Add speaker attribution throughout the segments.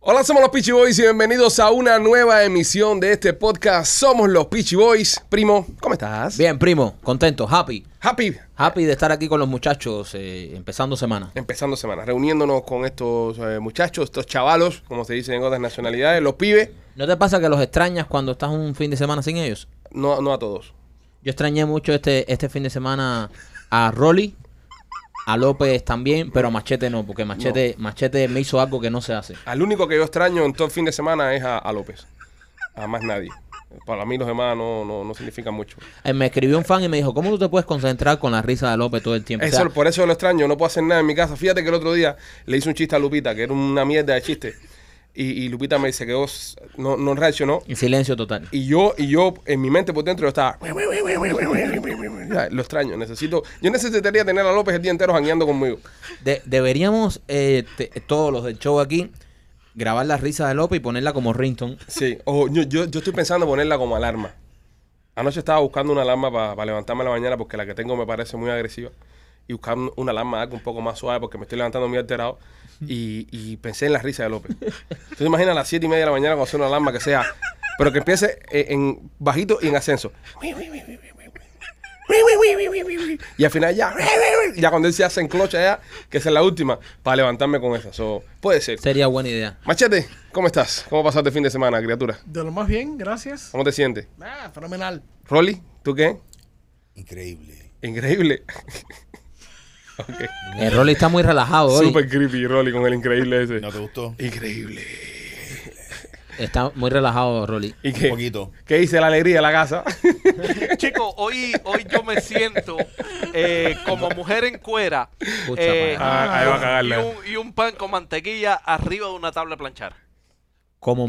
Speaker 1: Hola, somos los Peachy Boys y bienvenidos a una nueva emisión de este podcast. Somos los Peachy Boys. Primo, ¿cómo estás?
Speaker 2: Bien, primo, contento, happy.
Speaker 1: Happy.
Speaker 2: Happy de estar aquí con los muchachos eh, empezando semana.
Speaker 1: Empezando semana, reuniéndonos con estos eh, muchachos, estos chavalos, como se dice en otras nacionalidades, los pibes.
Speaker 2: ¿No te pasa que los extrañas cuando estás un fin de semana sin ellos?
Speaker 1: No, no a todos.
Speaker 2: Yo extrañé mucho este, este fin de semana a Rolly, a López también, pero a Machete no, porque Machete, Machete me hizo algo que no se hace.
Speaker 1: Al único que yo extraño en todo el fin de semana es a, a López. A más nadie. Para mí los demás no, no, no significan mucho.
Speaker 2: Eh, me escribió un fan y me dijo, ¿cómo tú te puedes concentrar con la risa de López todo el tiempo? O sea,
Speaker 1: Eso, por eso lo extraño, no puedo hacer nada en mi casa. Fíjate que el otro día le hice un chiste a Lupita, que era una mierda de chiste. Y, y Lupita me se quedó, s- no, no reaccionó.
Speaker 2: en silencio total.
Speaker 1: Y yo, y yo, en mi mente por dentro, yo estaba. Ya, Lo extraño, necesito. Yo necesitaría tener a López el día entero jangueando conmigo.
Speaker 2: De- deberíamos, eh, te- todos los del show aquí, grabar la risa de López y ponerla como ringtone.
Speaker 1: Sí, ojo, yo, yo, yo estoy pensando ponerla como alarma. Anoche estaba buscando una alarma para levantarme a la mañana porque la que tengo me parece muy agresiva. Y buscar un- una alarma algo un poco más suave porque me estoy levantando muy alterado. Y, y pensé en la risa de López. Entonces imagina a las 7 y media de la mañana cuando hacer una alarma que sea, pero que empiece en, en bajito y en ascenso. Y al final ya, ya cuando él se hace en clocha ya, que esa es la última, para levantarme con esa. So, puede ser.
Speaker 2: Sería buena idea.
Speaker 1: Machete, ¿cómo estás? ¿Cómo pasaste el fin de semana, criatura?
Speaker 3: De lo más bien, gracias.
Speaker 1: ¿Cómo te sientes?
Speaker 3: Ah, fenomenal.
Speaker 1: Rolly, ¿tú qué?
Speaker 4: Increíble.
Speaker 1: Increíble.
Speaker 2: El Eh, Rolly está muy relajado hoy.
Speaker 1: Super creepy, Rolly, con el increíble ese.
Speaker 4: ¿No te gustó?
Speaker 1: Increíble.
Speaker 2: Está muy relajado, Rolly.
Speaker 1: ¿Y qué?
Speaker 4: Un poquito.
Speaker 1: ¿Qué hice la alegría de la casa?
Speaker 5: Chicos, hoy, hoy yo me siento eh, como mujer en cuera
Speaker 2: Escucha,
Speaker 5: eh,
Speaker 2: pana.
Speaker 1: Ah, ahí va a
Speaker 5: y,
Speaker 1: cagarla.
Speaker 5: un, y un pan con mantequilla arriba de una tabla de planchar.
Speaker 2: Como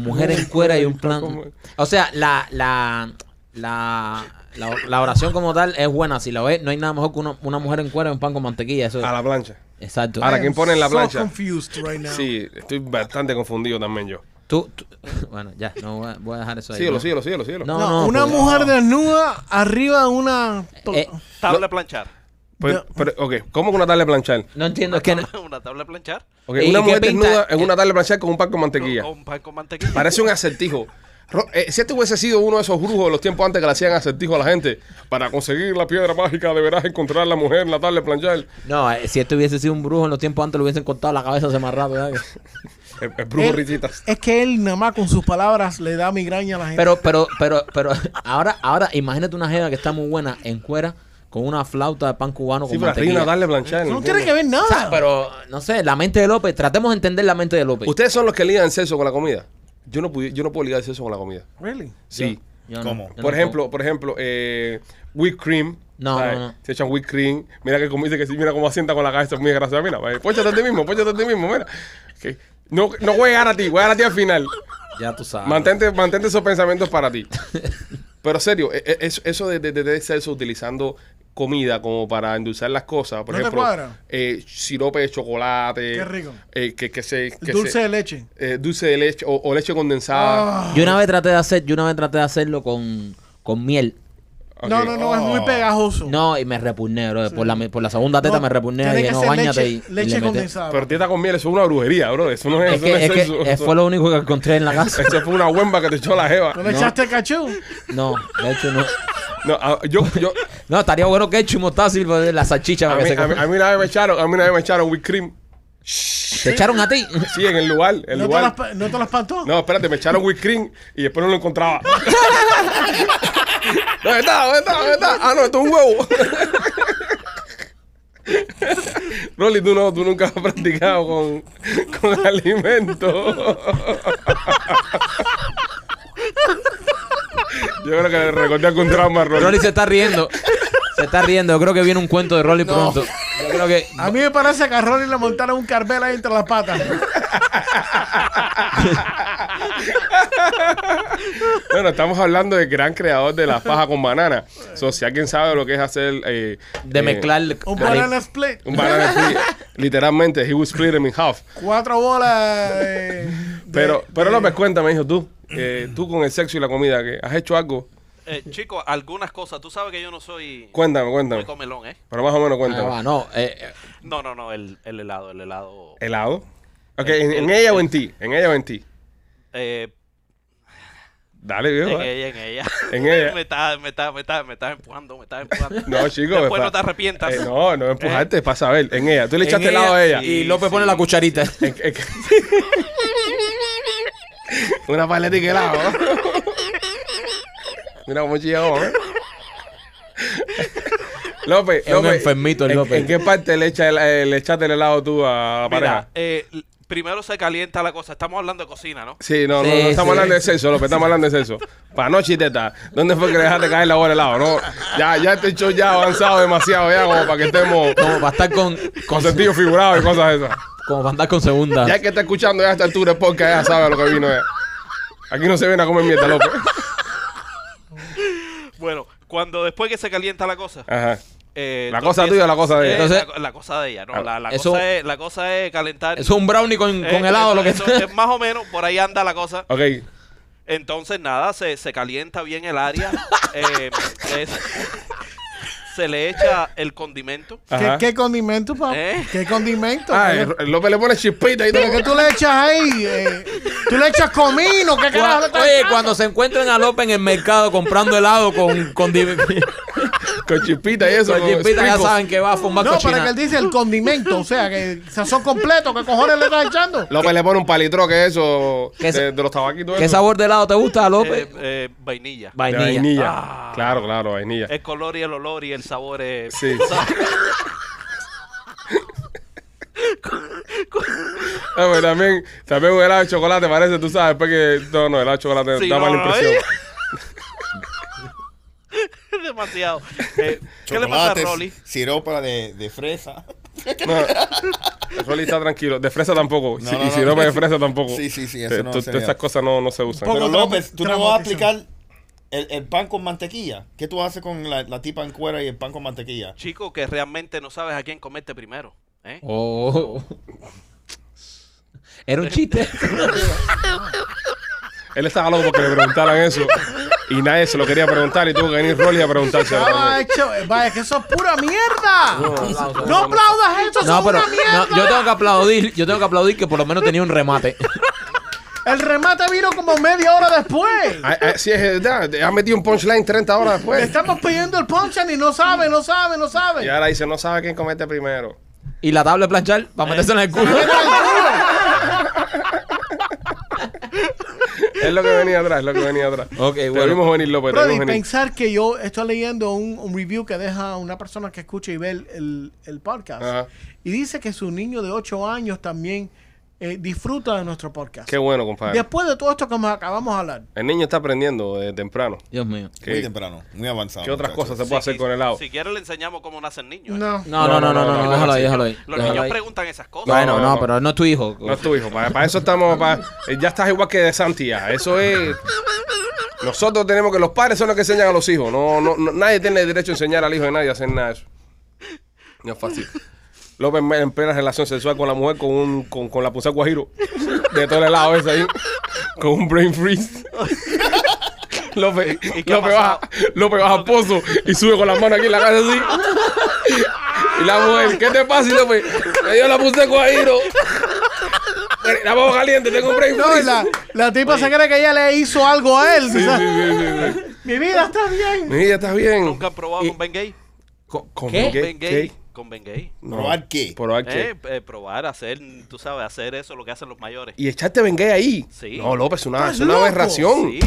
Speaker 2: mujer en cuera y un
Speaker 1: Como-
Speaker 2: plan. O sea, la, la, la, la, la oración como tal es buena. Si la ves, no hay nada mejor que uno- una mujer en cuera y un pan con mantequilla. Eso es.
Speaker 1: A la plancha.
Speaker 2: Exacto.
Speaker 1: Ah, Ahora, ¿quién pone en la
Speaker 3: so
Speaker 1: plancha?
Speaker 3: confused right now.
Speaker 1: Sí, estoy bastante confundido también yo.
Speaker 2: Tú, tú- bueno, ya, no voy a, voy a dejar eso ahí.
Speaker 1: Síguelo,
Speaker 2: ¿no?
Speaker 1: síguelo, síguelo, síguelo.
Speaker 2: No,
Speaker 3: No,
Speaker 2: no,
Speaker 3: una
Speaker 2: porque-
Speaker 3: mujer desnuda arriba de una. to-
Speaker 2: Eh,
Speaker 5: Tabla de planchar.
Speaker 1: Pero, Pues, pero, ok, ¿cómo que una tarde de planchar?
Speaker 2: no entiendo, es que no-
Speaker 5: una tabla de planchar
Speaker 1: Ah, Ok,
Speaker 2: ¿Y
Speaker 1: una
Speaker 2: qué
Speaker 1: mujer
Speaker 2: pinta? Eh.
Speaker 1: desnuda en una tarde de planchar con un pan con
Speaker 5: con,
Speaker 1: mantequilla.
Speaker 5: con pan con mantequilla.
Speaker 1: Parece un acertijo. Ro- eh, si este hubiese sido uno de esos brujos de los tiempos antes que le hacían acertijo a la gente, para conseguir la piedra mágica deberás encontrar a la mujer en la tarde de planchar.
Speaker 2: no, eh, si esto hubiese sido un brujo en los tiempos antes, le hubiesen cortado la cabeza hace más rato. ¿verdad?
Speaker 1: El, el
Speaker 3: él-
Speaker 1: brujo Richitas.
Speaker 3: es que él nada más con sus palabras le da migraña a la gente.
Speaker 2: Pero, pero, pero, pero, ahora, ahora, imagínate una jeva que está muy buena en cuera con una flauta de pan cubano con
Speaker 1: Sí, pero arriba
Speaker 2: mantequilla.
Speaker 1: una tarde de planchar.
Speaker 3: Eso no
Speaker 1: ¿entiendes?
Speaker 3: tiene que ver nada.
Speaker 2: Pero, no sé, la mente de López, tratemos de entender la mente de López.
Speaker 1: Ustedes son los que ligan sexo con la comida. Yo no, pudi- yo no puedo ligar sexo con la comida.
Speaker 3: Really?
Speaker 1: Sí.
Speaker 2: Yo no,
Speaker 4: ¿Cómo?
Speaker 2: yo no
Speaker 1: por
Speaker 2: puedo.
Speaker 1: ejemplo, por ejemplo, eh, whipped cream.
Speaker 2: No,
Speaker 1: ¿sabes?
Speaker 2: no, no.
Speaker 1: Se echan whipped cream. Mira que comiste que sí, mira cómo asienta con la cabeza muy desgraciada. Mira, vaya, póchate a ti mismo, póchate a ti mismo, mira. Que No, no voy a llegar a ti, voy a llegar a ti al final.
Speaker 2: ya tú sabes.
Speaker 1: Mantente, mantente esos pensamientos para ti. Pero serio, e- e- eso, eso de, de, de- de sexo utilizando comida como para endulzar las cosas, por
Speaker 3: ¿No te
Speaker 1: ejemplo,
Speaker 3: cuadra?
Speaker 1: eh, sirope de chocolate,
Speaker 3: Qué rico.
Speaker 1: eh, que, que se, que
Speaker 3: Dulce
Speaker 1: se-
Speaker 3: de leche. Ah,
Speaker 1: eh, dulce de leche o, o leche condensada.
Speaker 2: Yo una vez traté de hacer, yo una vez traté de hacerlo con, con miel.
Speaker 1: Ok.
Speaker 3: No, no, no, es muy
Speaker 4: Oh.
Speaker 3: pegajoso.
Speaker 2: No, y me repugné, bro. Por, la, por la segunda teta
Speaker 3: No,
Speaker 2: me repugné.
Speaker 3: tiene
Speaker 2: dije,
Speaker 3: que
Speaker 2: no,
Speaker 3: ser
Speaker 2: bañate
Speaker 3: leche,
Speaker 2: y- y
Speaker 3: leche
Speaker 2: le metes".
Speaker 3: condensada.
Speaker 1: Pero dieta con miel, eso es una brujería, bro. Eso no es,
Speaker 2: Es
Speaker 1: eso
Speaker 2: que,
Speaker 1: no
Speaker 2: es que
Speaker 1: sexo.
Speaker 2: eh,
Speaker 1: Eso-
Speaker 2: fue lo único que encontré en la casa.
Speaker 1: eso fue una huemba que te echó la jeva.
Speaker 3: ¿No le echaste cachú?
Speaker 2: No, de hecho no.
Speaker 1: No, a- yo, yo,
Speaker 2: No, estaría bueno que hecho mostaza y la salchicha
Speaker 1: a,
Speaker 2: para
Speaker 1: mí,
Speaker 2: que se
Speaker 1: a mí-
Speaker 2: come.
Speaker 1: a mí una vez me echaron, a mí una vez me echaron whipped cream.
Speaker 2: ¿Te echaron a ti?
Speaker 1: Sí, en el lugar, el
Speaker 3: ¿No te,
Speaker 1: lugar.
Speaker 3: las, pa- ¿No te las espantó?
Speaker 1: No, espérate, me echaron whipped cream y después no lo encontraba. ¿Dónde está? ¿Dónde está? ¿Dónde está? Ah, no, esto es un huevo. Rolly, tú no, tú nunca has practicado con, con alimentos. Yo creo que le recordé algún trauma a Rolly.
Speaker 2: Rolly se está riendo. Se está riendo. Yo creo que viene un cuento de Rolly pronto. Yo creo que.
Speaker 3: A mí me parece que a Rolly le montaron un carvel ahí entre las patas.
Speaker 1: Bueno, estamos hablando del gran creador de la faja con banana. So, si alguien sabe lo que es hacer... eh,
Speaker 2: De
Speaker 1: eh,
Speaker 2: mezclar.
Speaker 3: Un banana split.
Speaker 1: Un banana split. Literalmente, he would split him in half.
Speaker 3: Cuatro bolas. eh, de-
Speaker 1: Pero, pero López, cuéntame, hijo, tú. eh, tú con el sexo y la comida, que has hecho algo.
Speaker 5: Eh, chico, algunas cosas. Tú sabes que yo no soy
Speaker 1: Cuéntame, cuéntame.
Speaker 5: muy comelón, ¿eh?
Speaker 1: Pero más o menos
Speaker 6: Ah,
Speaker 1: cuéntame.
Speaker 6: va, no, eh, eh,
Speaker 5: No, no, no, el, el helado, el helado.
Speaker 1: ¿Helado? Ok, en, en ella o en ti. En ella o en ti.
Speaker 5: Eh,
Speaker 1: Dale,
Speaker 5: en
Speaker 1: viejo. eh.
Speaker 5: ella, en ella.
Speaker 1: En ella.
Speaker 5: me estás me está, me está, me está empujando, me estás empujando.
Speaker 1: No, chico.
Speaker 5: Después
Speaker 1: pa-
Speaker 5: no te arrepientas.
Speaker 1: Eh, no, no empujaste, es para saber. En ella. Tú le echaste
Speaker 6: en
Speaker 1: helado a ella.
Speaker 6: Y López pone la cucharita.
Speaker 1: En- en- Una paletica de helado. ¿no? Mira cómo chillamos, ¿eh? López,
Speaker 6: Es un enfermito el
Speaker 1: ¿en-
Speaker 6: López.
Speaker 1: ¿En qué parte le, echa el- eh, le echaste el helado tú a la pareja?
Speaker 5: Mira, eh, l- primero se calienta la cosa. Estamos hablando de cocina, ¿no?
Speaker 1: Sí, no, no,
Speaker 6: Sí,
Speaker 1: no estamos
Speaker 6: sí.
Speaker 1: hablando de sexo, López, estamos hablando de sexo. Para no chisteta, ¿dónde fue que le dejaste caer la bola de helado? No, ya, ya este show ya ha avanzado demasiado ya como para que estemos
Speaker 6: Como para estar con,
Speaker 1: con
Speaker 6: con-
Speaker 1: sentido figurado y cosas esas.
Speaker 6: como para andar con segunda.
Speaker 1: Ya el que está escuchando ya a esta altura porque ya sabe lo que vino. ya. Aquí no se ven a comer mierda, López.
Speaker 5: Bueno, cuando después que se calienta la cosa.
Speaker 1: Ajá.
Speaker 5: eh,
Speaker 1: Ah, ¿La
Speaker 5: tú
Speaker 1: cosa tuya o la cosa de ella?
Speaker 5: Eh,
Speaker 6: Entonces-
Speaker 5: la, la cosa de ella, no.
Speaker 1: Ah,
Speaker 5: la, la
Speaker 6: eso-
Speaker 5: cosa es, la cosa es calentar.
Speaker 6: Es un brownie con,
Speaker 5: Eh,
Speaker 6: con helado,
Speaker 5: eso-
Speaker 6: lo que
Speaker 5: eso es Más o menos, por ahí anda la cosa.
Speaker 1: Ok.
Speaker 5: Entonces, nada, se, se calienta bien el área. eh, es- se le echa el condimento.
Speaker 1: Ajá.
Speaker 3: ¿Qué, qué condimento, papá?
Speaker 5: ¿Eh?
Speaker 3: ¿Qué condimento?
Speaker 1: Ah,
Speaker 3: ¿Qué-
Speaker 1: el- el López le pone chispita y todo.
Speaker 3: ¿Pero qué tú le echas ahí? eh? ¿Tú le echas comino? ¿Qué carajo le
Speaker 6: Cua-
Speaker 3: estás
Speaker 6: Oye,
Speaker 3: echando?
Speaker 6: cuando se encuentran a López en el mercado comprando helado con, con, di-
Speaker 1: Con chispita y eso.
Speaker 6: con
Speaker 1: con
Speaker 6: chispita, ya
Speaker 1: sprinkles.
Speaker 6: saben que va a fumar
Speaker 3: No,
Speaker 6: cochina.
Speaker 3: para que él dice el condimento, o sea, que sazón completo, ¿qué cojones le estás echando?
Speaker 1: López le pone un palitro que eso.
Speaker 6: ¿Qué sa-
Speaker 1: de, de los tabaquitos.
Speaker 6: ¿Qué
Speaker 1: esos.
Speaker 6: sabor de helado te gusta,
Speaker 5: eh,
Speaker 1: pues.
Speaker 6: López?
Speaker 5: eh, vainilla. Eh.
Speaker 1: De
Speaker 6: Vainilla.
Speaker 1: vainilla. Claro, claro, vainilla.
Speaker 5: El color y el olor y el sabor es.
Speaker 1: Sí. Ah, pero también, también un helado de chocolate parece, tú sabes, porque no, no, helado de chocolate
Speaker 5: Sí,
Speaker 1: da
Speaker 5: no, eh.
Speaker 1: mala
Speaker 5: no,
Speaker 1: impresión.
Speaker 5: es demasiado. Eh, ¿Qué le pasa a
Speaker 4: Chocolates,
Speaker 5: Rolly?
Speaker 4: siropa de, de fresa.
Speaker 1: No, Rolly está tranquilo. De fresa tampoco.
Speaker 4: No,
Speaker 1: Sí,
Speaker 4: no,
Speaker 1: y si
Speaker 4: no.
Speaker 1: no, pues, de fresa tampoco.
Speaker 4: Sí, sí, sí, eso
Speaker 1: Eh,
Speaker 4: no
Speaker 1: to-
Speaker 4: se
Speaker 1: Todas
Speaker 4: le
Speaker 1: esas
Speaker 4: da.
Speaker 1: cosas no, no se usan.
Speaker 3: Poco
Speaker 4: Pero
Speaker 3: tramo-
Speaker 4: López, tú no vas a
Speaker 3: tramotización.
Speaker 4: aplicar el, el pan con mantequilla. ¿Qué tú haces con la, la tipa en cuera y el pan con mantequilla?
Speaker 5: Chico, que realmente no sabes a quién comerte primero. ¿eh?
Speaker 6: Oh. Era un chiste.
Speaker 1: Él estaba loco porque le preguntaran eso. Y nadie se lo quería preguntar y tuvo que venir Rolly a preguntárselo.
Speaker 3: Estaba
Speaker 1: también.
Speaker 3: hecho, vaya, Ah, que eso es pura mierda.
Speaker 6: aplauso,
Speaker 3: No aplaudas eso, eso
Speaker 6: No,
Speaker 3: es
Speaker 6: pero
Speaker 3: una mierda.
Speaker 6: no, yo tengo que aplaudir, yo tengo que aplaudir que por lo menos tenía un remate.
Speaker 3: El remate vino como media hora después.
Speaker 1: Ah, ah, sí, es verdad. Ha metido un punchline 30 horas
Speaker 3: Le
Speaker 1: después.
Speaker 3: estamos pidiendo el punchline y no sabe, no sabe, no sabe.
Speaker 1: Y ahora dice, no sabe quién comete primero.
Speaker 6: Y la tabla de planchar para meterse en el culo.
Speaker 1: Es lo que venía atrás, es lo que venía atrás.
Speaker 6: Ok,
Speaker 1: Te
Speaker 6: bueno.
Speaker 1: vimos venir, López, te
Speaker 3: Brody,
Speaker 1: vimos venir.
Speaker 3: pensar que yo estoy leyendo un, un review que deja una persona que escucha y ve el, el- el podcast.
Speaker 1: Ajá.
Speaker 3: Y dice que su niño de 8 años también eh, disfruta de nuestro podcast.
Speaker 1: Qué bueno, compadre.
Speaker 3: Después de todo esto que nos acabamos de hablar.
Speaker 1: El niño está aprendiendo de temprano.
Speaker 6: Dios mío.
Speaker 1: ¿Qué,
Speaker 4: Muy temprano, muy avanzado.
Speaker 1: qué otras
Speaker 4: muchacho.
Speaker 1: cosas se puede hacer
Speaker 5: Si-
Speaker 1: con helado?
Speaker 5: Si quieres le enseñamos cómo nacen niños. ¿eh?
Speaker 3: No.
Speaker 6: No, no, no, no, no, no, déjalo ahí, déjalo ahí.
Speaker 5: Los
Speaker 6: déjalo
Speaker 5: niños
Speaker 6: ahí.
Speaker 5: preguntan esas cosas.
Speaker 6: Bueno,
Speaker 1: No, no,
Speaker 6: no,
Speaker 1: no.
Speaker 6: pero no es tu hijo.
Speaker 1: No es tu hijo. Para, para eso estamos. para- eh, ya estás igual que de Santi. ya. Eso es. Nosotros tenemos que. Los padres son los que enseñan a los hijos. No, no, no- nadie tiene el derecho a enseñar al hijo de nadie a hacer nada de eso. No es fácil. López Mel en plena relación sexual con la mujer con, un, con, con la punza guajiro. De todo el lado ese ahí. Con un brain freeze. López,
Speaker 5: ¿Y qué ha
Speaker 1: López baja,
Speaker 5: pasado?
Speaker 1: López baja pozo y sube con las manos aquí en la casa así. Y la mujer, ¿qué te pasa, López? Me dio la puse guajiro. La vamos caliente, tengo un brain
Speaker 3: No, y
Speaker 1: freeze.
Speaker 3: la, la tipa se cree que ella le hizo algo a él. o
Speaker 1: Sí,
Speaker 3: sea,
Speaker 1: sí, sí, sí, sí.
Speaker 3: Mi vida está bien.
Speaker 1: Mira, ¿estás bien?
Speaker 5: Nunca han probado con Ben Gay.
Speaker 1: Co- con
Speaker 6: ¿Qué?
Speaker 1: qué-
Speaker 5: Ben Gay.
Speaker 1: qué-
Speaker 5: Con Ben Gay.
Speaker 1: no.
Speaker 4: ¿Probar qué?
Speaker 1: Probar qué.
Speaker 5: Eh, eh, probar, hacer, tú sabes, hacer eso, lo que hacen los mayores.
Speaker 1: Y echarte bengue ahí.
Speaker 5: Sí.
Speaker 1: No, López, una,
Speaker 3: ¿Estás
Speaker 1: es una
Speaker 3: loco?
Speaker 1: aberración.
Speaker 5: Sí.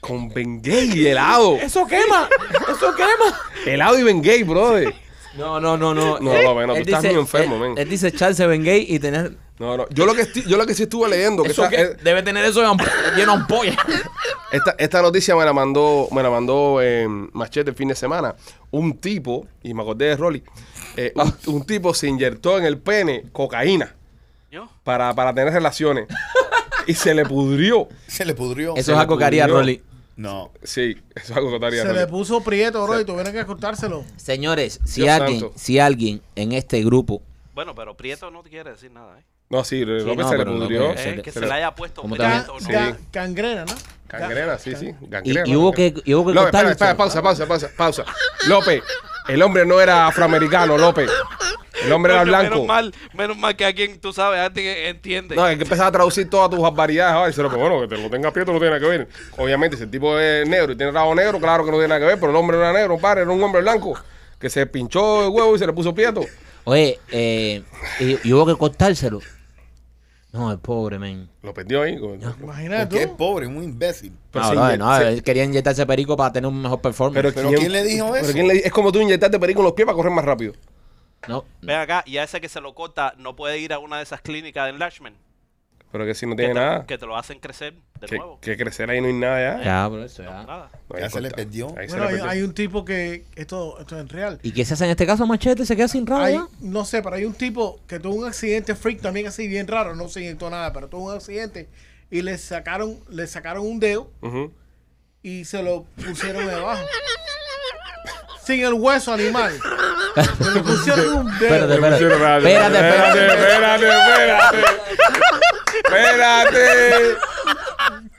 Speaker 1: Con bengue y helado.
Speaker 6: Eso quema, eso quema.
Speaker 1: Helado y bengue, brother.
Speaker 6: No, no, no, no.
Speaker 1: No,
Speaker 6: Él-
Speaker 1: no, bueno, tú
Speaker 6: él
Speaker 1: estás
Speaker 6: dice- eh,
Speaker 1: muy enfermo,
Speaker 6: él-
Speaker 1: men.
Speaker 6: Él dice echarse Ben Gay y tener.
Speaker 1: No, no. Yo lo que, esti- yo lo que sí estuve leyendo. Que
Speaker 6: Eso
Speaker 1: esta,
Speaker 6: que-
Speaker 1: eh,
Speaker 6: debe tener eso de amp- lleno de ampolla.
Speaker 1: esta, esta noticia me la mandó, me la mandó eh, Machete el fin de semana. Un tipo, y me acordé de Rolly, eh,
Speaker 6: Ah.
Speaker 1: un, un tipo se inyectó en el pene cocaína
Speaker 5: Yo,
Speaker 1: para, para tener relaciones. y se le pudrió.
Speaker 4: Se le pudrió.
Speaker 6: Eso es algo que haría
Speaker 1: pudrió.
Speaker 6: Rolly.
Speaker 4: No.
Speaker 1: Sí, eso es algo que te haría
Speaker 3: Se le
Speaker 1: Rolly.
Speaker 3: puso prieto, bro, y tuvieron que escoltárselo.
Speaker 6: Señores, si
Speaker 1: Dios
Speaker 6: alguien,
Speaker 1: santo.
Speaker 6: si alguien en este grupo
Speaker 5: Bueno, pero Prieto no te quiere decir nada, ¿eh?
Speaker 1: No, sí, López
Speaker 6: no,
Speaker 1: se le
Speaker 6: pero
Speaker 1: pudrió.
Speaker 6: López,
Speaker 5: Eh,
Speaker 1: le-
Speaker 5: que
Speaker 1: se
Speaker 5: se
Speaker 1: le-
Speaker 5: le haya puesto
Speaker 6: ¿Cómo te
Speaker 3: Ca-
Speaker 5: prieto, ¿no?
Speaker 3: ca- Cangrena, ¿no? Ca-
Speaker 1: Gangrena, sí, sí.
Speaker 6: Y,
Speaker 1: Gangrena.
Speaker 6: y hubo que, y hubo que
Speaker 1: López,
Speaker 6: cortar
Speaker 1: espera,
Speaker 6: el
Speaker 1: espera,
Speaker 6: show.
Speaker 1: pausa, pausa, pausa, pausa. López, el hombre no era afroamericano, López. El hombre era
Speaker 5: Coño,
Speaker 1: blanco.
Speaker 5: Menos mal, menos mal que alguien, tú sabes, alguien entiende.
Speaker 1: No, eh. hay que empezar a traducir todas tus barbaridades. ahora. Y dice López, bueno, que te lo tenga prieto no tiene nada que ver. Obviamente, si el tipo es negro y tiene rabo negro, claro que no tiene nada que ver, pero el hombre no era negro, padre, era un hombre blanco que se pinchó el huevo y se le puso prieto.
Speaker 6: Oye, eh, y, y hubo que cortárselo. No, el pobre, men.
Speaker 1: Lo perdió ahí. con-
Speaker 3: Imagínate
Speaker 1: Ah,
Speaker 4: Porque es
Speaker 3: tú.
Speaker 4: pobre, un imbécil.
Speaker 1: Pero
Speaker 6: no,
Speaker 1: se
Speaker 6: brother,
Speaker 1: inye-
Speaker 6: no, eh.
Speaker 1: se-
Speaker 6: él quería inyectarse perico para tener un mejor performance.
Speaker 1: pero
Speaker 4: ¿Pero
Speaker 1: ¿quién-
Speaker 4: quién le dijo
Speaker 1: pero
Speaker 4: eso?
Speaker 1: quién le- es como tú inyectarte perico en los pies para correr más rápido.
Speaker 6: no,
Speaker 5: Ven acá, y a ese que se lo corta no puede ir a una de esas clínicas de enlargement.
Speaker 1: Pero que si no
Speaker 5: que,
Speaker 1: tiene
Speaker 5: te,
Speaker 1: nada,
Speaker 5: que te lo hacen crecer de
Speaker 1: que,
Speaker 5: nuevo.
Speaker 1: que crecer ahí no hay nada ya.
Speaker 6: ya, por eso, ya.
Speaker 5: Nada.
Speaker 1: No, ahí
Speaker 4: Ya se le
Speaker 1: corta.
Speaker 4: perdió.
Speaker 1: Ahí se
Speaker 3: Bueno,
Speaker 1: le
Speaker 3: hay,
Speaker 1: perdió.
Speaker 3: hay un tipo que. Esto, esto es real.
Speaker 6: ¿Y qué se hace en este caso, Machete? ¿Se queda sin
Speaker 3: Hay-
Speaker 6: rabia?
Speaker 3: no sé, pero hay un tipo que tuvo un accidente freak también así bien raro, no se inyectó nada, pero tuvo un accidente y le sacaron, le sacaron un dedo
Speaker 1: Ujú.
Speaker 3: y se lo pusieron debajo. Sin el hueso animal. Se le pusieron un
Speaker 6: Espérate,
Speaker 3: dedo.
Speaker 6: espérate.
Speaker 1: Espérate,
Speaker 6: Espérate, espérate.
Speaker 1: espérate, espérate. Espérate.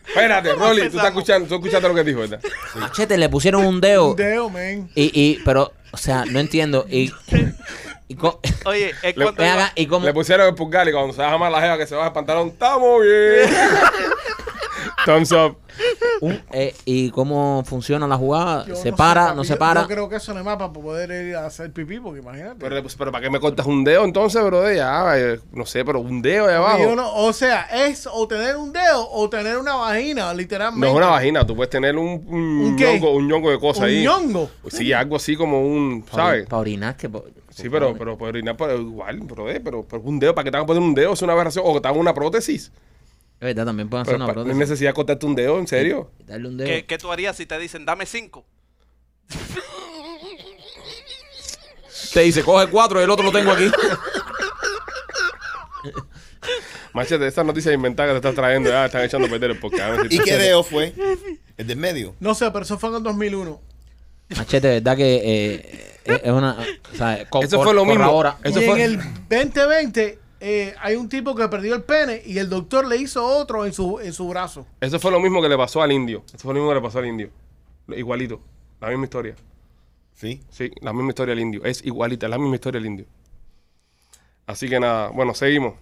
Speaker 1: Espérate, Rolly, tú estás escuchando, tú escuchaste lo que dijo, ¿verdad?
Speaker 6: Machete le pusieron un dedo.
Speaker 3: Un dedo, men.
Speaker 6: Y, y, pero, o sea, no entiendo. Y, y co-
Speaker 5: Oye, es
Speaker 1: Le-
Speaker 5: cuando
Speaker 6: ven
Speaker 5: iba-
Speaker 6: acá, y cómo.
Speaker 1: Le pusieron el pulgar y cuando se baja más la jeva que se baja el pantalón, estamos bien. Thumbs up.
Speaker 6: un- eh, y cómo funciona la jugada.
Speaker 3: Yo
Speaker 6: ¿Se
Speaker 3: sé,
Speaker 6: para?
Speaker 3: papi,
Speaker 6: ¿No
Speaker 3: yo-
Speaker 6: se para?
Speaker 3: Yo creo que eso no es más para poder ir a hacer pipí, porque imagínate.
Speaker 1: Pero, le pus- pero ¿para qué me cortas un dedo entonces, bro? Ya, eh, no sé, pero un dedo ahí abajo.
Speaker 3: Yo
Speaker 1: no,
Speaker 3: no- o sea, es o tener un dedo o tener una vagina, literalmente.
Speaker 1: es una vagina, tú puedes tener un, un,
Speaker 3: ¿Un qué?
Speaker 1: ñongo, un ñongo de cosas
Speaker 3: Un
Speaker 1: ahí.
Speaker 3: ñongo.
Speaker 1: Sí, algo así como un, ¿sabes?
Speaker 6: Para orinar, que. po-
Speaker 1: Sí, pero, pero, pero, orinar, pero igual, bro, eh, pero, pero un dedo, ¿para qué te van a poner un dedo? Es una aberración. O que te hagan una prótesis.
Speaker 6: Es verdad, también pueden hacer
Speaker 1: Pero
Speaker 6: una
Speaker 1: pa- no hay
Speaker 6: prótesis.
Speaker 1: necesidad de cortarte un dedo, ¿en serio?
Speaker 6: Darle un dedo.
Speaker 5: ¿qué, qué tú harías si te dicen, dame cinco?
Speaker 6: Te dice, coge cuatro y el otro lo tengo aquí.
Speaker 1: Machete, estas noticias inventadas que te estás trayendo, ya están echando a perder el podcast. A ver si-
Speaker 4: ¿Y qué dedo fue? El del medio.
Speaker 3: No sé, pero eso fue en el 2001.
Speaker 6: Machete, verdad que eh, eh, es una. O sea, co-
Speaker 1: Eso
Speaker 6: cor-
Speaker 1: fue lo mismo.
Speaker 6: corrobora.
Speaker 1: Eso
Speaker 3: y
Speaker 1: fue-
Speaker 3: en el 2020 eh, hay un tipo que perdió el pene y el doctor le hizo otro en su, en su brazo.
Speaker 1: Eso fue lo mismo que le pasó al indio. Eso fue lo mismo que le pasó al indio. Lo- Igualito. La misma historia.
Speaker 4: Sí.
Speaker 1: Sí, la misma historia del indio. Es igualita, la misma historia del indio. Así que nada, bueno, seguimos.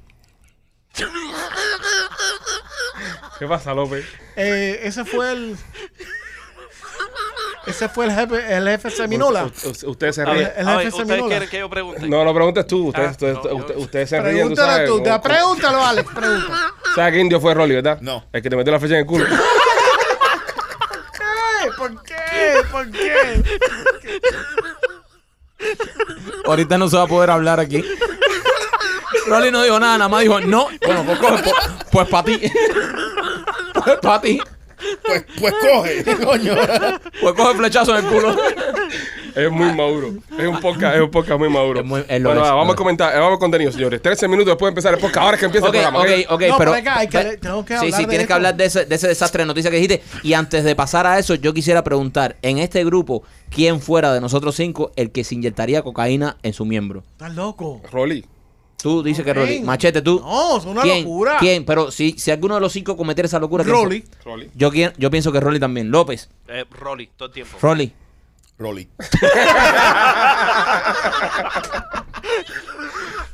Speaker 1: ¿Qué pasa, López?
Speaker 3: Eh, ese fue el. Ese fue el jefe, el jefe Seminola.
Speaker 1: U- u- Ustedes se
Speaker 5: A
Speaker 1: ríen.
Speaker 5: ver,
Speaker 3: El
Speaker 5: a
Speaker 3: jefe
Speaker 5: ver, ¿ustedes
Speaker 3: Seminola.
Speaker 5: quieren que yo pregunte?
Speaker 1: No, no preguntes tú. Ustedes,
Speaker 5: Ah,
Speaker 1: ustedes,
Speaker 5: no, yo-
Speaker 1: usted- ustedes se ríen, tú
Speaker 3: Pregúntalo
Speaker 1: sabes.
Speaker 3: tú.
Speaker 1: como-
Speaker 3: Pregúntalo, Alex. Pregúntalo.
Speaker 1: ¿Sabes qué indio fue Rolly, verdad?
Speaker 4: No.
Speaker 1: El que te metió la fecha en el culo.
Speaker 3: ¿Qué? ¿Por qué? ¿Por qué?
Speaker 6: Ahorita no se va a poder hablar aquí. Rolly no dijo nada, nada más dijo no. Bueno, pues coge, pues, para ti. Pues para ti.
Speaker 4: Pues, pues coge, coño.
Speaker 6: Pues coge flechazo en el culo.
Speaker 1: Es muy maduro. Es un podcast, es un podcast muy maduro.
Speaker 6: Es muy- es lo
Speaker 1: bueno,
Speaker 6: es,
Speaker 1: nada,
Speaker 6: lo
Speaker 1: vamos a
Speaker 6: es.
Speaker 1: comentar, eh, vamos al contenido, señores. 13 minutos después de empezar el podcast. Ahora es que empieza
Speaker 6: Ok,
Speaker 1: el programa.
Speaker 6: ok,
Speaker 1: ¿ok?
Speaker 6: ok, pero.
Speaker 3: No, pero acá hay que-
Speaker 6: ve-
Speaker 3: tengo que
Speaker 6: sí,
Speaker 3: hablar
Speaker 6: sí,
Speaker 3: de
Speaker 6: tienes que
Speaker 3: esto.
Speaker 6: hablar de ese, de ese desastre de noticias que dijiste. Y antes de pasar a eso, yo quisiera preguntar: en este grupo, ¿quién fuera de nosotros cinco el que se inyectaría cocaína en su miembro?
Speaker 3: Estás loco.
Speaker 1: Rolly.
Speaker 6: Tú dices que
Speaker 3: Ok.
Speaker 6: Rolly. Machete, tú.
Speaker 3: No, es una
Speaker 6: ¿Quién?
Speaker 3: locura.
Speaker 6: ¿Quién? Pero si, si alguno de los cinco cometiera esa locura. ¿quién
Speaker 3: Rolly.
Speaker 6: fue?
Speaker 1: Rolly.
Speaker 6: Yo, quien- yo pienso que Rolly también. López.
Speaker 5: Eh, Rolly, todo el tiempo.
Speaker 6: Rolly.
Speaker 4: Rolly.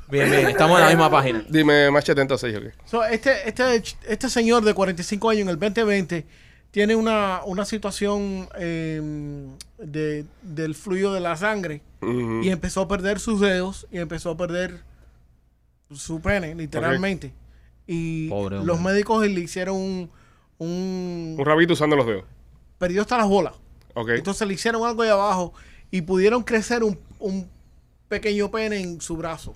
Speaker 6: Bien, bien. Estamos en la misma página.
Speaker 1: Dime, machete entonces, yo qué.
Speaker 3: So, este, este, ch- este señor de 45 años en el 2020 tiene una, una situación eh, de, del fluido de la sangre
Speaker 1: Ujú.
Speaker 3: y empezó a perder sus dedos y empezó a perder su pene, literalmente. Y
Speaker 6: Pobre hombre.
Speaker 3: los médicos le hicieron un, un-
Speaker 1: Un rabito usando los dedos.
Speaker 3: Perdió hasta las bolas.
Speaker 1: Ok.
Speaker 3: Entonces le hicieron algo ahí abajo y pudieron crecer un, un pequeño pene en su brazo.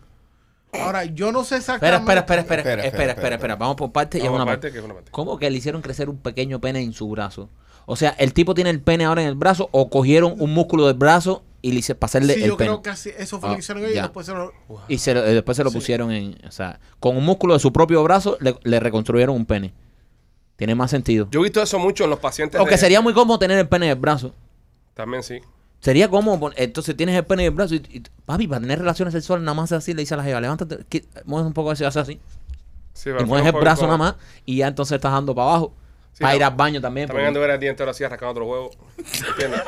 Speaker 3: Ahora, yo no sé
Speaker 6: Espera,
Speaker 3: exactamente...
Speaker 6: espera, espera, espera, espera, espera,
Speaker 4: espera,
Speaker 6: espera,
Speaker 4: espera.
Speaker 6: Vamos por parte y es
Speaker 1: Vamos
Speaker 6: una
Speaker 1: por parte,
Speaker 6: parte.
Speaker 1: que es una parte.
Speaker 6: ¿Cómo que le hicieron crecer un pequeño pene en su brazo? O sea, el tipo tiene el pene ahora en el brazo o cogieron un músculo del brazo y le hice pasarle
Speaker 3: Sí,
Speaker 6: el
Speaker 3: yo
Speaker 6: pene.
Speaker 3: creo que así- eso fue lo
Speaker 6: Ah,
Speaker 3: que hicieron ellos y
Speaker 6: ya.
Speaker 3: después se lo...
Speaker 6: Y se lo- eh, después se lo pusieron en, o sea, con un músculo de su propio brazo le, le reconstruyeron un pene. Tiene más sentido.
Speaker 1: Yo he visto eso mucho en los pacientes.
Speaker 6: Aunque
Speaker 1: de-
Speaker 6: sería muy cómodo tener el pene en el brazo.
Speaker 1: También sí.
Speaker 6: Sería como, pon- entonces tienes el pene en el brazo y, y- papi, para tener relaciones sexuales nada más así, le dice a la jeva, levántate, qui- mueve un poco así, hace así.
Speaker 1: Sí,
Speaker 6: Te
Speaker 1: pero
Speaker 6: mueves
Speaker 1: fue
Speaker 6: el
Speaker 1: un
Speaker 6: brazo
Speaker 1: poco-
Speaker 6: nada más y ya entonces estás dando para abajo.
Speaker 1: Sí,
Speaker 6: para ir
Speaker 1: no.
Speaker 6: al baño también.
Speaker 1: También
Speaker 6: porque-
Speaker 1: anduve el día entero así arrancando otro huevo. ¿Entiendes?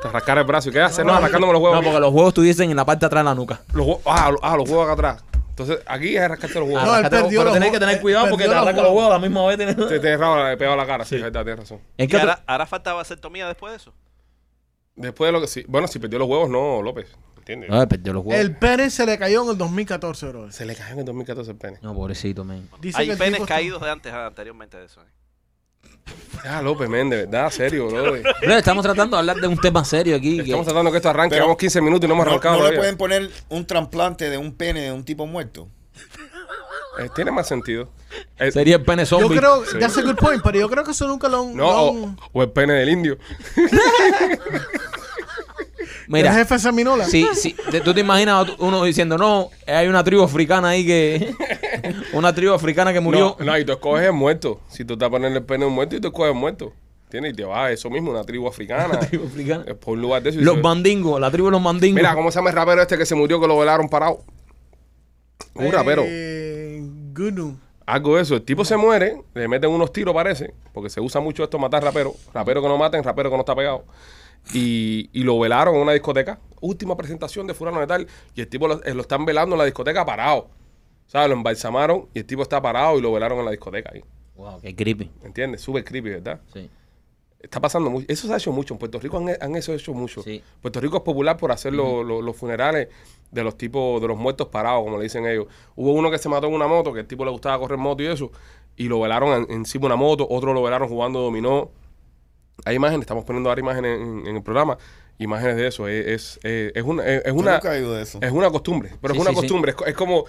Speaker 1: Te arrancar el brazo. ¿Y qué haces? No, arrancándome los huevos.
Speaker 6: No, porque los huevos tuviesen en la parte de atrás de la nuca.
Speaker 1: Los huevos, ah, los, ah, los huevos acá atrás. Entonces, aquí es arrancarte los huevos.
Speaker 3: No, él
Speaker 6: Arráncate los-
Speaker 3: perdió
Speaker 6: pero
Speaker 3: Ah, los
Speaker 6: tenés que
Speaker 3: huevos.
Speaker 6: tener
Speaker 3: Eh,
Speaker 6: cuidado porque te
Speaker 3: perdió los
Speaker 6: arranca los huevos a la misma vez. tenés-
Speaker 1: Te tienes razón, he pegado la cara, sí, es verdad, tienes razón.
Speaker 6: Es
Speaker 5: Y
Speaker 6: que otro-
Speaker 5: ahora, ahora faltaba vasectomía después de eso.
Speaker 1: Después de lo que sí, bueno, si perdió los huevos, no, López, ¿entiendes?
Speaker 6: No, perdió los huevos.
Speaker 3: El pene se le cayó en el 2014, bro.
Speaker 1: Se le cayó en el 2014 el pene.
Speaker 6: No, pobrecito, men.
Speaker 3: Dice
Speaker 5: Hay
Speaker 3: que el
Speaker 5: penes
Speaker 3: tipo está-
Speaker 5: caídos de antes, anteriormente de eso. ¿eh?
Speaker 1: Ah, López, men, de verdad, serio, bro.
Speaker 6: Pero estamos tratando de hablar de un tema serio aquí. que-
Speaker 1: Estamos tratando que esto arranque,
Speaker 4: Pero-
Speaker 1: llevamos 15 minutos y no hemos
Speaker 4: No,
Speaker 1: arrancado
Speaker 4: no le
Speaker 1: todavía.
Speaker 4: pueden poner un trasplante de un pene de un tipo muerto.
Speaker 1: Eh, tiene más sentido. Eh,
Speaker 6: Sería el pene
Speaker 3: Yo
Speaker 6: zombie.
Speaker 3: creo,
Speaker 1: Sí.
Speaker 3: that's a good point, pero yo creo que eso nunca lo han...
Speaker 1: No,
Speaker 3: lo
Speaker 1: o,
Speaker 3: han-
Speaker 1: o el pene del indio.
Speaker 3: el
Speaker 6: Mira,
Speaker 3: jefe Seminola.
Speaker 6: si, si, te- tú te imaginas a tu- uno diciendo, no, hay una tribu africana ahí que... una tribu africana que murió.
Speaker 1: No, no, y tú escoges el muerto. Si tú estás poniendo el pene de un muerto y tú escoges el muerto. ¿Entiendes? Y te vas, eso mismo, una tribu africana.
Speaker 6: Tribu africana.
Speaker 1: Eh, Por un lugar de eso. y
Speaker 6: Los
Speaker 1: se-
Speaker 6: mandingos, la tribu de los mandingos.
Speaker 1: Mira, ¿cómo se llama el rapero este que se murió que lo velaron parado? Un rapero.
Speaker 3: Eh, Gunu.
Speaker 1: Algo de eso. El tipo se muere, le meten unos tiros, parece, porque se usa mucho esto matar raperos. Rapero que no maten, rapero que no está pegado. Y, y lo velaron en una discoteca. Última presentación de Fulano de Tal. Y el tipo lo, eh, lo están velando en la discoteca parado. ¿Sabes? Lo embalsamaron y el tipo está parado y lo velaron en la discoteca ahí.
Speaker 6: Wow, qué creepy.
Speaker 1: ¿Entiendes? Súper creepy, ¿verdad?
Speaker 6: Sí.
Speaker 1: Está pasando mucho. Eso se ha hecho mucho. En Puerto Rico han, han eso hecho mucho.
Speaker 6: Sí.
Speaker 1: Puerto Rico es popular por hacer lo- lo- los funerales de los tipos, de los muertos parados, como le dicen ellos. Hubo uno que se mató en una moto, que el tipo le gustaba correr moto y eso, y lo velaron en- encima de una moto, otro lo velaron jugando dominó. Hay imágenes, estamos poniendo ahora imágenes en, en el programa, imágenes de eso. Es, es, es- es una, es, es
Speaker 4: Yo
Speaker 1: una,
Speaker 4: nunca he oído de eso.
Speaker 1: es una costumbre, pero
Speaker 6: Sí,
Speaker 1: es una
Speaker 6: sí, sí.
Speaker 1: costumbre. Es co- Es, como,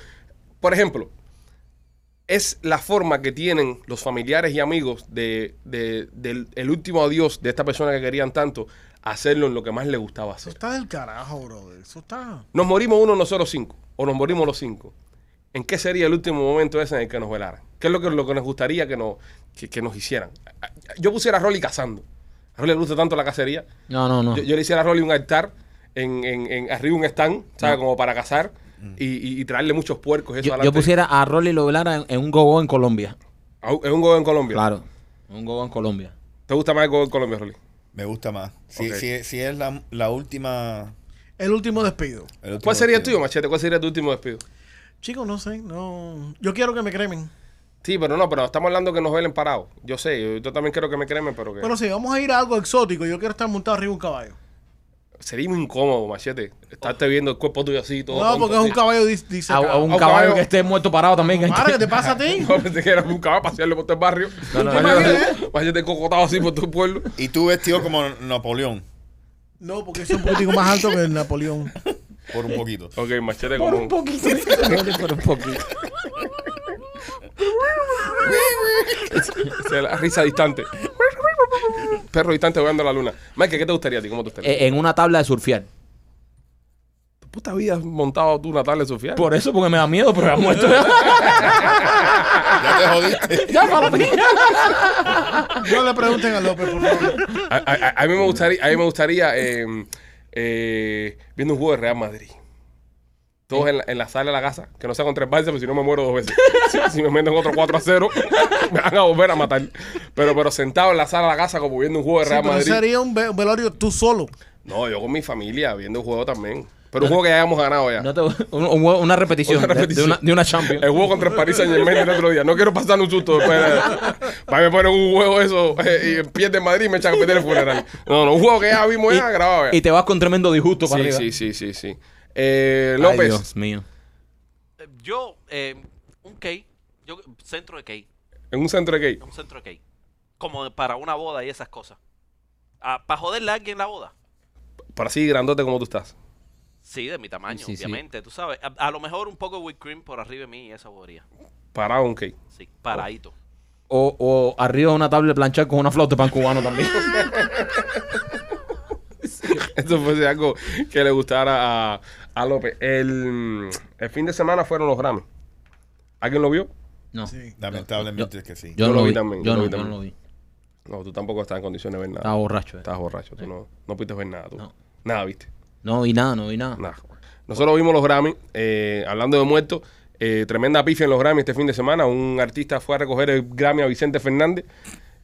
Speaker 1: por ejemplo, es la forma que tienen los familiares y amigos de, de- del el último adiós de esta persona que querían tanto, hacerlo en lo que más les gustaba
Speaker 3: Eso
Speaker 1: hacer.
Speaker 3: está del carajo, bro. Eso está...
Speaker 1: Nos morimos uno, nosotros cinco, o nos morimos los cinco. ¿En qué sería el último momento ese en el que nos velaran? ¿Qué es lo que, lo que nos gustaría que, nos que, que nos hicieran? A- a- Yo pusiera a Rolly cazando. A Rolly le gusta tanto la cacería.
Speaker 6: No, no, no.
Speaker 1: Yo, yo le hiciera a Rolly un altar en, en, en arriba un stand, ¿sabes? Como para cazar y, y- y traerle muchos puercos. y Eso
Speaker 6: Mm. Yo- yo,
Speaker 1: adelante.
Speaker 6: pusiera a Rolly Lovelara en, en un gogo en Colombia.
Speaker 1: A un- Es un gogo en Colombia.
Speaker 6: Claro. En un gogo en Colombia.
Speaker 1: ¿Te gusta más el gogo en Colombia, Rolly?
Speaker 4: Me gusta más. Si,
Speaker 1: Ok.
Speaker 4: si- si es la, la última.
Speaker 3: El último despido.
Speaker 4: el último
Speaker 1: ¿Cuál sería el
Speaker 4: vestido.
Speaker 1: tuyo, Machete? ¿Cuál sería tu último despido?
Speaker 3: Chicos, no sé, no... Yo quiero que me cremen.
Speaker 1: Sí, pero no, pero estamos hablando que nos velen parados. Yo sé, yo, yo también quiero que me cremen, pero que
Speaker 3: Bueno, si vamos a ir a algo exótico, yo quiero estar montado arriba de un caballo.
Speaker 1: sería muy incómodo, Machete, estarte viendo el cuerpo tuyo así todo.
Speaker 3: No,
Speaker 1: tonto,
Speaker 3: porque es un
Speaker 1: así.
Speaker 3: caballo dis-
Speaker 6: A,
Speaker 3: disecado.
Speaker 6: a un
Speaker 1: A un
Speaker 6: caballo,
Speaker 1: caballo.
Speaker 6: que esté muerto parado también.
Speaker 3: Para, ¿qué te pasa a ti?
Speaker 1: No, pensé que era un caballo pasearlo por todo el barrio.
Speaker 6: No, no, no.
Speaker 1: Machete, ¿eh? Machete cocotado así por todo el pueblo.
Speaker 4: Y tú vestido como Napoleón.
Speaker 3: No, porque eso es un poquitico más alto que el Napoleón.
Speaker 4: Por un poquito.
Speaker 1: Ok, Machete
Speaker 6: Por
Speaker 1: como
Speaker 6: un poquito. Rolly, por un poquito.
Speaker 1: O sea, la risa distante. Perro distante jugando a la luna. Mike, ¿qué te gustaría a ti? ¿Cómo te gustaría?
Speaker 6: Eh, en una tabla de surfear.
Speaker 1: tu puta vida has montado tú una tarde, Sofía.
Speaker 6: Por eso, porque me da miedo, pero ha muerto ya.
Speaker 4: Ya te jodiste.
Speaker 6: ya para mí.
Speaker 3: No le pregunten a López, por favor.
Speaker 1: A, a- a mí me gustaría, a mí me gustaría eh, eh, viendo un juego de Real Madrid. Todos en la, en la sala de la casa, que no sea contra el Barça, porque si no me muero dos veces. si, si me meten otro 4 a 0, me van a volver a matar. Pero, pero sentado en la sala de la casa, como viendo un juego de
Speaker 3: Sí,
Speaker 1: Real
Speaker 3: pero
Speaker 1: Madrid.
Speaker 3: sería un, ve- un velorio tú solo.
Speaker 1: No, yo con mi familia, viendo un juego también. Pero un juego que ya hayamos ganado ya.
Speaker 6: No te- un- un- una repetición,
Speaker 1: Una
Speaker 6: de-
Speaker 1: repetición. Eh,
Speaker 6: De, una, de una Champions.
Speaker 1: El juego contra el Paris Saint Germain el otro día. No quiero pasar un susto después. Va a poner un juego eso eh, y pierde Madrid y me echan a meter el funeral. No, no, un juego que ya vimos ya grabado. Ya.
Speaker 6: Y te vas con tremendo disgusto para
Speaker 1: sí,
Speaker 6: arriba.
Speaker 1: sí, sí, sí, sí. Eh,
Speaker 6: Ay,
Speaker 1: López.
Speaker 6: Dios mío.
Speaker 5: Eh, Yo, eh, un cake, yo, centro de cake,
Speaker 1: En un centro de gay.
Speaker 5: un centro de cake. Como para una boda y esas cosas. para joderle a alguien la boda.
Speaker 1: Para así grandote como tú estás.
Speaker 5: Sí, de mi tamaño,
Speaker 6: Sí, sí.
Speaker 5: obviamente, tú sabes. A, a lo mejor un poco de whipped cream por arriba de mí y esa bobería.
Speaker 1: Parado un gay.
Speaker 5: Sí, paradito.
Speaker 6: O, o arriba de una tabla de planchar con una flauta de pan cubano también.
Speaker 1: Eso fue algo que le gustara a, a López. El, el fin de semana fueron los Grammy. ¿Alguien lo vio?
Speaker 6: No.
Speaker 3: Sí.
Speaker 4: Lamentablemente es que sí.
Speaker 1: Yo
Speaker 6: Yo, no
Speaker 1: lo vi
Speaker 6: vi.
Speaker 1: también,
Speaker 6: Yo,
Speaker 1: yo lo
Speaker 6: no,
Speaker 1: vi
Speaker 6: yo no
Speaker 1: también.
Speaker 6: lo vi.
Speaker 1: No, tú tampoco estás en condiciones de ver nada.
Speaker 6: Estaba borracho. eh.
Speaker 1: Estás borracho. Tú no, no pudiste ver nada. Tú.
Speaker 6: No.
Speaker 1: Nada, viste.
Speaker 6: No vi nada, no vi nada.
Speaker 1: Nah. Nosotros vimos los Grammy, eh, hablando de muertos. Eh, tremenda pifia en los Grammy este fin de semana. Un artista fue a recoger el Grammy a Vicente Fernández.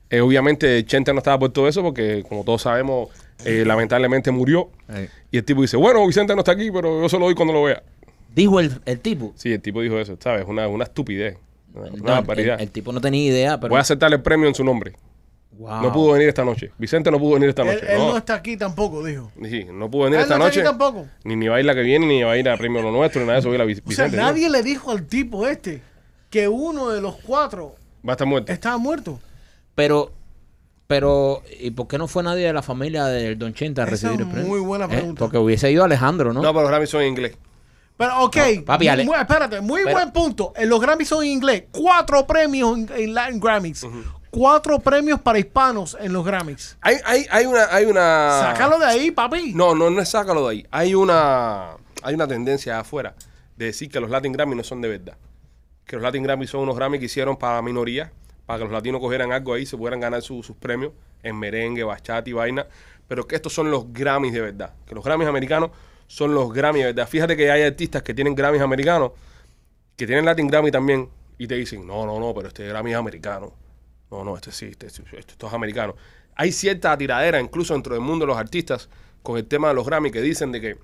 Speaker 1: Eh, obviamente, Chente no estaba por todo eso porque, como todos sabemos, eh, lamentablemente murió.
Speaker 6: Ahí.
Speaker 1: Y el tipo dice, bueno, Vicente no está aquí, pero yo se lo doy cuando lo vea.
Speaker 2: Dijo el, el tipo.
Speaker 1: Sí, el tipo dijo eso, ¿sabes? Una, una estupidez. Una, una
Speaker 2: No, el- el,
Speaker 1: barbaridad.
Speaker 2: el tipo no tenía idea, pero.
Speaker 1: Voy a aceptar el premio en su nombre.
Speaker 2: Wow.
Speaker 1: No pudo venir esta noche. Vicente no pudo venir esta
Speaker 3: Él,
Speaker 1: noche.
Speaker 3: él
Speaker 1: no.
Speaker 3: no. está aquí tampoco, dijo.
Speaker 1: Sí, no pudo venir
Speaker 3: Él
Speaker 1: esta
Speaker 3: no
Speaker 1: noche.
Speaker 3: está aquí tampoco.
Speaker 1: Ni, ni va a ir la que viene, ni va a ir a premio lo nuestro, ni nada de eso. va a ir la Vi-
Speaker 3: O sea,
Speaker 1: Vicente, ¿no?
Speaker 3: nadie le dijo al tipo este que uno de los cuatro
Speaker 1: Va a estar muerto.
Speaker 3: estaba muerto.
Speaker 2: Pero, pero, ¿y por qué no fue nadie de la familia del Don Chente a
Speaker 3: Esa
Speaker 2: recibir el
Speaker 3: es
Speaker 2: premio?
Speaker 3: muy buena
Speaker 2: ¿Eh?
Speaker 3: pregunta.
Speaker 2: Porque hubiese ido Alejandro, ¿no?
Speaker 1: No, pero los Grammy son en inglés.
Speaker 3: Pero, ok.
Speaker 2: No, papi, Ale-
Speaker 3: muy- espérate, muy
Speaker 2: Pero-
Speaker 3: buen punto. Eh, Los Grammys son en inglés. Cuatro premios en, en Latin Grammys. Cuatro premios para hispanos en los Grammys.
Speaker 1: Hay, hay, hay una, hay una.
Speaker 3: Sácalo de ahí, papi.
Speaker 1: Ah. No, no, no es sácalo de ahí. Hay una, hay una tendencia afuera de decir que los Latin Grammy no son de verdad. Que los Latin Grammy son unos Grammy que hicieron para minorías, para que los latinos cogieran algo ahí y se pudieran ganar su- sus premios en merengue, bachata y vaina. Pero que estos son los Grammys de verdad. Que los Grammys americanos son los Grammys de verdad. Fíjate que hay artistas que tienen Grammys americanos, que tienen Latin Grammy también, y te dicen, no, no, no, pero este Grammy es americano. No, no, este sí, este, sí, este- esto es americano. Hay cierta tiradera, incluso dentro del mundo de los artistas, con el tema de los Grammy, que dicen de que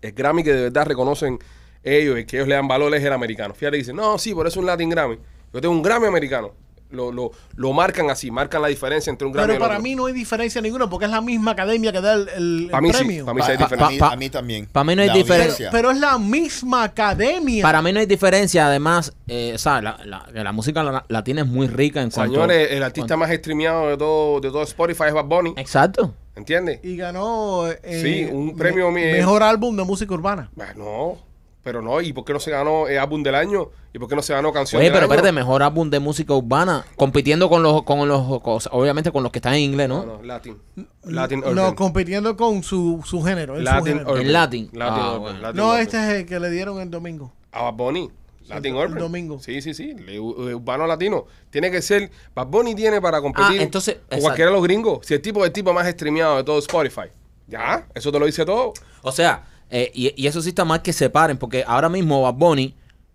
Speaker 1: el Grammy que de verdad reconocen ellos y que ellos le dan valor es el americano. Fíjate, dicen, no, sí, pero es un Latin Grammy. Yo tengo un Grammy americano. Lo, lo, lo marcan así, marcan la diferencia entre un Grammy y
Speaker 3: Pero
Speaker 1: el
Speaker 3: para
Speaker 1: otro.
Speaker 3: mí no hay diferencia ninguna porque es la misma academia que da el, el- el
Speaker 1: Pa' mí sí,
Speaker 3: premio.
Speaker 1: pa'
Speaker 4: Pa-
Speaker 1: sí hay
Speaker 4: pa-
Speaker 1: diferencia.
Speaker 4: a mí-
Speaker 2: Pa-
Speaker 4: a mí también.
Speaker 2: pa' mí no hay
Speaker 4: La
Speaker 2: diferencia.
Speaker 3: pero, pero es la misma academia.
Speaker 2: Para mí no hay diferencia, además, eh, ¿sabes? La, la- que la música la- latina es muy rica en cuanto...
Speaker 1: Señores, el artista más streameado de todo, de todo Spotify es Bad Bunny.
Speaker 2: Exacto.
Speaker 1: ¿Entiendes?
Speaker 3: y ganó eh,
Speaker 1: Sí, un premio
Speaker 3: me-
Speaker 1: mi-
Speaker 3: mejor álbum de música urbana.
Speaker 1: Bah, no, pero no. ¿Y por qué no se ganó eh, álbum del año? ¿Y por qué no se ganó canción
Speaker 2: Oye,
Speaker 1: del
Speaker 2: pero
Speaker 1: año?
Speaker 2: espérate, mejor álbum de música urbana, compitiendo con los, con los, con- obviamente con los que están en inglés, ¿no?
Speaker 1: No, no, Latin. Latin
Speaker 3: No,
Speaker 1: Urban.
Speaker 3: compitiendo con su, su género. el
Speaker 1: Latin
Speaker 3: subgénero.
Speaker 1: Urban.
Speaker 2: En Latin.
Speaker 1: Latin
Speaker 2: Ah,
Speaker 1: Urban,
Speaker 2: bueno.
Speaker 1: Latin
Speaker 3: No,
Speaker 1: Urban.
Speaker 3: este es el que le dieron el domingo.
Speaker 1: A Bad Bunny. Latin
Speaker 3: el
Speaker 1: Urban.
Speaker 3: domingo.
Speaker 1: Sí, sí, sí. le- u- urbano latino. Tiene que ser. Bad Bunny tiene para competir.
Speaker 2: Ah, entonces,
Speaker 1: con
Speaker 2: exacto.
Speaker 1: cualquiera de los gringos. Si el tipo es el tipo más streameado de todo Spotify. Ya, eso te lo dice todo.
Speaker 2: O sea, eh, y, y eso sí está mal que separen, porque ahora mismo Bad Bunny,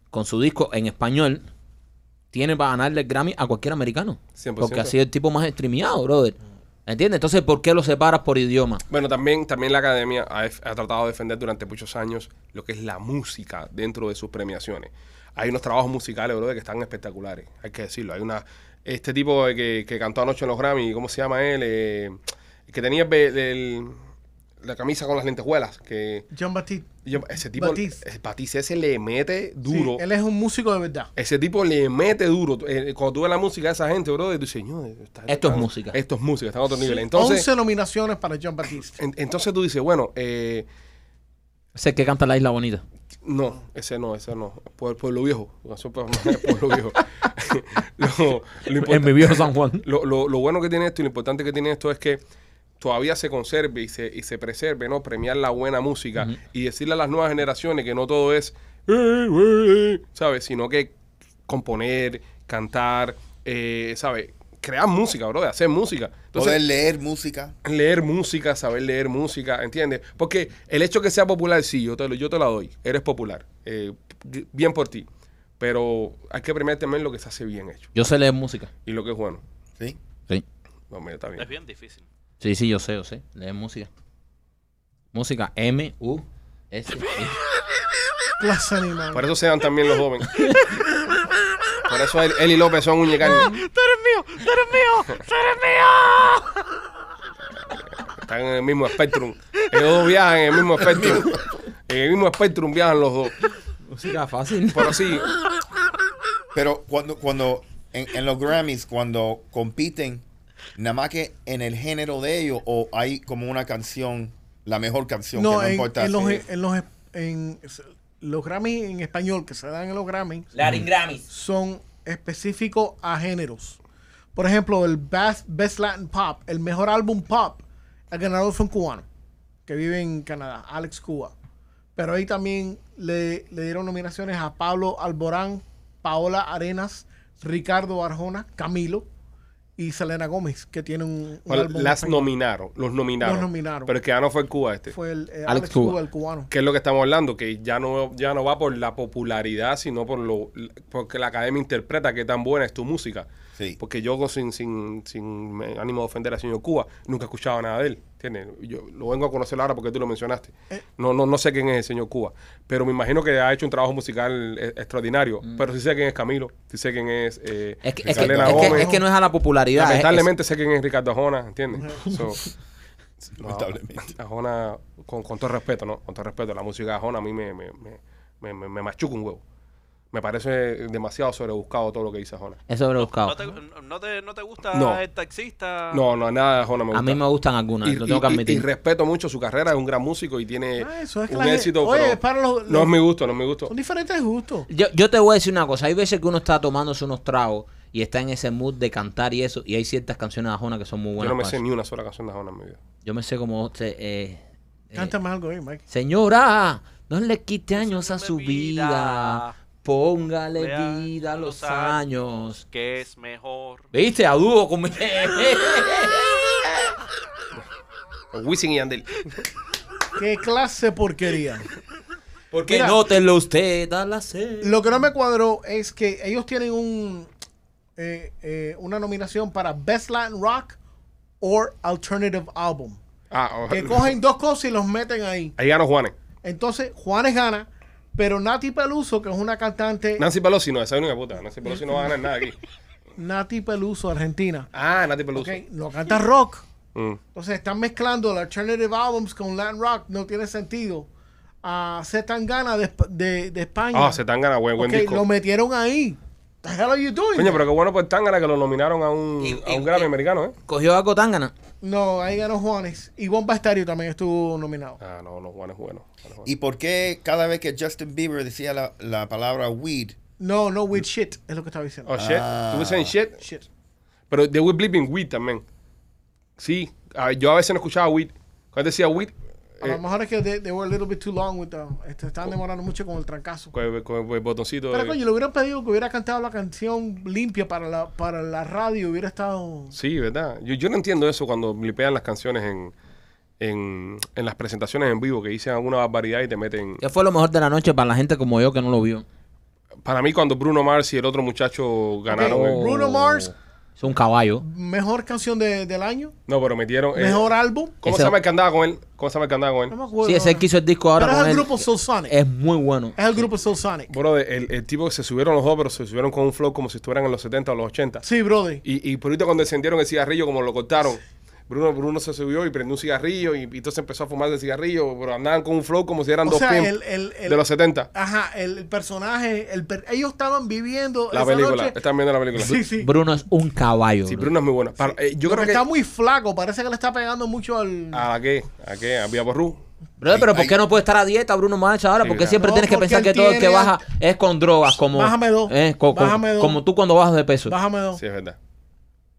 Speaker 2: con su disco en español, tiene para ganarle el Grammy a cualquier americano.
Speaker 1: 100%.
Speaker 2: Porque ha sido el tipo más streameado, brother. ¿Entiendes? Entonces, ¿por qué lo separas por idioma?
Speaker 1: Bueno, también, también la academia ha, ha tratado de defender durante muchos años lo que es la música dentro de sus premiaciones. Hay unos trabajos musicales, brother, que están espectaculares, hay que decirlo. Hay una. Este tipo de que, que cantó anoche en los Grammy, ¿cómo se llama él? Eh, el que tenía el be- el- la camisa con las lentejuelas. Que,
Speaker 3: John Baptiste.
Speaker 1: yo- ese tipo. eh,
Speaker 3: Batiste.
Speaker 1: Batiste. ese le mete duro.
Speaker 3: Sí, él es un músico de verdad.
Speaker 1: Ese tipo le mete duro. Eh, cuando tú ves la música de esa gente, brother, tú dices, "Ño, está-
Speaker 2: Esto es
Speaker 1: está-
Speaker 2: música".
Speaker 1: Esto es música, está en otro nivel. Entonces, eh,
Speaker 3: 11 nominaciones para John Baptiste.
Speaker 1: en- entonces tú dices, bueno, eh.
Speaker 2: Ese que canta La Isla Bonita.
Speaker 1: No, ese no, ese no. Por Pueblo Viejo. Eso pues, es por- Pueblo Viejo. lo, lo
Speaker 2: En mi
Speaker 1: importa-
Speaker 2: viejo San Juan.
Speaker 1: lo- lo- lo bueno que tiene esto y lo importante que tiene esto es que todavía se conserve y se, y se preserve, ¿no? Premiar la buena música y decirle a las nuevas generaciones que no todo es, "Eh, eh", ¿sabes? Sino que componer, cantar, eh, ¿sabes? Crear música, bro, de hacer música. Entonces,
Speaker 4: Poder leer música.
Speaker 1: leer música, saber leer música, ¿entiendes? Porque el hecho que sea popular, sí, yo te, lo- yo te la doy, eres popular, eh, bi- bien por ti, pero hay que premiar también lo que se hace bien hecho
Speaker 2: Yo sé leer música.
Speaker 1: y lo que es bueno.
Speaker 4: ¿sí?
Speaker 2: Sí.
Speaker 1: No, mira, está
Speaker 5: Es
Speaker 1: bien.
Speaker 5: bien difícil.
Speaker 2: Sí, sí, yo sé, yo sé. Leer música. Música M, U, S. E. I.
Speaker 3: Clase animal.
Speaker 1: Por eso se dan también los jóvenes. Por eso él, él y López son un llegarle.
Speaker 5: Ah, ¡Tú eres mío! ¡Tú eres mío! ¡Tú eres mío!
Speaker 1: Están en el mismo espectrum. Ellos dos viajan en el mismo espectrum. En el mismo espectrum viajan los dos.
Speaker 2: Música fácil.
Speaker 1: Pero sí,
Speaker 4: Pero cuando, cuando en, en los Grammys, cuando compiten, nada más que en el género de ellos, o hay como una canción, la mejor canción,
Speaker 3: No,
Speaker 4: que no
Speaker 3: en,
Speaker 4: importa.
Speaker 3: en los,
Speaker 4: si-
Speaker 3: en los, en los Grammys en español que se dan en los Grammys
Speaker 2: Latin Grammys.
Speaker 3: son específicos a géneros. Por ejemplo, el Best, Best Latin Pop, el mejor álbum pop, el ganador fue un cubano que vive en Canadá, Alex Cuba. Pero ahí también le, le dieron nominaciones a Pablo Alborán, Paola Arenas, Ricardo Arjona, Camilo y Selena Gómez, que tiene un, un
Speaker 1: Bueno,
Speaker 3: álbum
Speaker 1: las
Speaker 3: español.
Speaker 1: nominaron, los nominaron.
Speaker 3: Los nominaron.
Speaker 1: Pero el que ganó fue en Cuba este.
Speaker 3: Fue el eh,
Speaker 2: Alex
Speaker 3: Alex, Cuba.
Speaker 2: Cuba,
Speaker 3: el cubano.
Speaker 1: Que es lo que estamos hablando, que ya no, ya no va por la popularidad, sino por lo porque la academia interpreta qué tan buena es tu música.
Speaker 4: Sí.
Speaker 1: Porque yo, sin, sin, sin ánimo de ofender al señor Cuba, nunca he escuchado nada de él. ¿entiendes? Yo lo vengo a conocer ahora porque tú lo mencionaste.
Speaker 3: Eh.
Speaker 1: No, no, no sé quién es el señor Cuba, pero me imagino que ha hecho un trabajo musical eh, extraordinario. Pero sí sé quién es Camilo, sí sé quién es, eh,
Speaker 2: Mm. Es que, es, que,
Speaker 1: Selena
Speaker 2: es que-
Speaker 1: Gómez.
Speaker 2: es que no es a la popularidad. es- es-
Speaker 1: Lamentablemente sé quién es Ricardo Arjona, ¿entiendes? So, no,
Speaker 4: Lamentablemente.
Speaker 1: Arjona, con, con todo respeto, ¿no? Con todo respeto, la música de Arjona a mí me, me, me, me- me- me machuca un huevo. Me parece demasiado sobrebuscado todo lo que dice Arjona.
Speaker 2: es sobrebuscado.
Speaker 5: ¿No te, no te- no te gusta
Speaker 1: No.
Speaker 5: el
Speaker 3: Ah.
Speaker 5: taxista?
Speaker 1: No, no, nada de Arjona me gusta.
Speaker 2: A mí me gustan algunas,
Speaker 1: y,
Speaker 2: lo tengo que
Speaker 1: y- y- y
Speaker 2: admitir.
Speaker 1: respeto mucho su carrera, es un gran músico y tiene
Speaker 3: Ah, eso es que
Speaker 1: un
Speaker 3: la gente-
Speaker 1: éxito.
Speaker 3: Oye,
Speaker 1: pero
Speaker 3: para los-
Speaker 1: No
Speaker 3: los-
Speaker 1: es mi gusto, no es mi gusto.
Speaker 3: Son diferentes gustos.
Speaker 2: Yo, yo te voy a decir una cosa. Hay veces que uno está tomándose unos tragos y está en ese mood de cantar y eso. Y hay ciertas canciones de Ajona que son muy
Speaker 1: Yo
Speaker 2: buenas.
Speaker 1: no me
Speaker 2: para
Speaker 1: sé
Speaker 2: eso.
Speaker 1: ni una sola canción de Arjona en mi vida.
Speaker 2: Yo me sé como... este, eh, eh,
Speaker 3: Cántame algo ahí, Mike.
Speaker 2: Señora, no le quite años a
Speaker 5: Póngale
Speaker 2: su vida.
Speaker 5: vida.
Speaker 2: Póngale
Speaker 5: Vea
Speaker 2: vida a los
Speaker 5: los años.
Speaker 2: años.
Speaker 5: Que es mejor.
Speaker 2: ¿Viste? A dúo con mi-
Speaker 1: Wisin y Andel.
Speaker 3: Qué clase de porquería.
Speaker 2: Porque
Speaker 3: Mira.
Speaker 2: no te lo usted a la sed.
Speaker 3: Lo que no me cuadró es que ellos tienen un eh, eh, una nominación para Best Latin Rock or Alternative Album.
Speaker 1: Ah,
Speaker 3: Que
Speaker 1: oh,
Speaker 3: cogen dos cosas y los meten ahí.
Speaker 1: Ahí ganó Juanes.
Speaker 3: Entonces, Juanes gana, pero Nati Peluso, que es una cantante,
Speaker 1: Nancy Pelosi no, esa es la única puta. Nancy Pelosi no va a ganar nada aquí.
Speaker 3: Nati Peluso, argentina,
Speaker 1: Ah, Nancy Pelosi.
Speaker 3: ok, no canta rock.
Speaker 1: Mm.
Speaker 3: Entonces, están mezclando los Alternative Albums con Latin Rock, no tiene sentido. A Z Tangana de, Esp- de, de España.
Speaker 1: Ah, se tan gana, buen, buen
Speaker 3: Ok,
Speaker 1: disco.
Speaker 3: lo metieron ahí. The hell are you doing?
Speaker 1: Coño, pero qué bueno por Tangana que lo nominaron a un,
Speaker 2: Y-
Speaker 1: a un
Speaker 2: y-
Speaker 1: Grammy
Speaker 2: y-
Speaker 1: americano, ¿eh?
Speaker 2: Cogió algo tan gana.
Speaker 3: No, ahí ganó Juanes. Y Bomba Estario también estuvo nominado.
Speaker 1: Ah, no, no, Juan es bueno. Juan es bueno.
Speaker 4: ¿Y por qué cada vez que Justin Bieber decía la, la palabra weed?
Speaker 3: No, no, with shit, es lo que estaba diciendo.
Speaker 1: Mm. Oh, shit.
Speaker 4: Ah.
Speaker 1: Tú dices shit.
Speaker 3: Shit.
Speaker 1: Pero they were bleeping weed también. Sí, a- yo a veces no escuchaba weed. Cuando decía weed,
Speaker 3: A
Speaker 1: eh,
Speaker 3: lo mejor es que they, they were a little bit too long with the, este, estaban demorando mucho con el trancazo.
Speaker 1: con el, con el botoncito.
Speaker 3: Pero
Speaker 1: de-
Speaker 3: coño, le hubieran pedido que hubiera cantado la canción limpia para la, para la radio, hubiera estado...
Speaker 1: Sí, ¿verdad? Yo, yo no entiendo eso cuando blipean las canciones en, en, en las presentaciones en vivo, que dicen alguna barbaridad y te meten.
Speaker 2: Que fue lo mejor de la noche para la gente como yo que no lo vio.
Speaker 1: Para mí, cuando Bruno Mars y el otro muchacho ganaron.
Speaker 3: Ok,
Speaker 1: el-
Speaker 3: Bruno Mars,
Speaker 2: Es un caballo.
Speaker 3: mejor canción de- del año,
Speaker 1: No, pero metieron. eh,
Speaker 3: mejor álbum.
Speaker 1: ¿Cómo
Speaker 2: Ese-
Speaker 1: se llama el que andaba con él? ¿Cómo se llama el que andaba con él?
Speaker 3: No me acuerdo.
Speaker 2: Sí, ese que hizo el disco ahora
Speaker 3: Pero es
Speaker 2: con
Speaker 3: el
Speaker 2: él. Eh,
Speaker 3: grupo Soul Sonic.
Speaker 2: Es muy bueno.
Speaker 3: Es el grupo Soul Sonic.
Speaker 1: Bro, el, el tipo que se subieron los dos, pero se subieron con un flow como si estuvieran en los 70 o los 80.
Speaker 3: Sí, brother.
Speaker 1: Y, y por ahorita cuando encendieron el cigarrillo, como lo cortaron, Bruno, Bruno se subió y prendió un cigarrillo y, y entonces empezó a fumar el cigarrillo, pero andaban con un flow como si eran
Speaker 3: O
Speaker 1: dos
Speaker 3: sea,
Speaker 1: pimps
Speaker 3: el- el- el-
Speaker 1: de los 70.
Speaker 3: Ajá, el, el personaje, el per- ellos estaban viviendo
Speaker 1: La
Speaker 3: esa
Speaker 1: película,
Speaker 3: noche.
Speaker 1: están viendo la película.
Speaker 3: Sí, sí.
Speaker 2: Bruno es un caballo.
Speaker 1: Sí,
Speaker 2: bro.
Speaker 1: Bruno es muy bueno. Para- eh, yo
Speaker 3: Lo
Speaker 1: creo
Speaker 3: que
Speaker 1: que...
Speaker 3: está muy flaco, parece que le está pegando mucho al.
Speaker 2: Ah,
Speaker 1: ¿A qué? ¿A qué? ¿A Vía Borrú?
Speaker 2: Brother, pero
Speaker 4: Ay,
Speaker 2: ¿por
Speaker 4: ay.
Speaker 2: qué no puede estar a dieta Bruno Mars ahora?
Speaker 1: Sí,
Speaker 2: Ah, porque
Speaker 1: verdad.
Speaker 2: siempre
Speaker 3: No,
Speaker 2: tienes que
Speaker 3: porque
Speaker 2: pensar
Speaker 3: él
Speaker 2: que todo el que
Speaker 3: tiene-
Speaker 2: baja es con drogas, como,
Speaker 3: Bájame dos.
Speaker 2: eh, co- co-
Speaker 3: Bájame dos.
Speaker 2: como tú cuando bajas de peso.
Speaker 3: Bájame dos.
Speaker 1: Sí, es verdad.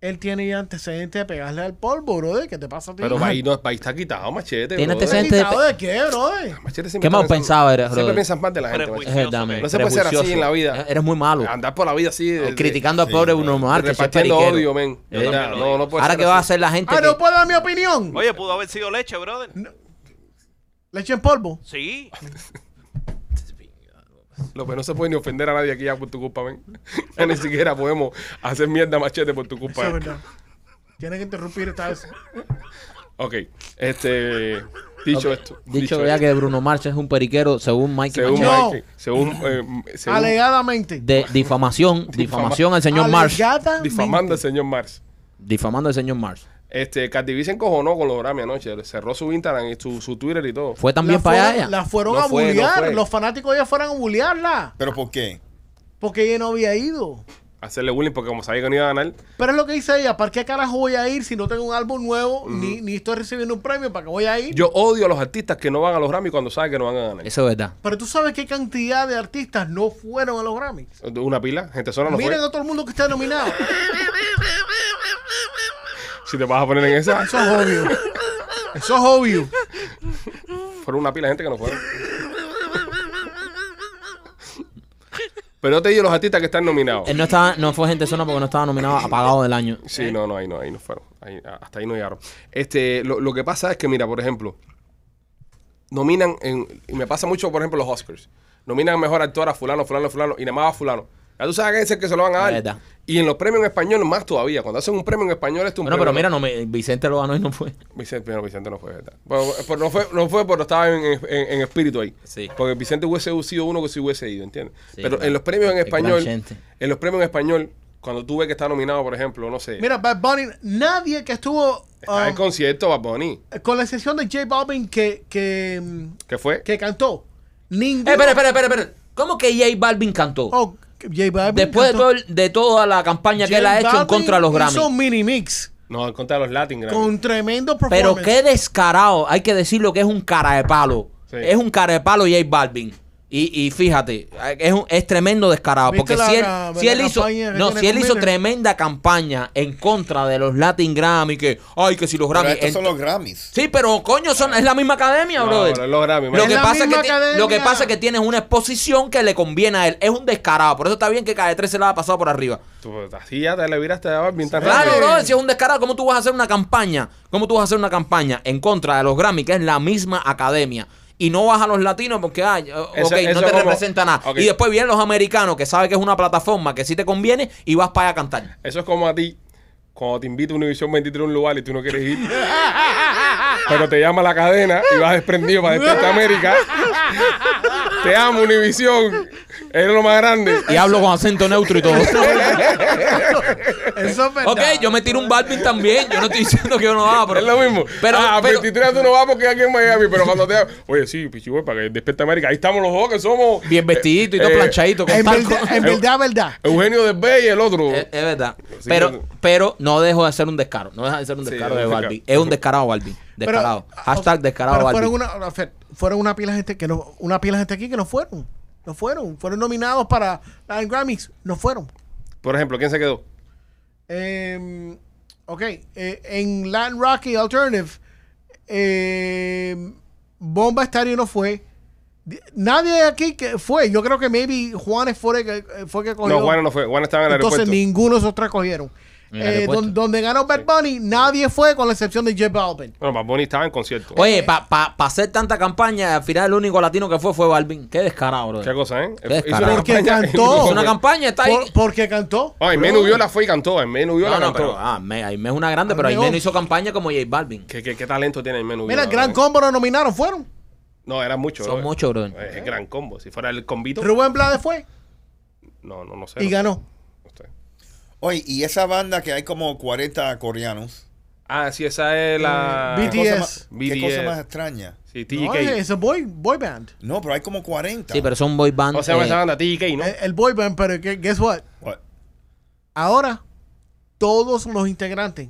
Speaker 3: Él tiene ya antecedentes de pegarle al polvo, brother. ¿Qué te pasa a ti?
Speaker 1: Pero
Speaker 3: Ajá.
Speaker 1: ahí, no, ahí está quitado, machete.
Speaker 2: Tiene
Speaker 1: brother.
Speaker 2: antecedentes.
Speaker 3: ¿Quitado de qué, brother?
Speaker 1: Machete siempre
Speaker 2: ¿Qué
Speaker 1: está
Speaker 2: mal
Speaker 1: pensando-
Speaker 2: pensado eres,
Speaker 1: Siempre
Speaker 2: brother?
Speaker 1: piensas más de la gente. machete.
Speaker 5: Prejuicio.
Speaker 2: Es verdad, man,
Speaker 1: No se puede ser así
Speaker 2: prejuicioso.
Speaker 1: en la vida.
Speaker 2: Eres muy malo.
Speaker 1: Andar por la vida así. de- de-
Speaker 2: criticando
Speaker 4: Sí,
Speaker 2: a pobre
Speaker 4: bro.
Speaker 2: Bruno Mars. que sí es
Speaker 1: repartiendo
Speaker 2: periquero.
Speaker 1: odio, men. De
Speaker 2: Eh,
Speaker 1: verdad, No, no puede
Speaker 2: ahora
Speaker 1: ser
Speaker 2: que va a
Speaker 1: así.
Speaker 2: hacer la gente
Speaker 3: Ah,
Speaker 2: que-
Speaker 3: no puedo dar mi opinión.
Speaker 5: Oye, pudo haber sido leche, brother.
Speaker 3: Le echen polvo.
Speaker 5: Sí.
Speaker 1: López, no se puede ni ofender a nadie aquí ya por tu culpa, ven. Ya ni siquiera podemos hacer mierda machete por tu
Speaker 3: Eso es
Speaker 1: culpa. eh.
Speaker 3: verdad. Tiene que interrumpir esta vez.
Speaker 1: Ok, este. Dicho esto.
Speaker 2: Dicho ya
Speaker 1: esto,
Speaker 2: que Bruno Mars es un periquero, según Mike
Speaker 1: Según,
Speaker 3: No.
Speaker 1: Mike, según, eh, según
Speaker 3: Alegadamente.
Speaker 2: de Eh, difamación, difamación al señor Mars.
Speaker 3: Alegadamente.
Speaker 1: difamando al señor Mars.
Speaker 2: Difamando al señor Mars.
Speaker 1: Este, Cardi B se encojonó con los Grammy anoche. Cerró su Instagram y su, su Twitter y todo.
Speaker 2: Fue también
Speaker 3: La
Speaker 2: para
Speaker 3: fueron-
Speaker 2: allá.
Speaker 3: La fueron
Speaker 1: No
Speaker 3: a
Speaker 1: fue, no
Speaker 3: bullear.
Speaker 1: fue.
Speaker 3: Los fanáticos ya fueron a bullearla.
Speaker 4: ¿Pero por qué?
Speaker 3: Porque ella no había ido.
Speaker 1: Hacerle bullying porque como sabía que no iba a ganar.
Speaker 3: Pero es lo que dice ella, ¿para qué carajo voy a ir si no tengo un álbum nuevo ni, ni estoy recibiendo un premio? ¿Para qué voy a ir?
Speaker 1: Yo odio a los artistas que no van a los Grammy cuando saben que no van a ganar.
Speaker 2: Eso es verdad.
Speaker 3: Pero tú sabes qué cantidad de artistas no fueron a los Grammys.
Speaker 1: Una pila, gente sola no fue.
Speaker 3: Miren a todo el mundo que está nominado.
Speaker 1: Si te vas a poner en esa,
Speaker 3: Eso es obvio. Eso es obvio.
Speaker 1: fueron una pila de gente que no fueron. Pero yo te digo los artistas que están nominados.
Speaker 2: Él no estaba, no fue gente zona porque no estaba nominado a Apagado del Año.
Speaker 1: Sí, no, no, ahí no, ahí no fueron. Ahí- a- hasta ahí no llegaron. Este, lo, lo que pasa es que, mira, por ejemplo, nominan, en- y me pasa mucho, por ejemplo, los Oscars. Nominan mejor actor a fulano, fulano, fulano, y nada más a fulano. Ya tú sabes que ese es el que se lo van a dar.
Speaker 2: Es verdad.
Speaker 1: Y en los premios en español más todavía. Cuando hacen un premio en español, esto es un
Speaker 2: Bueno, pero
Speaker 1: premio-
Speaker 2: mira, no me- Vicente lo ganó y no fue. Eh,
Speaker 1: Vicente, pero Vicente no fue, ¿verdad? Bueno, pero no fue, no fue porque estaba en, en- en espíritu ahí.
Speaker 2: Sí.
Speaker 1: Porque Vicente hubiese sido uno que se hubiese ido, ¿entiendes?
Speaker 2: Sí,
Speaker 1: pero
Speaker 2: claro.
Speaker 1: en los premios en
Speaker 2: Es gran
Speaker 1: español,
Speaker 2: gente.
Speaker 1: en los premios en español, cuando tú ves que está nominado, por ejemplo, no sé,
Speaker 3: Mira, Bad Bunny, nadie que estuvo.
Speaker 1: está en
Speaker 3: um,
Speaker 1: el concierto Bad Bunny,
Speaker 3: con la excepción de J Balvin que, que, mm,
Speaker 1: que fue
Speaker 3: que cantó. Ninguno.
Speaker 2: Eh, espera, espera, espera, espera. ¿Cómo que J Balvin cantó?
Speaker 3: Oh, J Balvin
Speaker 2: Después de,
Speaker 3: cantó.
Speaker 2: todo el- de toda la campaña que
Speaker 3: J
Speaker 2: él ha hecho en
Speaker 3: Balvin
Speaker 2: contra de los Grammy.
Speaker 3: Hizo un mini mix
Speaker 1: no, contra los Latin Grammy.
Speaker 3: con tremendo
Speaker 2: Pero
Speaker 3: performance.
Speaker 2: qué descarado. Hay que decirlo que es un cara de palo.
Speaker 1: Sí.
Speaker 2: Es un cara de palo J Balvin. Y, y fíjate, es, un- es tremendo descarado.
Speaker 3: ¿Viste
Speaker 2: Porque
Speaker 3: la
Speaker 2: si él,
Speaker 3: ca-
Speaker 2: si
Speaker 3: la
Speaker 2: él hizo,
Speaker 3: campaña que
Speaker 2: no,
Speaker 3: tiene
Speaker 2: si él
Speaker 3: con
Speaker 2: hizo
Speaker 3: Miller?
Speaker 2: tremenda campaña en contra de los Latin Grammy, que, ay, que si los
Speaker 4: Pero
Speaker 2: Grammy.
Speaker 4: estos
Speaker 2: ent-
Speaker 4: son los Grammys.
Speaker 2: Sí, pero coño, son, es la misma academia,
Speaker 1: No,
Speaker 2: brother.
Speaker 1: no, los Grammy,
Speaker 2: Lo
Speaker 1: man.
Speaker 2: que,
Speaker 3: Es la
Speaker 2: pasa es que
Speaker 3: misma
Speaker 2: ti-
Speaker 3: academia.
Speaker 2: lo que pasa es que tienes una exposición que le conviene a él. Es un descarado. Por eso está bien que cada tres se la ha pasado por arriba.
Speaker 1: Tú, así ya te le viraste a Balvin tan
Speaker 2: Claro,
Speaker 1: rápido.
Speaker 2: bro, si es un descarado, ¿cómo tú vas a hacer una campaña? ¿Cómo tú vas a hacer una campaña en contra de los Grammy, que es la misma academia? Y no vas a los latinos porque, ay, eh, ok,
Speaker 1: Eso- eso
Speaker 2: no te
Speaker 1: como-
Speaker 2: representa nada.
Speaker 1: ok.
Speaker 2: Y después vienen los americanos, que saben que es una plataforma que sí te conviene, y vas para allá a cantar.
Speaker 1: Eso es como a ti, cuando te invita a Univision 23 a un lugar y tú no quieres ir. pero te llama la cadena y vas desprendido para Despierta América. te amo, Univision. Eres lo más grande.
Speaker 2: Y hablo con acento neutro y todo.
Speaker 3: Eso es verdad.
Speaker 2: ok, yo me tiro un Balvin también. Yo no estoy diciendo que yo no hago, pero...
Speaker 1: es lo mismo.
Speaker 2: Pero,
Speaker 1: ah, a
Speaker 2: pero-
Speaker 1: 23 tú no vas porque aquí en Miami, pero cuando te Oye, sí, pichiboy, para que despierta América. Ahí estamos los dos que somos.
Speaker 2: Bien vestidito y todo
Speaker 1: Eh,
Speaker 2: planchadito. Con
Speaker 3: En
Speaker 2: talco.
Speaker 3: verdad, en verdad, verdad.
Speaker 1: Eugenio Derbez y el otro.
Speaker 2: Es, es verdad.
Speaker 1: Así que-
Speaker 2: Pero, pero no dejo de ser un descaro. No deja de ser un
Speaker 1: Sí,
Speaker 2: descaro
Speaker 1: es
Speaker 2: de
Speaker 1: un
Speaker 2: Balvin.
Speaker 1: descaro.
Speaker 2: Es un descarado Balvin.
Speaker 3: Pero- ah,
Speaker 2: Descarado. Hashtag descarado
Speaker 3: pero fueron
Speaker 2: Balvin.
Speaker 3: una, Fer, fueron una pila de gente que no, una pila de gente aquí que no fueron. No fueron. Fueron nominados para los Grammys. No fueron.
Speaker 1: Por ejemplo, ¿quién se quedó?
Speaker 3: Eh, ok. eh, en Latin Rocky Alternative, eh, Bomba Estadio no fue. Di- Nadie aquí que fue. Yo creo que maybe Juanes fue, el que- eh, fue el que cogió.
Speaker 1: No, Juana no fue. Juana estaba en el
Speaker 3: Entonces
Speaker 1: aeropuerto.
Speaker 3: ninguno de esos tres cogieron.
Speaker 2: En el
Speaker 3: Eh,
Speaker 2: aeropuerto.
Speaker 3: don- donde ganó Bad Bunny, nadie fue con la excepción de J Balvin.
Speaker 1: Bueno, Bad Bunny estaba en concierto.
Speaker 2: Oye, para pa, pa hacer tanta campaña, al final el único latino que fue fue Balvin. Qué descarado, bro.
Speaker 1: Qué cosa, ¿eh?
Speaker 2: Qué descarado.
Speaker 3: Porque cantó.
Speaker 2: Hizo una campaña, está ahí.
Speaker 3: Por- porque cantó.
Speaker 1: Ay, Ah, Menu Viola fue y cantó. En Menu Viola
Speaker 2: No, no,
Speaker 1: cantó.
Speaker 2: pero ah, me, Aime es una grande, pero
Speaker 3: Aime
Speaker 2: Aime no
Speaker 3: off.
Speaker 2: hizo campaña como J Balvin.
Speaker 1: ¿Qué, qué, qué talento tiene el Menu
Speaker 3: Mira, el
Speaker 1: Viola?
Speaker 3: gran
Speaker 1: combo.
Speaker 3: combo lo nominaron, fueron.
Speaker 1: No, era mucho.
Speaker 2: Son
Speaker 1: bro.
Speaker 2: muchos, bro.
Speaker 1: Eh, Es gran combo. Si fuera el combito.
Speaker 3: Rubén Blades fue
Speaker 1: No, no, no sé.
Speaker 3: y
Speaker 1: no sé,
Speaker 3: ganó.
Speaker 1: no sé.
Speaker 4: Oye, y esa banda que hay como 40 coreanos.
Speaker 1: Ah, sí, esa es la.
Speaker 3: Eh,
Speaker 4: ¿Qué cosa,
Speaker 3: BTS.
Speaker 4: más, qué cosa
Speaker 1: BTS.
Speaker 4: más extraña?
Speaker 1: Sí,
Speaker 3: No,
Speaker 1: TK.
Speaker 3: es un boy, boy band.
Speaker 4: No, pero hay como 40.
Speaker 2: Sí, pero son boy band.
Speaker 1: o sea,
Speaker 2: eh,
Speaker 1: esa banda TK, ¿no?
Speaker 3: El, el boy band, pero que- guess what?
Speaker 4: What?
Speaker 3: Ahora, todos los integrantes,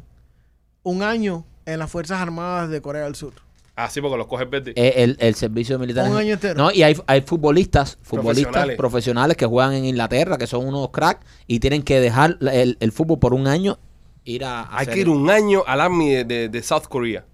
Speaker 3: un año en las Fuerzas Armadas de Corea del Sur.
Speaker 1: Ah, sí, porque los coges verdes.
Speaker 2: eh, el, el servicio militar.
Speaker 3: Un año entero.
Speaker 2: No, y hay, hay futbolistas, futbolistas
Speaker 1: Profesionales.
Speaker 2: profesionales. que juegan en Inglaterra, que son unos cracks, y tienen que dejar la- el, el fútbol por un año, ir a, a
Speaker 1: Hay
Speaker 2: hacer-
Speaker 1: que ir un año al Army de, de- de South Korea.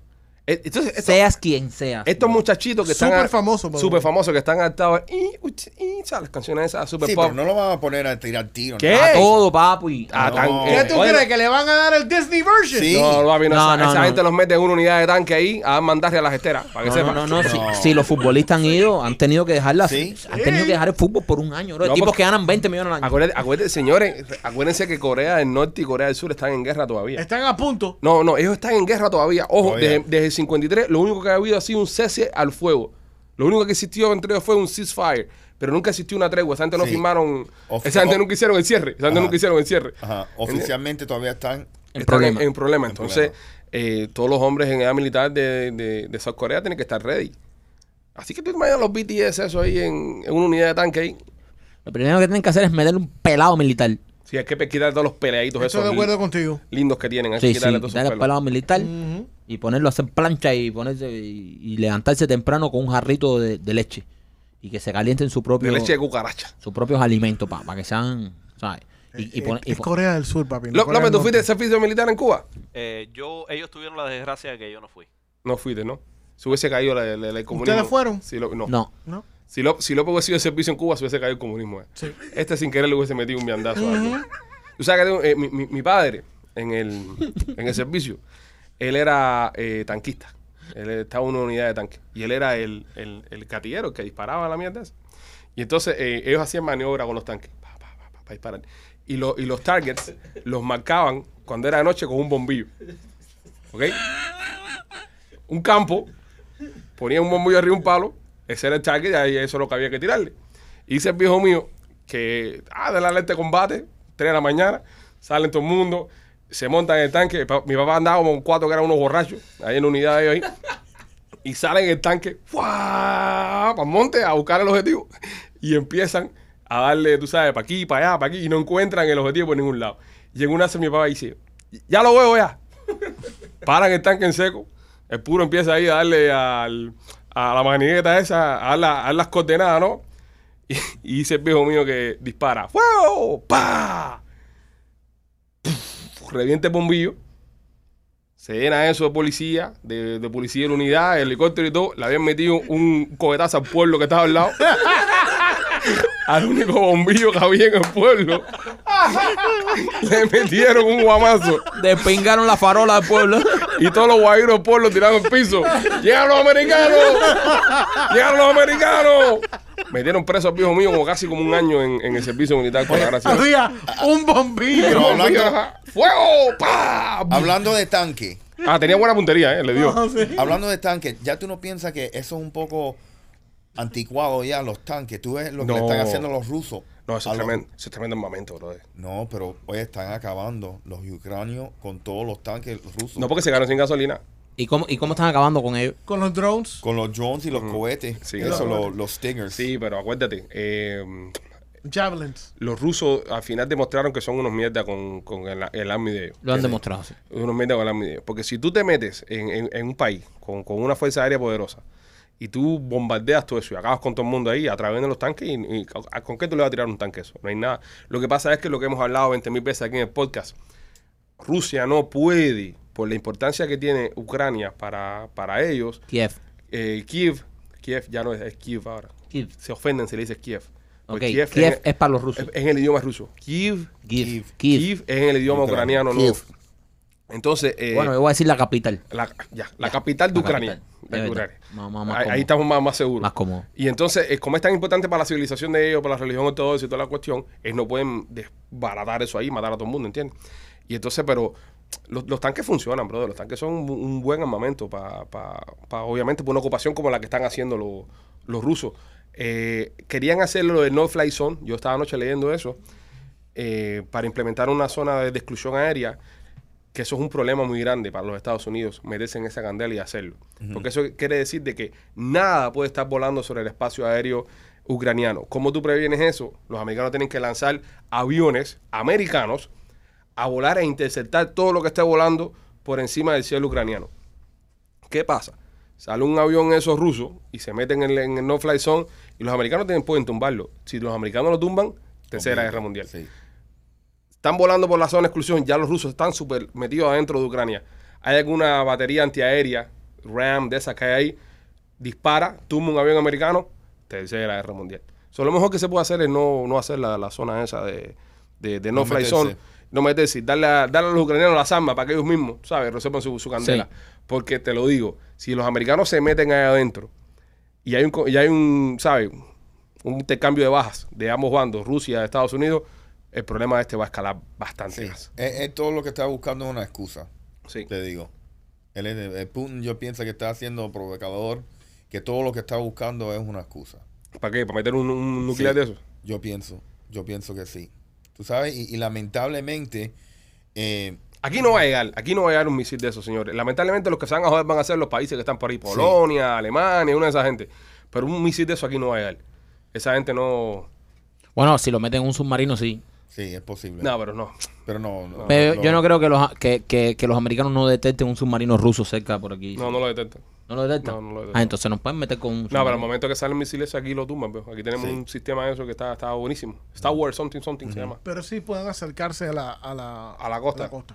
Speaker 1: Eh, Entonces, esto-
Speaker 2: seas quien seas.
Speaker 1: estos muchachitos que están.
Speaker 3: Súper
Speaker 1: a-
Speaker 3: famoso, por
Speaker 1: Súper
Speaker 3: favor.
Speaker 1: famosos que están adaptados. Y, uch, y, ¿sabes? las canciones esas super
Speaker 4: Sí,
Speaker 1: pop.
Speaker 4: pero no lo van a poner a tirar tiro.
Speaker 1: pues, ¿Qué?
Speaker 2: a todo, papi.
Speaker 1: Ah,
Speaker 4: No.
Speaker 1: tan-
Speaker 3: ¿Qué
Speaker 1: eh,
Speaker 3: tú
Speaker 1: oye,
Speaker 3: crees? ¿Que le van a dar el Disney version?
Speaker 4: Sí.
Speaker 1: No, no, papi, no,
Speaker 2: No,
Speaker 1: esa,
Speaker 2: no,
Speaker 1: esa
Speaker 2: no.
Speaker 1: gente los mete en una unidad de tanque ahí a mandarle a las esteras, para que
Speaker 2: No, no,
Speaker 1: sepan.
Speaker 2: no, no, Si,
Speaker 4: No.
Speaker 2: si los futbolistas han ido, han tenido que dejar la-
Speaker 4: Sí.
Speaker 2: han tenido que dejar el fútbol por un año, bro.
Speaker 1: No,
Speaker 2: tipos
Speaker 1: porque-
Speaker 2: que ganan 20 millones al año.
Speaker 1: Acuérdense, acuérdense, señores, acuérdense que Corea del Norte y Corea del Sur están en guerra todavía.
Speaker 3: Están a punto.
Speaker 1: No, no, ellos están en guerra todavía. Ojo,
Speaker 4: Todavía.
Speaker 1: Desde, desde el 53 lo único que ha habido ha sido un cese al fuego. Lo único que existió entre ellos fue un ceasefire, pero nunca existió una tregua. Esa gente no
Speaker 4: Sí.
Speaker 1: firmaron,
Speaker 4: Ofi-
Speaker 1: esa gente
Speaker 4: o-
Speaker 1: nunca hicieron el cierre, esa gente
Speaker 4: Ajá.
Speaker 1: nunca hicieron el cierre.
Speaker 4: Ajá, Oficialmente todavía están.
Speaker 2: En
Speaker 1: Están
Speaker 2: problema.
Speaker 1: En, en problema.
Speaker 4: En
Speaker 1: Entonces, eh, todos los hombres en edad militar de, de, de South Corea tienen que estar ready. Así que tú imaginas los BTS eso ahí en, en una unidad de tanque ahí.
Speaker 2: Lo primero que tienen que hacer es meterle un pelado militar.
Speaker 1: Sí, hay que pe- quitar todos los peladitos
Speaker 3: Estoy
Speaker 1: esos
Speaker 3: de acuerdo
Speaker 1: li-
Speaker 3: contigo.
Speaker 1: lindos que tienen. Hay que
Speaker 2: Sí, sí,
Speaker 1: quitarle todos
Speaker 2: quitarle
Speaker 1: esos
Speaker 2: el
Speaker 1: pelos.
Speaker 2: pelado militar
Speaker 3: Ujú.
Speaker 2: y ponerlo a hacer plancha y ponerse y, y levantarse temprano con un jarrito de, de leche y que se calienten su propio,
Speaker 1: De leche de cucaracha.
Speaker 2: sus propios alimentos para que sean, ¿sabes?
Speaker 1: Eh.
Speaker 2: Y, y pone- y
Speaker 3: Eh, es
Speaker 2: pon-
Speaker 3: Corea del Sur, papi. no
Speaker 1: Ló-
Speaker 3: Corea
Speaker 1: López,
Speaker 3: del
Speaker 1: ¿tú fuiste
Speaker 3: Norte.
Speaker 1: al servicio militar en Cuba?
Speaker 5: Eh, yo, ellos tuvieron la desgracia de que yo no fui.
Speaker 1: No fuiste, ¿no? Se hubiese caído la, la, la- el comunismo.
Speaker 3: fueron?
Speaker 1: Sí, lo- no.
Speaker 2: no.
Speaker 3: ¿No?
Speaker 1: Si López si López hubiese sido de servicio en Cuba, se hubiese caído el comunismo. eh.
Speaker 3: Sí.
Speaker 1: Este sin querer le hubiese metido un viandazo. o algo. Tú sabes que tengo, eh, mi, mi- mi padre, en el, en el servicio, él era eh, tanquista. Él estaba en una unidad de tanque. Y él era el, el, el gatillero, el que disparaba la mierda esa. Y entonces eh, ellos hacían maniobra con los tanques. Pa, pa, pa, pa, pa, disparar. Y, lo- y los targets los marcaban cuando era de noche con un bombillo. ¿Ok? Un campo ponía un bombillo arriba de un palo, ese era el target y ahí eso es lo que había que tirarle. Hice el viejo mío que, ah, de la alerta de combate, 3 de la mañana, salen todo el mundo, se montan en el tanque, Mi pa- mi papá andaba como con cuatro que eran unos borrachos, ahí en la unidad de ellos ahí, y salen en el tanque, para el monte a buscar el objetivo, y empiezan a darle, tú sabes, para aquí, para allá, para aquí, y no encuentran el objetivo por ningún lado. Y en una se mi papá dice, ya lo veo ya, paran el tanque en seco. El puro empieza ahí a darle al- a la manigueta esa, a dar, la- a dar las coordenadas, ¿no? Y, y dice el viejo mío que dispara. ¡Fuego! ¡Pa! Puf, revienta el bombillo. Se llena eso de policía, de, de policía de la unidad, helicóptero y todo. Le habían metido un cohetazo al pueblo que estaba al lado. al único bombillo que había en el pueblo. Le metieron un guamazo.
Speaker 6: Despingaron la farola del pueblo.
Speaker 1: Y todos los guajiros por los tiraron al piso. ¡Llegan los americanos! ¡Llegan los americanos! Metieron preso al viejo mío como casi como un año en, en el servicio militar con la gracia. de Dios.
Speaker 3: Había un bombillo.
Speaker 4: Pero hablando-
Speaker 1: Ajá. ¡Fuego! ¡Pa!
Speaker 4: Hablando de tanque,
Speaker 1: Ah, tenía buena puntería, ¿eh? Le dio.
Speaker 3: No, sí.
Speaker 4: hablando de tanque, ya tú no piensas que eso es un poco anticuado ya, los tanques. Tú ves lo que
Speaker 1: No.
Speaker 4: le están haciendo los rusos.
Speaker 1: No, eso
Speaker 4: A
Speaker 1: es
Speaker 4: los-
Speaker 1: tremendo. Eso es tremendo armamento, brother.
Speaker 4: No, pero hoy están acabando los ucranios con todos los tanques rusos.
Speaker 1: No porque se ganó sin gasolina.
Speaker 2: ¿Y cómo, ¿Y cómo están acabando con ellos?
Speaker 3: Con los drones.
Speaker 4: Con los drones y los cohetes.
Speaker 1: pues, Sí,
Speaker 4: eso,
Speaker 1: claro.
Speaker 4: lo- los stingers.
Speaker 1: Sí, pero acuérdate. eh,
Speaker 3: Javelins.
Speaker 1: los rusos al final demostraron que son unos mierda con, con el, el army de ellos.
Speaker 2: Lo han demostrado. sí.
Speaker 1: Unos mierda con el army de ellos. Porque si tú te metes en, en- en un país con, con una fuerza aérea poderosa y tú bombardeas todo eso y acabas con todo el mundo ahí a través de los tanques, y, y ¿a- ¿con qué tú le vas a tirar un tanque eso? No hay nada. Lo que pasa es que lo que hemos hablado 20 mil veces aquí en el podcast, Rusia no puede, por la importancia que tiene Ucrania para, para ellos,
Speaker 2: Kiev.
Speaker 1: eh, Kiev, Kiev ya no es, es Kiev ahora.
Speaker 2: Kiev.
Speaker 1: Se ofenden si le dices Kiev.
Speaker 2: Ok,
Speaker 1: Porque
Speaker 2: Kiev,
Speaker 1: en el-
Speaker 2: es para los
Speaker 1: es
Speaker 2: rusos.
Speaker 1: es en el idioma ruso. Kiev
Speaker 2: Kiev. Kiev.
Speaker 1: Kiev es en el idioma
Speaker 4: Ucrania.
Speaker 1: ucraniano nuevo. Entonces, eh,
Speaker 2: Bueno, yo voy a decir la capital.
Speaker 1: la, ya, la capital de
Speaker 2: la
Speaker 1: Ucrania.
Speaker 2: capital.
Speaker 1: de
Speaker 2: Es verdad.
Speaker 1: Ucrania.
Speaker 2: Más- más- más
Speaker 1: ahí,
Speaker 2: cómodo.
Speaker 1: ahí estamos más, más seguros.
Speaker 2: Más cómodo.
Speaker 1: Y entonces, eh, como es tan importante para la civilización de ellos, para la religión ortodoxa y toda la cuestión, ellos no pueden desbaratar eso ahí, matar a todo el mundo, ¿entiendes? Y entonces, pero los, los tanques funcionan, brother. Los tanques son un, un buen armamento para, obviamente, para una ocupación como la que están haciendo los, los rusos. Eh, querían hacer lo del No Fly Zone. Yo estaba anoche leyendo eso eh, para implementar una zona de, de exclusión aérea, que eso es un problema muy grande para los Estados Unidos, merecen esa candela y hacerlo. Porque eso quiere decir de que nada puede estar volando sobre el espacio aéreo ucraniano. ¿Cómo tú previenes eso? Los americanos tienen que lanzar aviones americanos a volar e interceptar todo lo que esté volando por encima del cielo ucraniano. ¿Qué pasa? Sale un avión esos rusos y se meten en el, en el no-fly zone y los americanos tienen, pueden tumbarlo. Si los americanos lo tumban, tercera guerra mundial
Speaker 4: Sí.
Speaker 1: están volando por la zona de exclusión, ya los rusos están súper metidos adentro de Ucrania. Hay alguna batería antiaérea, RAM, de esas que hay ahí, dispara, tumba un avión americano, tercera guerra mundial. So, lo mejor que se puede hacer es no, no hacer la, la zona esa de, de, de no,
Speaker 4: No
Speaker 1: fly
Speaker 4: meterse.
Speaker 1: zone, no meterse, darle a, darle a los ucranianos las armas para que ellos mismos, ¿sabes?, reciban su, su candela.
Speaker 2: Sí.
Speaker 1: Porque te lo digo, si los americanos se meten ahí adentro y hay un, co- y hay un ¿sabes? un intercambio de bajas de ambos bandos, Rusia, Estados Unidos, el problema este va a escalar bastante
Speaker 4: Sí.
Speaker 1: más.
Speaker 4: Es, es todo lo que está buscando es una excusa,
Speaker 1: Sí.
Speaker 4: te digo. Él es- eh, Putin yo pienso que está siendo provocador, que todo lo que está buscando es una excusa.
Speaker 1: ¿Para qué? ¿Para meter un, un nuclear
Speaker 4: Sí.
Speaker 1: de eso?
Speaker 4: Yo pienso, yo pienso que sí. Tú sabes, y, y lamentablemente, eh,
Speaker 1: Aquí no va a llegar, aquí no va a llegar un misil de esos, señores. Lamentablemente los que se van a joder van a ser los países que están por ahí, Polonia, Alemania, una de esas gente. Pero un misil de eso aquí no va a llegar. Esa gente no...
Speaker 2: Bueno, si lo meten en un submarino, sí.
Speaker 4: sí, es posible.
Speaker 1: No, pero no.
Speaker 4: Pero no,
Speaker 1: Ah,
Speaker 4: no,
Speaker 2: Pero yo no
Speaker 4: no-
Speaker 2: creo que los, que, que- que los americanos no detecten un submarino ruso cerca por aquí.
Speaker 1: No, no lo detectan.
Speaker 4: Pues
Speaker 2: ¿No lo detectan?
Speaker 1: No, no lo detectan.
Speaker 2: Ah, entonces nos pueden meter con un
Speaker 1: No, pero al
Speaker 2: submarino.
Speaker 1: momento que salen misiles eso, aquí lo tumban, veo. Aquí tenemos
Speaker 4: Sí.
Speaker 1: un sistema de eso que está, está buenísimo. Star Wars Something Something se llama.
Speaker 3: Pero sí pueden acercarse a la, a la,
Speaker 1: A la costa.
Speaker 3: Porque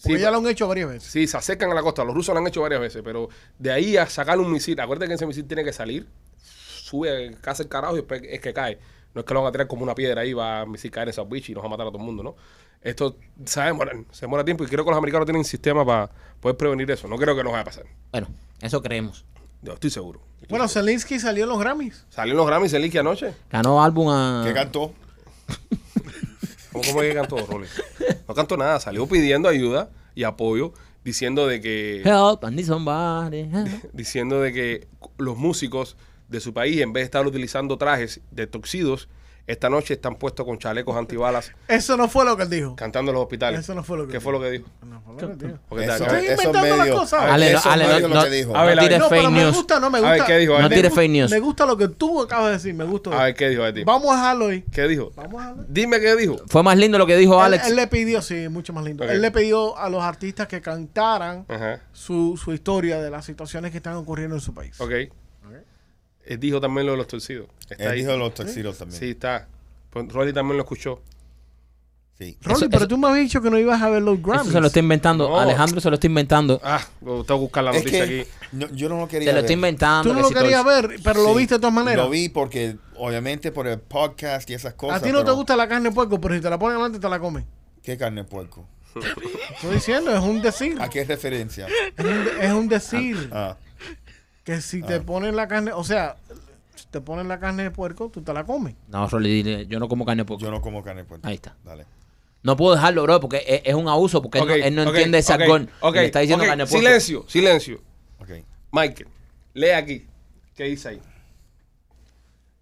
Speaker 1: Sí,
Speaker 3: ya lo han hecho varias veces.
Speaker 1: Sí, se acercan a la costa. Los rusos lo han hecho varias veces, pero de ahí a sacar un misil, acuérdate que ese misil tiene que salir sube, casi el carajo y después es que cae. No es que lo van a tirar como una piedra ahí, va a misil caer en esa bichos y nos va a matar a todo el mundo, ¿no? Esto se va a demorar, se demora tiempo y creo que los americanos tienen sistema para poder prevenir eso. No creo que nos vaya a pasar.
Speaker 2: Bueno, eso creemos.
Speaker 1: Yo estoy seguro.
Speaker 3: Bueno, Zelensky salió en los Grammys.
Speaker 1: Salió en los Grammys el Iki anoche.
Speaker 2: Ganó álbum a.
Speaker 4: ¿Qué cantó?
Speaker 1: ¿Cómo, cómo es que cantó, Rolly? No cantó nada, salió pidiendo ayuda y apoyo, diciendo de que.
Speaker 2: Help, I need somebody, help.
Speaker 1: diciendo de que los músicos de su país, en vez de estar utilizando trajes de toxidos, esta noche están puestos con chalecos antibalas
Speaker 3: Eso no fue lo que él dijo.
Speaker 1: cantando en los hospitales.
Speaker 3: Eso no fue lo que
Speaker 1: ¿Qué
Speaker 3: dijo.
Speaker 1: fue lo que dijo?
Speaker 3: No fue lo que él dijo.
Speaker 1: Porque
Speaker 4: Eso-
Speaker 1: te- a ver,
Speaker 3: Estoy inventando
Speaker 4: medio-
Speaker 3: las cosas.
Speaker 4: a ver,
Speaker 2: Ale, no,
Speaker 4: eso
Speaker 2: Ale,
Speaker 4: medio
Speaker 2: no,
Speaker 4: lo
Speaker 2: no-
Speaker 4: que dijo.
Speaker 1: a ver,
Speaker 2: no tires
Speaker 3: No, pero
Speaker 2: fake
Speaker 3: me
Speaker 2: news.
Speaker 3: gusta, no me
Speaker 1: A
Speaker 3: gusta.
Speaker 1: ver, ¿qué dijo? A ver,
Speaker 2: No
Speaker 1: ¿qué-
Speaker 3: Me
Speaker 2: tires
Speaker 3: gu-
Speaker 2: fake news.
Speaker 3: Me gusta lo que tú acabas de decir, me gustó.
Speaker 1: a ver, ¿qué dijo de ti?
Speaker 3: Vamos a dejarlo ahí.
Speaker 1: ¿Qué dijo?
Speaker 3: Vamos a dejarlo. ahí.
Speaker 1: Dime qué dijo.
Speaker 2: Fue más lindo lo que dijo
Speaker 3: Él,
Speaker 2: Alex.
Speaker 3: él le pidió, sí, mucho más lindo.
Speaker 1: Ok.
Speaker 3: Él le pidió a los artistas que cantaran
Speaker 1: Ajá.
Speaker 3: su, su historia de las situaciones que están ocurriendo en su país.
Speaker 1: Ok. Él dijo también lo de los torcidos. Está
Speaker 4: Él
Speaker 1: ahí.
Speaker 4: dijo los toxidos también.
Speaker 1: Sí, está. Pues Rolly también lo escuchó.
Speaker 4: Sí.
Speaker 3: Rolly,
Speaker 2: Eso-
Speaker 3: pero
Speaker 2: eso-
Speaker 3: tú me habías dicho que no ibas a ver los Grammys.
Speaker 2: Eso se lo está inventando.
Speaker 1: No.
Speaker 2: Alejandro se lo está inventando.
Speaker 1: Ah, tengo que buscar la
Speaker 4: Es
Speaker 1: noticia
Speaker 4: que
Speaker 1: aquí.
Speaker 4: no- yo no lo quería
Speaker 2: Se lo
Speaker 4: ver.
Speaker 2: está inventando.
Speaker 3: Tú no
Speaker 2: que
Speaker 3: lo
Speaker 2: si
Speaker 3: querías
Speaker 2: todo-
Speaker 3: ver, pero lo
Speaker 4: Sí,
Speaker 3: viste de todas maneras.
Speaker 4: Lo vi porque, obviamente, por el podcast y esas cosas.
Speaker 3: a ti no te
Speaker 4: pero-
Speaker 3: gusta la carne de puerco, pero si te la ponen delante te la comes.
Speaker 4: ¿Qué carne de puerco?
Speaker 3: Estoy diciendo, es un decir.
Speaker 4: ¿A qué referencia?
Speaker 3: Es un, de- es un decir.
Speaker 4: Ah,
Speaker 3: Que si te ponen la carne, o sea, si te ponen la carne de puerco, tú te la comes.
Speaker 2: No, Rolly, dile, yo no como carne porque.
Speaker 4: yo no como carne de puerco.
Speaker 2: Ahí está.
Speaker 4: Dale.
Speaker 2: No puedo dejarlo, bro, porque es, es un abuso, porque él no-
Speaker 1: Ok,
Speaker 2: él no,
Speaker 1: ok,
Speaker 2: entiende ese
Speaker 1: ok,
Speaker 2: argón.
Speaker 1: ok,
Speaker 2: Le está diciendo
Speaker 1: ok.
Speaker 2: carne de puerco.
Speaker 1: Silencio, silencio.
Speaker 4: Ok.
Speaker 1: Michael, lee aquí. ¿Qué dice ahí?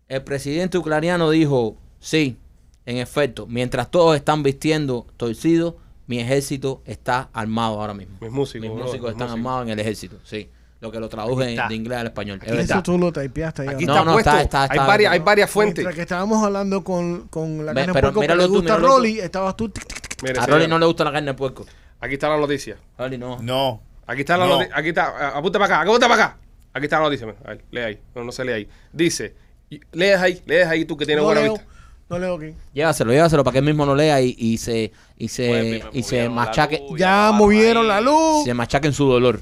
Speaker 2: El presidente ucraniano dijo, sí, en efecto, mientras todos están vistiendo torcidos, mi ejército está armado ahora mismo.
Speaker 1: Mis músicos,
Speaker 2: Mis
Speaker 1: bro,
Speaker 2: músicos
Speaker 1: mis
Speaker 2: están
Speaker 1: músicos.
Speaker 2: armados en el ejército, sí. Lo que lo traduje de inglés al español. Eh, Es
Speaker 3: Eso
Speaker 2: verdad.
Speaker 3: tú lo typeaste ahí.
Speaker 1: Aquí
Speaker 3: ahora.
Speaker 2: No,
Speaker 1: está puesto.
Speaker 2: no, está- está-
Speaker 1: hay,
Speaker 2: está-
Speaker 1: varias, hay varias fuentes.
Speaker 3: Mientras que estábamos hablando con, con la
Speaker 2: Ve,
Speaker 3: carne
Speaker 2: pero
Speaker 3: de puerco que
Speaker 2: míralo
Speaker 3: le
Speaker 2: tú,
Speaker 3: gusta a
Speaker 2: míralo tú.
Speaker 3: Rolly, estabas tú. tic, tic, tic.
Speaker 1: Mire,
Speaker 2: A Rolly
Speaker 1: señora,
Speaker 2: no le gusta la carne de puerco.
Speaker 1: Aquí está la noticia.
Speaker 2: Rolly no.
Speaker 4: No.
Speaker 1: Aquí está la
Speaker 4: No.
Speaker 1: noticia. Aquí está. a- Apunta para acá. Apunta para acá. Aquí está la noticia. mira. A ver, lee ahí. No, no se lee ahí. Dice. y- Lees ahí. Lees ahí tú que tienes
Speaker 3: No
Speaker 1: buena
Speaker 3: leo,
Speaker 1: vista.
Speaker 3: no leo aquí.
Speaker 2: Llévaselo, llévaselo para que él mismo no lea y, y se y se,
Speaker 5: Pues, me
Speaker 2: y se
Speaker 5: movieron la
Speaker 2: machaque,
Speaker 5: luz,
Speaker 3: Ya
Speaker 5: me
Speaker 3: movieron la
Speaker 5: ahí.
Speaker 3: luz.
Speaker 2: se machaque en su dolor.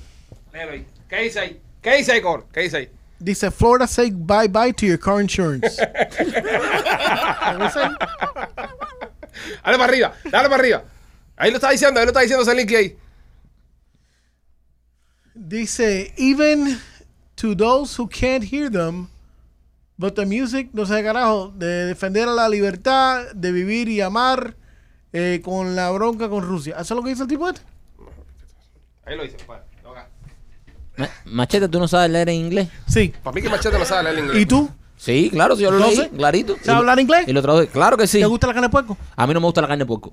Speaker 1: Léelo ahí. ¿Qué dice ahí? ¿Qué dice ahí, Cor? ¿Qué dice ahí?
Speaker 3: Dice Florida say bye bye to your car insurance.
Speaker 1: Dale para arriba. Dale para arriba. Ahí lo está diciendo. Ahí lo está diciendo ese link ahí.
Speaker 3: Dice even to those who can't hear them, but the music no sé carajo de defender la libertad, de vivir y amar eh, con la bronca con Rusia. Eso es lo que dice el tipo este.
Speaker 1: Ahí lo dice, papá. No, acá.
Speaker 2: Ma- Machete, ¿tú no sabes leer en inglés?
Speaker 3: Sí.
Speaker 1: Para mí que Machete no sabe leer el inglés.
Speaker 3: ¿Y tú?
Speaker 2: Sí, claro, si yo lo
Speaker 3: ¿Entonces?
Speaker 2: leí, clarito.
Speaker 3: ¿Sabes hablar inglés?
Speaker 2: Y lo traduje. Claro que sí.
Speaker 3: ¿Te gusta la carne de puerco?
Speaker 2: A mí no me gusta la carne de puerco.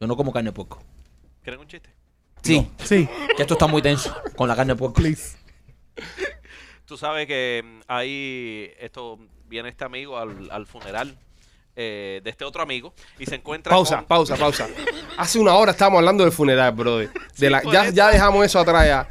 Speaker 2: Yo no como carne de puerco.
Speaker 5: ¿Quieren un chiste?
Speaker 2: Sí,
Speaker 3: Sí.
Speaker 2: que esto está muy tenso con la carne de puerco.
Speaker 3: Please.
Speaker 5: Tú sabes que mm, ahí esto viene este amigo al, al funeral eh, de este otro amigo y se encuentra
Speaker 1: Pausa,
Speaker 5: con-
Speaker 1: pausa, pausa. Hace una hora estábamos hablando del funeral, brother. De la,
Speaker 5: por
Speaker 1: ya,
Speaker 5: eso.
Speaker 1: ya dejamos eso atrás ya.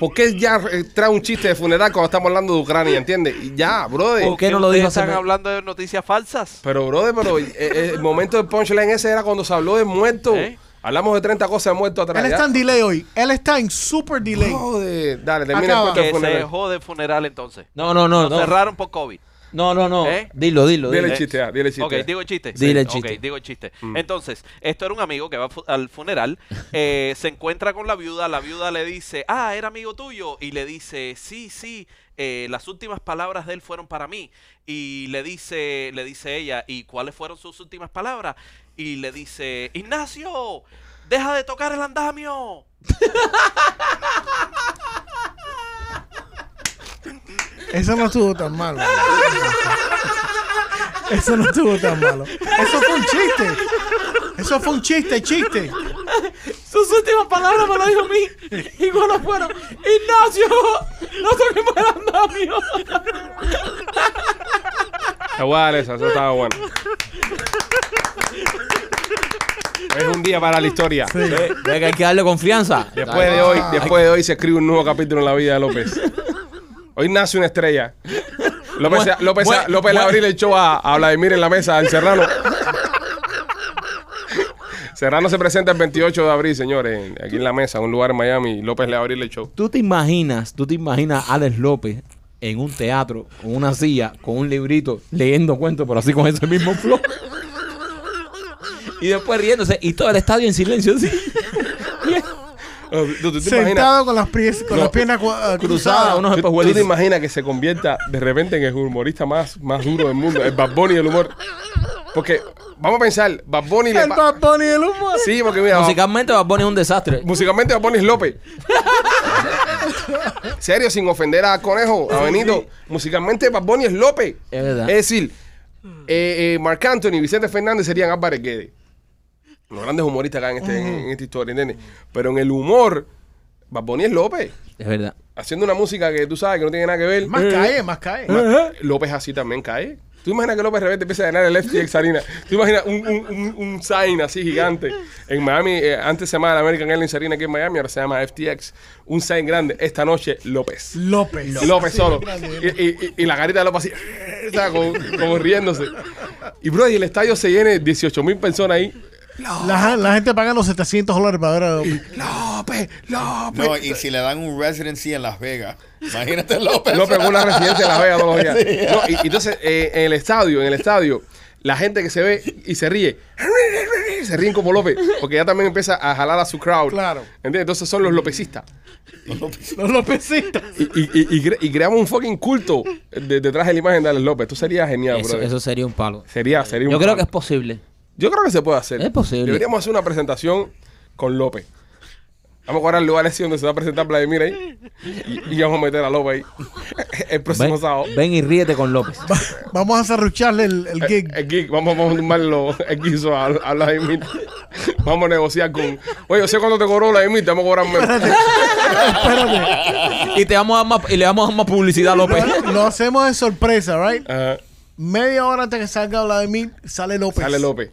Speaker 1: ¿Por qué ya eh, trae un chiste de funeral cuando estamos hablando de Ucrania, entiendes? Y Ya, brother.
Speaker 2: ¿Por qué no lo
Speaker 5: ustedes
Speaker 2: dijo hace
Speaker 5: Están
Speaker 2: me-
Speaker 5: hablando de noticias falsas.
Speaker 1: Pero, brother, pero eh, eh, el momento del punchline ese era cuando se habló de muerto.
Speaker 5: ¿Eh?
Speaker 1: Hablamos de 30 cosas de muerto atrás.
Speaker 3: Él
Speaker 1: ya.
Speaker 3: está en delay hoy. Él está en super delay.
Speaker 1: Brother, dale, termina
Speaker 3: Acaba.
Speaker 1: el cuento
Speaker 5: Que
Speaker 1: del
Speaker 5: se
Speaker 1: funeral.
Speaker 5: jode el funeral entonces.
Speaker 2: No, no, no,
Speaker 5: Lo
Speaker 2: no.
Speaker 5: cerraron por COVID.
Speaker 2: No, no, no.
Speaker 5: ¿Eh?
Speaker 2: Dilo, dilo,
Speaker 1: Dile el
Speaker 2: dilo.
Speaker 5: Eh,
Speaker 1: chiste, ah, dile el chiste.
Speaker 5: Ok, digo el chiste.
Speaker 2: Dile el
Speaker 5: Ok,
Speaker 2: chiste.
Speaker 5: digo el chiste.
Speaker 1: Mm.
Speaker 5: Entonces, esto era un amigo que va fu- al funeral, eh, se encuentra con la viuda, la viuda le dice, ah, era amigo tuyo, y le dice, sí, sí, eh, las últimas palabras de él fueron para mí, y le dice, le dice ella, ¿y cuáles fueron sus últimas palabras? Y le dice, Ignacio, deja de tocar el andamio.
Speaker 3: Eso no estuvo tan malo. Eso no estuvo tan malo. Eso fue un chiste. Eso fue un chiste, chiste.
Speaker 6: Sus últimas palabras me lo dijo a mí. Y cuando fueron, Ignacio, no toquemos el andamio.
Speaker 1: Te voy a dar esa, eso estaba bueno. es un día para la historia.
Speaker 2: Ve que hay que darle confianza.
Speaker 1: Después de hoy, después de hoy se escribe un nuevo capítulo en la vida de López. Hoy nace una estrella. López,
Speaker 2: Buen-
Speaker 1: López,
Speaker 2: buen-
Speaker 1: López le
Speaker 2: buen-
Speaker 1: abrió el show a, a Vladimir en la mesa al Serrano. Serrano se presenta el 28 de abril, señores, en- aquí en la mesa, en un lugar en Miami. y López le abrió el show.
Speaker 2: Tú te imaginas, tú te imaginas a Alex López
Speaker 6: en un teatro, con una silla, con un librito, leyendo cuentos, pero así con ese mismo flow. Y
Speaker 2: Pues
Speaker 6: después riéndose, y todo el estadio en silencio, así.
Speaker 1: Ah, ¿Tú, tú te imaginas? pues,
Speaker 3: Sentado con las, pies- con las piernas cua- ah,
Speaker 6: Cruzada,
Speaker 3: cruzadas.
Speaker 6: unos
Speaker 1: ¿Tú, tú te
Speaker 6: espejuelitos.
Speaker 1: imaginas que se convierta de repente en el humorista más, más duro del mundo? El Bad Bunny del humor. Porque, vamos a pensar, Bad Bunny... le
Speaker 3: El
Speaker 1: pa-
Speaker 3: Bad Bunny del humor.
Speaker 1: Sí, porque mira,
Speaker 2: Musicalmente Bad Bunny es un desastre.
Speaker 1: Musicalmente Bad Bunny es López. Serio, sin ofender a Conejo, a Benito. Musicalmente Bad Bunny es López.
Speaker 2: Es verdad.
Speaker 1: decir, eh, eh, Marc Anthony y Vicente Fernández serían Álvarez Guedes. Los grandes humoristas acá en, este, en, en esta historia, ¿entiendes? Pero en el humor, Bad Bunny es López.
Speaker 2: Es verdad.
Speaker 1: Haciendo una música que tú sabes que no tiene nada que ver.
Speaker 3: Más cae, más cae.
Speaker 1: Ma- López así también cae. ¿Tú imaginas que López Reverte empieza a ganar el FTX Arena? ¿Tú imaginas un, un, un, un sign así gigante? En Miami, eh, antes se llamaba la American Airlines Arena aquí en Miami, ahora se llama FTX. Un sign grande. Esta noche, López.
Speaker 3: López.
Speaker 1: López
Speaker 3: Sí,
Speaker 1: solo.
Speaker 3: grande.
Speaker 1: Y, y- y- y la carita de López así, o sea, como, como riéndose. Y bro, y el estadio se llena de 18 mil personas ahí.
Speaker 3: La, la gente paga los 700 dólares para ver a López.
Speaker 1: López, López.
Speaker 3: Pues,
Speaker 4: No, y si le dan un residency en Las Vegas. Imagínate López.
Speaker 1: López es una residencia de Las Vegas todos los días. No, y, y entonces, eh, en el estadio, en el estadio, la gente que se ve y se ríe, se ríen como López, porque ya también empieza a jalar a su crowd.
Speaker 3: Claro.
Speaker 1: ¿Entiendes? Entonces son los lopecistas.
Speaker 3: Los Lópezitas.
Speaker 1: Y, y, y- y cre- y creamos un fucking culto de- detrás de la imagen de Alex López. Tú sería genial,
Speaker 2: Eso,
Speaker 1: brother.
Speaker 2: eso sería un palo.
Speaker 1: Sería, sería un
Speaker 2: Yo creo
Speaker 1: palo.
Speaker 2: que es posible.
Speaker 1: Yo creo que se puede hacer.
Speaker 2: Es posible.
Speaker 1: Deberíamos hacer una presentación con López. Vamos a guardar el lugar ese donde se va a presentar Vladimir ahí. Y, y vamos a meter a López ahí. El próximo
Speaker 2: Ven,
Speaker 1: sábado.
Speaker 2: ven y ríete con López.
Speaker 3: Vamos a cerrucharle el, el
Speaker 1: Eh,
Speaker 3: gig.
Speaker 1: El geek, vamos, vamos a tumbarlo el guiso a, a Vladimir. Vamos a negociar con. Oye, yo sé cuándo te cobró Vladimir, te vamos a cobrar menos.
Speaker 3: Espérate.
Speaker 6: Y, te vamos a dar más- y le vamos a dar más publicidad a López.
Speaker 3: Lo, lo hacemos de sorpresa, ¿right?
Speaker 1: Ajá.
Speaker 3: Pues, Media hora antes que salga Vladimir, sale López.
Speaker 1: Sale López.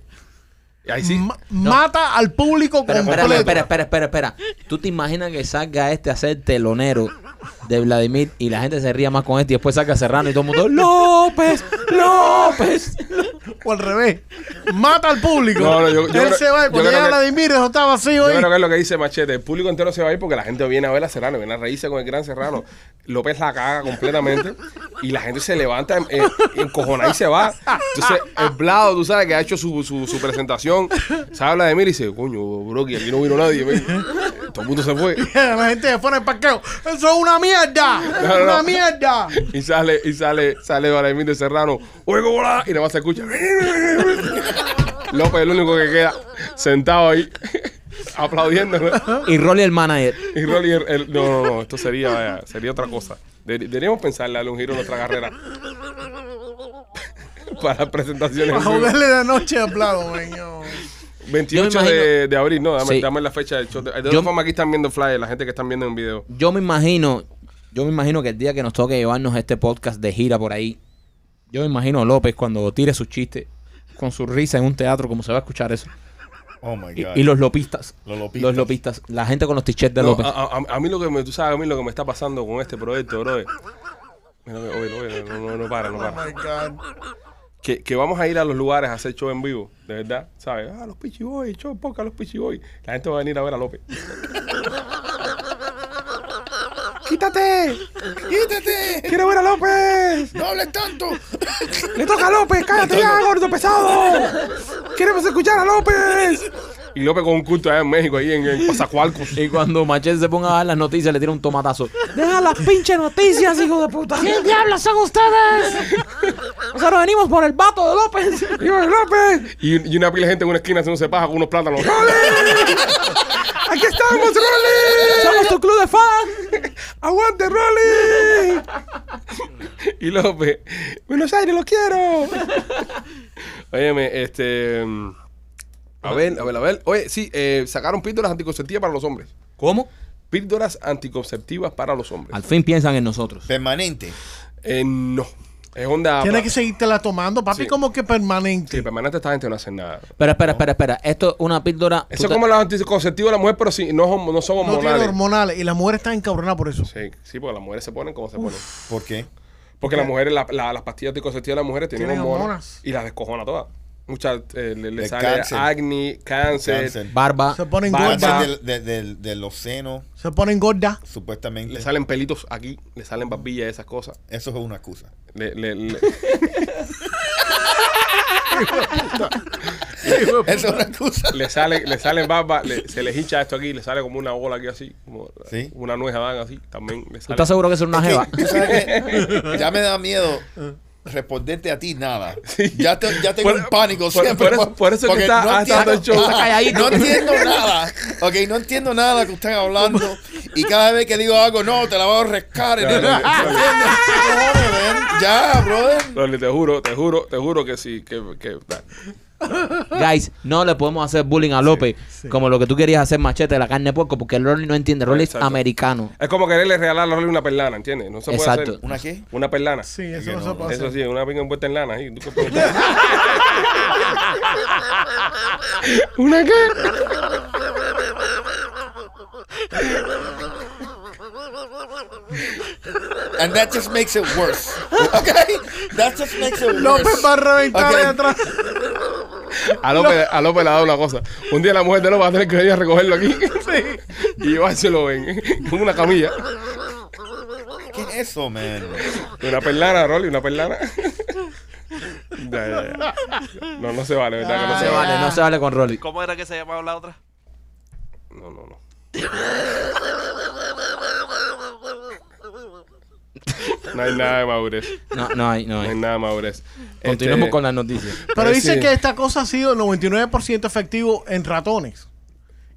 Speaker 1: Y ahí sí.
Speaker 3: Ma- Mata al público
Speaker 2: Pero espera,
Speaker 3: completo.
Speaker 2: espera, espera, espera, espera. ¿Tú te imaginas que salga este a ser telonero de Vladimir y la gente se ría más con este y después saca Serrano y todo el mundo López, López?
Speaker 3: O al revés. Mata al público.
Speaker 1: No, no, yo- yo
Speaker 3: Él
Speaker 1: creo-
Speaker 3: se va. y
Speaker 1: yo
Speaker 3: Cuando
Speaker 1: creo
Speaker 3: llega
Speaker 1: que-
Speaker 3: Vladimir, eso está vacío
Speaker 1: Yo
Speaker 3: ahí.
Speaker 1: creo que es lo que dice Machete. El público entero se va a ir porque la gente viene a ver a Serrano, viene a reírse con el gran Serrano. López la caga completamente y la gente se levanta eh, encojonada y se va. Entonces, el Blado, tú sabes, que ha hecho su, su, su presentación, se habla de mí y dice, coño, bro, que aquí no vino nadie. ven". Todo el mundo se fue.
Speaker 3: La gente de fuera del parqueo. Eso es una mierda.
Speaker 1: No, no,
Speaker 3: una
Speaker 1: no.
Speaker 3: mierda.
Speaker 1: Y sale, y sale, sale Vladimir de Serrano. ¡Oye, cómo la! Y nada más se escucha. López es el único que queda sentado ahí, aplaudiéndolo.
Speaker 2: Y Rolly el manager.
Speaker 1: Y Rolly, el- el- no, no, no, esto sería, vaya, sería otra cosa. Debe- Deberíamos pensarle darle un giro a nuestra carrera. Para presentaciones.
Speaker 3: Para
Speaker 1: en vivo.
Speaker 3: joderle la noche a Plado, man.
Speaker 1: 28
Speaker 2: Yo me
Speaker 1: de, de abril, no, dame,
Speaker 2: Sí.
Speaker 1: dame la fecha del show. De, de todas
Speaker 2: Yo-
Speaker 1: formas, aquí están viendo flyers, la gente que están viendo en video.
Speaker 2: Yo me imagino, yo me imagino que el día que nos toque llevarnos este podcast de gira por ahí, yo me imagino a López cuando tire sus chistes con su risa en un teatro, como se va a escuchar eso.
Speaker 4: Oh my
Speaker 2: Y,
Speaker 4: God.
Speaker 2: y los lopistas.
Speaker 4: Los lopistas.
Speaker 2: Los lopistas. La gente con los tichets de
Speaker 1: No, ah.
Speaker 2: López.
Speaker 1: a, a- a mí lo que me, tú sabes, a mí lo que me está pasando con este proyecto, bro. es- Mira, oye, oye, no, no, no para, no
Speaker 3: Oh
Speaker 1: para.
Speaker 3: my God.
Speaker 1: que, que vamos a ir a los lugares a hacer show en vivo, de verdad, ¿sabes? Ah, los Pichiboy, show poca, los Pichiboy. La gente va a venir a ver a López. ¡Quítate!
Speaker 4: ¡Quítate!
Speaker 1: ¡Quiero ver a López!
Speaker 4: ¡No hables tanto!
Speaker 1: ¡Le toca a López! ¡Cállate ya, gordo pesado! ¡Queremos escuchar a López! Y López con un culto allá en México, ahí en, en Coatzacoalcos.
Speaker 6: Y cuando Machete se ponga a dar las noticias, le tira un tomatazo. ¡Deja las pinches noticias, hijo de puta! ¿Quién diablos son ustedes? Nosotros venimos por el vato de López.
Speaker 1: ¡Viva López! Y, y una pila de gente en una esquina haciéndose paja con unos plátanos. ¡Rolly! ¡Aquí estamos, Rolly!
Speaker 6: ¡Somos tu club de fans!
Speaker 1: ¡Aguante, Rolly! y López, Buenos Aires, lo quiero. Óyeme, este. mm, A ver, a ver, a ver. Oye, sí, eh, sacaron píldoras anticonceptivas para los hombres.
Speaker 2: ¿Cómo?
Speaker 1: Píldoras anticonceptivas para los hombres.
Speaker 2: Al fin piensan en nosotros.
Speaker 4: Permanente.
Speaker 1: Eh, no. Es onda.
Speaker 3: Tienes que seguirte la tomando, papi,
Speaker 1: Ah, Sí.
Speaker 3: como que permanente.
Speaker 1: Sí, permanente esta gente no hace nada.
Speaker 2: Pero espera, espera, espera. Esto es una píldora. tú
Speaker 1: Eso es
Speaker 2: te-
Speaker 1: como los anticonceptivos de la mujer, pero sí, no, son- no son
Speaker 3: no tiene
Speaker 1: hormonales.
Speaker 3: hormonales. Y la mujer está encabronada por eso.
Speaker 1: sí, sí, porque las mujeres se ponen como se ponen.
Speaker 4: ¿Por qué?
Speaker 1: Porque las mujeres, la- la- las pastillas anticonceptivas de las mujeres tienen,
Speaker 3: Tienen
Speaker 1: hormonas,
Speaker 3: hormonas.
Speaker 1: y las descojona todas. Muchas eh, le, le
Speaker 4: De
Speaker 1: sale
Speaker 4: cáncer.
Speaker 1: acné, cáncer.
Speaker 4: Cáncer.
Speaker 6: Barba.
Speaker 3: Se ponen
Speaker 1: Barba.
Speaker 3: gordas.
Speaker 4: Cáncer del- del- del- de los senos,
Speaker 3: Se ponen gordas.
Speaker 4: supuestamente.
Speaker 1: Le salen pelitos aquí, le salen barbillas y esas cosas.
Speaker 4: Eso es una excusa.
Speaker 1: Le, le, le-
Speaker 4: Eso es una excusa.
Speaker 1: le sale, le salen barbas, le- se les hincha esto aquí, le sale como una bola aquí así, como
Speaker 4: Sí.
Speaker 1: una nuez van así, también le
Speaker 2: ¿Tú
Speaker 1: sale.
Speaker 2: estás seguro que eso es una jeva?
Speaker 4: ¿Tú sabes qué? Ya me da miedo responderte a ti nada. Ya, te- ya tengo
Speaker 1: Por-
Speaker 4: un pánico
Speaker 1: por-
Speaker 4: siempre.
Speaker 1: por eso- por eso que
Speaker 4: porque
Speaker 1: está- ha estado
Speaker 4: entiendo
Speaker 1: hecho-
Speaker 4: nada.
Speaker 2: está calladito.
Speaker 4: No entiendo nada. Ok, no entiendo nada que están hablando. Y cada vez que digo algo, no, te la voy a rescar.
Speaker 1: Dale, dale, dale.
Speaker 4: Cojones, ven. Ya, brother.
Speaker 1: Rolly, te juro, te juro, te juro que sí, que, que-
Speaker 2: Guys, no le podemos hacer bullying a López como lo que tú querías hacer machete de la carne de puerco porque Rolly no entiende. Rolly es
Speaker 1: Exacto.
Speaker 2: americano.
Speaker 1: es como quererle regalar a Rolly una perlana, ¿entiendes? No se puede
Speaker 2: Exacto.
Speaker 1: hacer.
Speaker 4: ¿Una qué?
Speaker 1: Una perlana.
Speaker 3: Sí, eso
Speaker 4: que
Speaker 3: no
Speaker 4: no,
Speaker 3: se puede
Speaker 1: Eso
Speaker 3: hacer.
Speaker 1: sí, una pinga envuelta en lana. ahí, tú que-
Speaker 4: And that just makes it worse. Okay? That just makes it
Speaker 3: López
Speaker 4: worse.
Speaker 3: va a reventar
Speaker 4: Ok.
Speaker 3: ahí atrás.
Speaker 1: A López, a López le ha dado una cosa. Un día la mujer de López va a tener que venir a recogerlo aquí y llevárselo en, en ¿eh? una camilla.
Speaker 4: ¿Qué es eso, man?
Speaker 1: Una perlana, Rolly, una perlana. Ya, ya, ya. No, no se vale, ¿verdad? Que no
Speaker 2: Ah. No
Speaker 1: se
Speaker 2: se
Speaker 1: vale.
Speaker 2: vale, no se vale con Rolly.
Speaker 5: ¿Cómo era que se llamaba la otra?
Speaker 1: No, no, no. No hay nada de madurez.
Speaker 2: No, no hay, no
Speaker 1: No hay
Speaker 2: hay.
Speaker 1: nada de madurez.
Speaker 2: Continuemos
Speaker 1: Este,
Speaker 2: con las noticias.
Speaker 3: Pero
Speaker 1: Eh,
Speaker 3: dice
Speaker 1: sí.
Speaker 3: que esta cosa ha sido 99% efectivo en ratones.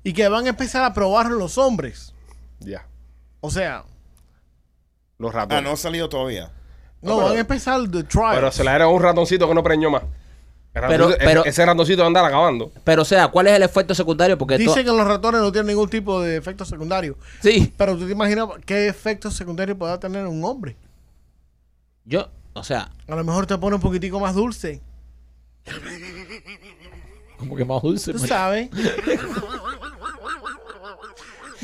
Speaker 3: Y que van a empezar a probar los hombres.
Speaker 1: Ya.
Speaker 3: O sea,
Speaker 1: Los
Speaker 4: Ah,
Speaker 1: ratones.
Speaker 4: no ha salido todavía.
Speaker 3: no, van a empezar the trial.
Speaker 1: Pero se la era un ratoncito que no preñó más. El
Speaker 2: Pero-
Speaker 1: ratoncito-
Speaker 2: pero-
Speaker 1: ese ratoncito va a andar acabando.
Speaker 2: Pero o sea, ¿cuál es el efecto secundario? Porque to-
Speaker 3: Dice que los ratones no tienen ningún tipo de efecto secundario.
Speaker 2: Sí,
Speaker 3: Pero tú te imaginas qué efecto secundario podrá tener un hombre.
Speaker 2: yo, o sea,
Speaker 3: A lo mejor te pone un poquitico más dulce.
Speaker 2: como que más dulce.
Speaker 3: Tú
Speaker 2: macho.
Speaker 3: sabes.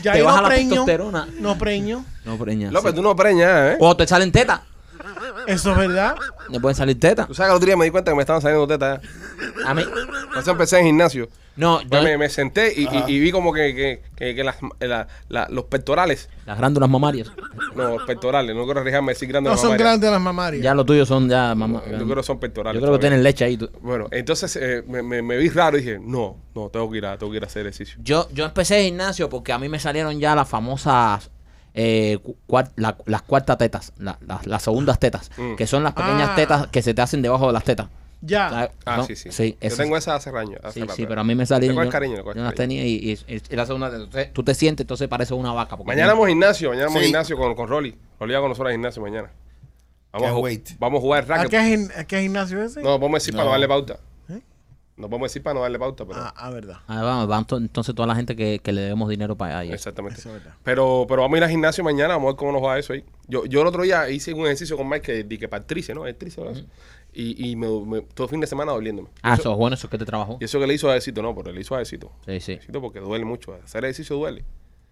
Speaker 3: ya
Speaker 2: Te
Speaker 3: yo
Speaker 2: baja
Speaker 3: no
Speaker 2: la
Speaker 3: preño.
Speaker 2: testosterona.
Speaker 3: No preño.
Speaker 2: No preñas.
Speaker 1: López, tú no preñas, ¿eh?
Speaker 3: Oh.
Speaker 2: O te salen tetas.
Speaker 3: Eso es verdad.
Speaker 2: Me pueden salir tetas.
Speaker 1: Tú sabes que el otro día me di cuenta que me estaban saliendo tetas. ¿eh?
Speaker 2: A mí.
Speaker 1: Por eso empecé en gimnasio.
Speaker 2: No,
Speaker 1: Pues
Speaker 2: yo,
Speaker 1: me, me senté y, y- y vi como que, que- que- que las- la- la- los pectorales,
Speaker 2: las glándulas mamarias.
Speaker 1: no, los pectorales, no quiero arriesgarme a decir grandes
Speaker 3: No son
Speaker 1: mamarias.
Speaker 3: grandes las mamarias.
Speaker 2: Ya lo tuyo son ya mamá.
Speaker 1: Yo creo que son pectorales.
Speaker 2: Yo creo que
Speaker 1: todavía.
Speaker 2: tienen leche ahí. tú.
Speaker 1: Bueno, entonces eh, me, me- me vi raro y dije, no, no, tengo que ir a, tengo que ir a hacer ejercicio.
Speaker 2: Yo, yo empecé gimnasio porque a mí me salieron ya las famosas. eh, cu- cuar- la- las cuartas tetas, la- las- las segundas tetas,
Speaker 1: Mm.
Speaker 2: que son las pequeñas
Speaker 3: Ah.
Speaker 2: tetas que se te hacen debajo de las tetas.
Speaker 3: Ya.
Speaker 2: ¿Sabes?
Speaker 1: Ah,
Speaker 2: ¿No?
Speaker 1: sí, sí. Yo
Speaker 2: esas.
Speaker 1: tengo esa hace años. hace
Speaker 2: Sí,
Speaker 1: rato.
Speaker 2: sí, pero a mí me salieron.
Speaker 1: Le coges
Speaker 2: yo-
Speaker 1: cariño, le coges
Speaker 2: yo las
Speaker 1: cariño.
Speaker 2: tenía y, y- y- y la segunda. entonces, tú te sientes, entonces pareces una vaca. porque-
Speaker 1: Mañana vamos a gimnasio, mañana vamos a
Speaker 4: Sí.
Speaker 1: gimnasio con, con Rolly. Rolly va con nosotros al gimnasio mañana. Vamos, a,
Speaker 4: Can't
Speaker 1: ju-
Speaker 4: wait.
Speaker 1: vamos a jugar
Speaker 3: ¿A
Speaker 1: racket.
Speaker 3: qué, gim- a qué gimnasio ese?
Speaker 1: No, vamos a decir para no
Speaker 4: No.
Speaker 1: darle pauta.
Speaker 3: ¿Eh?
Speaker 1: Nos vamos a decir para no darle pauta, pero...
Speaker 3: Ah, ah, verdad.
Speaker 2: Ah, va- va ento- entonces toda la gente que, que le debemos dinero para allá.
Speaker 1: Exactamente.
Speaker 3: Eso es verdad.
Speaker 1: Pero, pero vamos a ir al gimnasio mañana, vamos a ver cómo nos va eso ahí. Yo, yo el otro día hice un ejercicio con Mike que di que para el tríceps, ¿no? El tríceps, ¿no? Y, y me, me- todo el fin de semana doliéndome.
Speaker 2: Ah, eso es bueno, eso es que te trabajó.
Speaker 1: Y eso que le hizo suavecito, no, pero le hizo suavecito.
Speaker 2: Sí, sí.
Speaker 1: Suavecito porque duele mucho. Hacer ejercicio duele.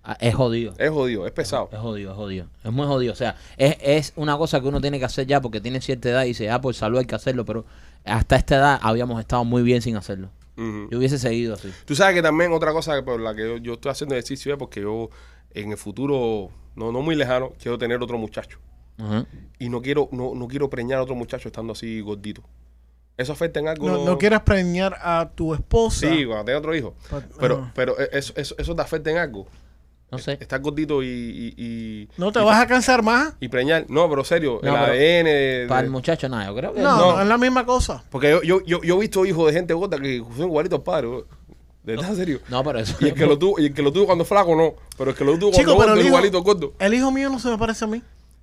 Speaker 2: Ah, es jodido.
Speaker 1: Es jodido, es pesado.
Speaker 2: Es jodido, es jodido. Es muy jodido. O sea, es, es una cosa que uno tiene que hacer ya porque tiene cierta edad y dice, ah, por salud hay que hacerlo, pero hasta esta edad habíamos estado muy bien sin hacerlo.
Speaker 1: Ujú.
Speaker 2: Yo hubiese seguido así.
Speaker 1: Tú sabes que también otra cosa por la que yo, yo estoy haciendo ejercicio es porque yo en el futuro, no, no muy lejano, quiero tener otro muchacho.
Speaker 2: Ajá.
Speaker 1: Y no quiero, no, no quiero preñar a otro muchacho estando así gordito. ¿Eso afecta en algo?
Speaker 3: No, no quieras preñar a tu esposa.
Speaker 1: Sí, cuando tenga otro hijo.
Speaker 3: Pa-
Speaker 1: Pero,
Speaker 3: ajá.
Speaker 1: pero e- eso, eso, eso te afecta en algo.
Speaker 2: No sé.
Speaker 1: Estás gordito y, y, y-
Speaker 3: ¿No te vas a cansar más?
Speaker 1: y preñar. No, pero serio, el
Speaker 2: No, pero-
Speaker 1: ADN. de-
Speaker 2: Para
Speaker 1: de-
Speaker 2: el muchacho, nada, yo creo que...
Speaker 3: No,
Speaker 1: Eh, No.
Speaker 3: no, es la misma cosa.
Speaker 1: porque yo, yo, yo, yo he visto hijos de gente gorda que son igualitos padres. bro. De verdad, serio.
Speaker 2: No, pero eso...
Speaker 1: Y el, que lo tuvo, y el que lo tuvo cuando flaco, no. Pero el que lo tuvo cuando
Speaker 3: Chico, pero
Speaker 1: gordo,
Speaker 3: el hijo-
Speaker 1: igualito gordo.
Speaker 3: El hijo mío no se me parece a mí.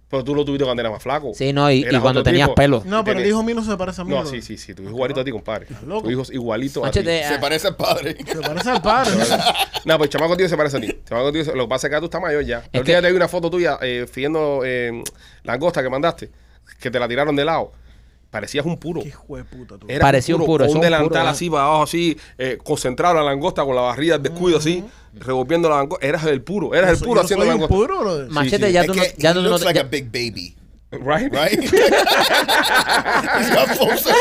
Speaker 1: Pero tú lo tuviste cuando eras más flaco.
Speaker 2: Sí, no, y, y
Speaker 1: Eras
Speaker 2: cuando
Speaker 1: otro
Speaker 2: tenías
Speaker 1: tipo.
Speaker 2: pelo.
Speaker 3: No, pero el
Speaker 1: Tiene-
Speaker 3: hijo mío no se parece a mí.
Speaker 1: No,
Speaker 3: bro.
Speaker 1: sí, sí, sí. Tu hijo es igualito a ti, compadre.
Speaker 3: loco.
Speaker 1: Tu hijo es igualito a ti.
Speaker 2: Machete,
Speaker 4: Se
Speaker 2: ah,
Speaker 4: parece al padre.
Speaker 3: Se parece al padre.
Speaker 1: No, pues el chamaco tío se parece a ti. El chamaco tío se- lo que pasa es que tú estás mayor ya. El otro
Speaker 2: que-
Speaker 1: día te vi una foto tuya eh, friendo eh, langosta que mandaste, que te la tiraron de lado. Parecías un puro.
Speaker 3: Qué hijo de puta tú.
Speaker 1: Era
Speaker 2: Parecía un puro,
Speaker 1: con
Speaker 2: eso
Speaker 1: Un
Speaker 2: es un
Speaker 1: delantal
Speaker 2: puro,
Speaker 1: así para abajo, así, eh, concentrado en la langosta con la barriga al descuido, así, revolviendo la langosta. Eras el puro, eras
Speaker 3: Yo
Speaker 1: el
Speaker 3: soy-
Speaker 1: puro
Speaker 3: yo
Speaker 1: haciendo
Speaker 3: soy
Speaker 1: la
Speaker 3: un
Speaker 1: langosta.
Speaker 3: puro, brother.
Speaker 2: Machete,
Speaker 1: sí.
Speaker 2: ya
Speaker 4: Es
Speaker 2: tú no...
Speaker 4: que
Speaker 2: Ya
Speaker 4: he
Speaker 2: tú no
Speaker 4: looks
Speaker 2: te-
Speaker 4: like
Speaker 2: ya-
Speaker 4: a big baby.
Speaker 1: Right?
Speaker 4: Right? He's got full circle.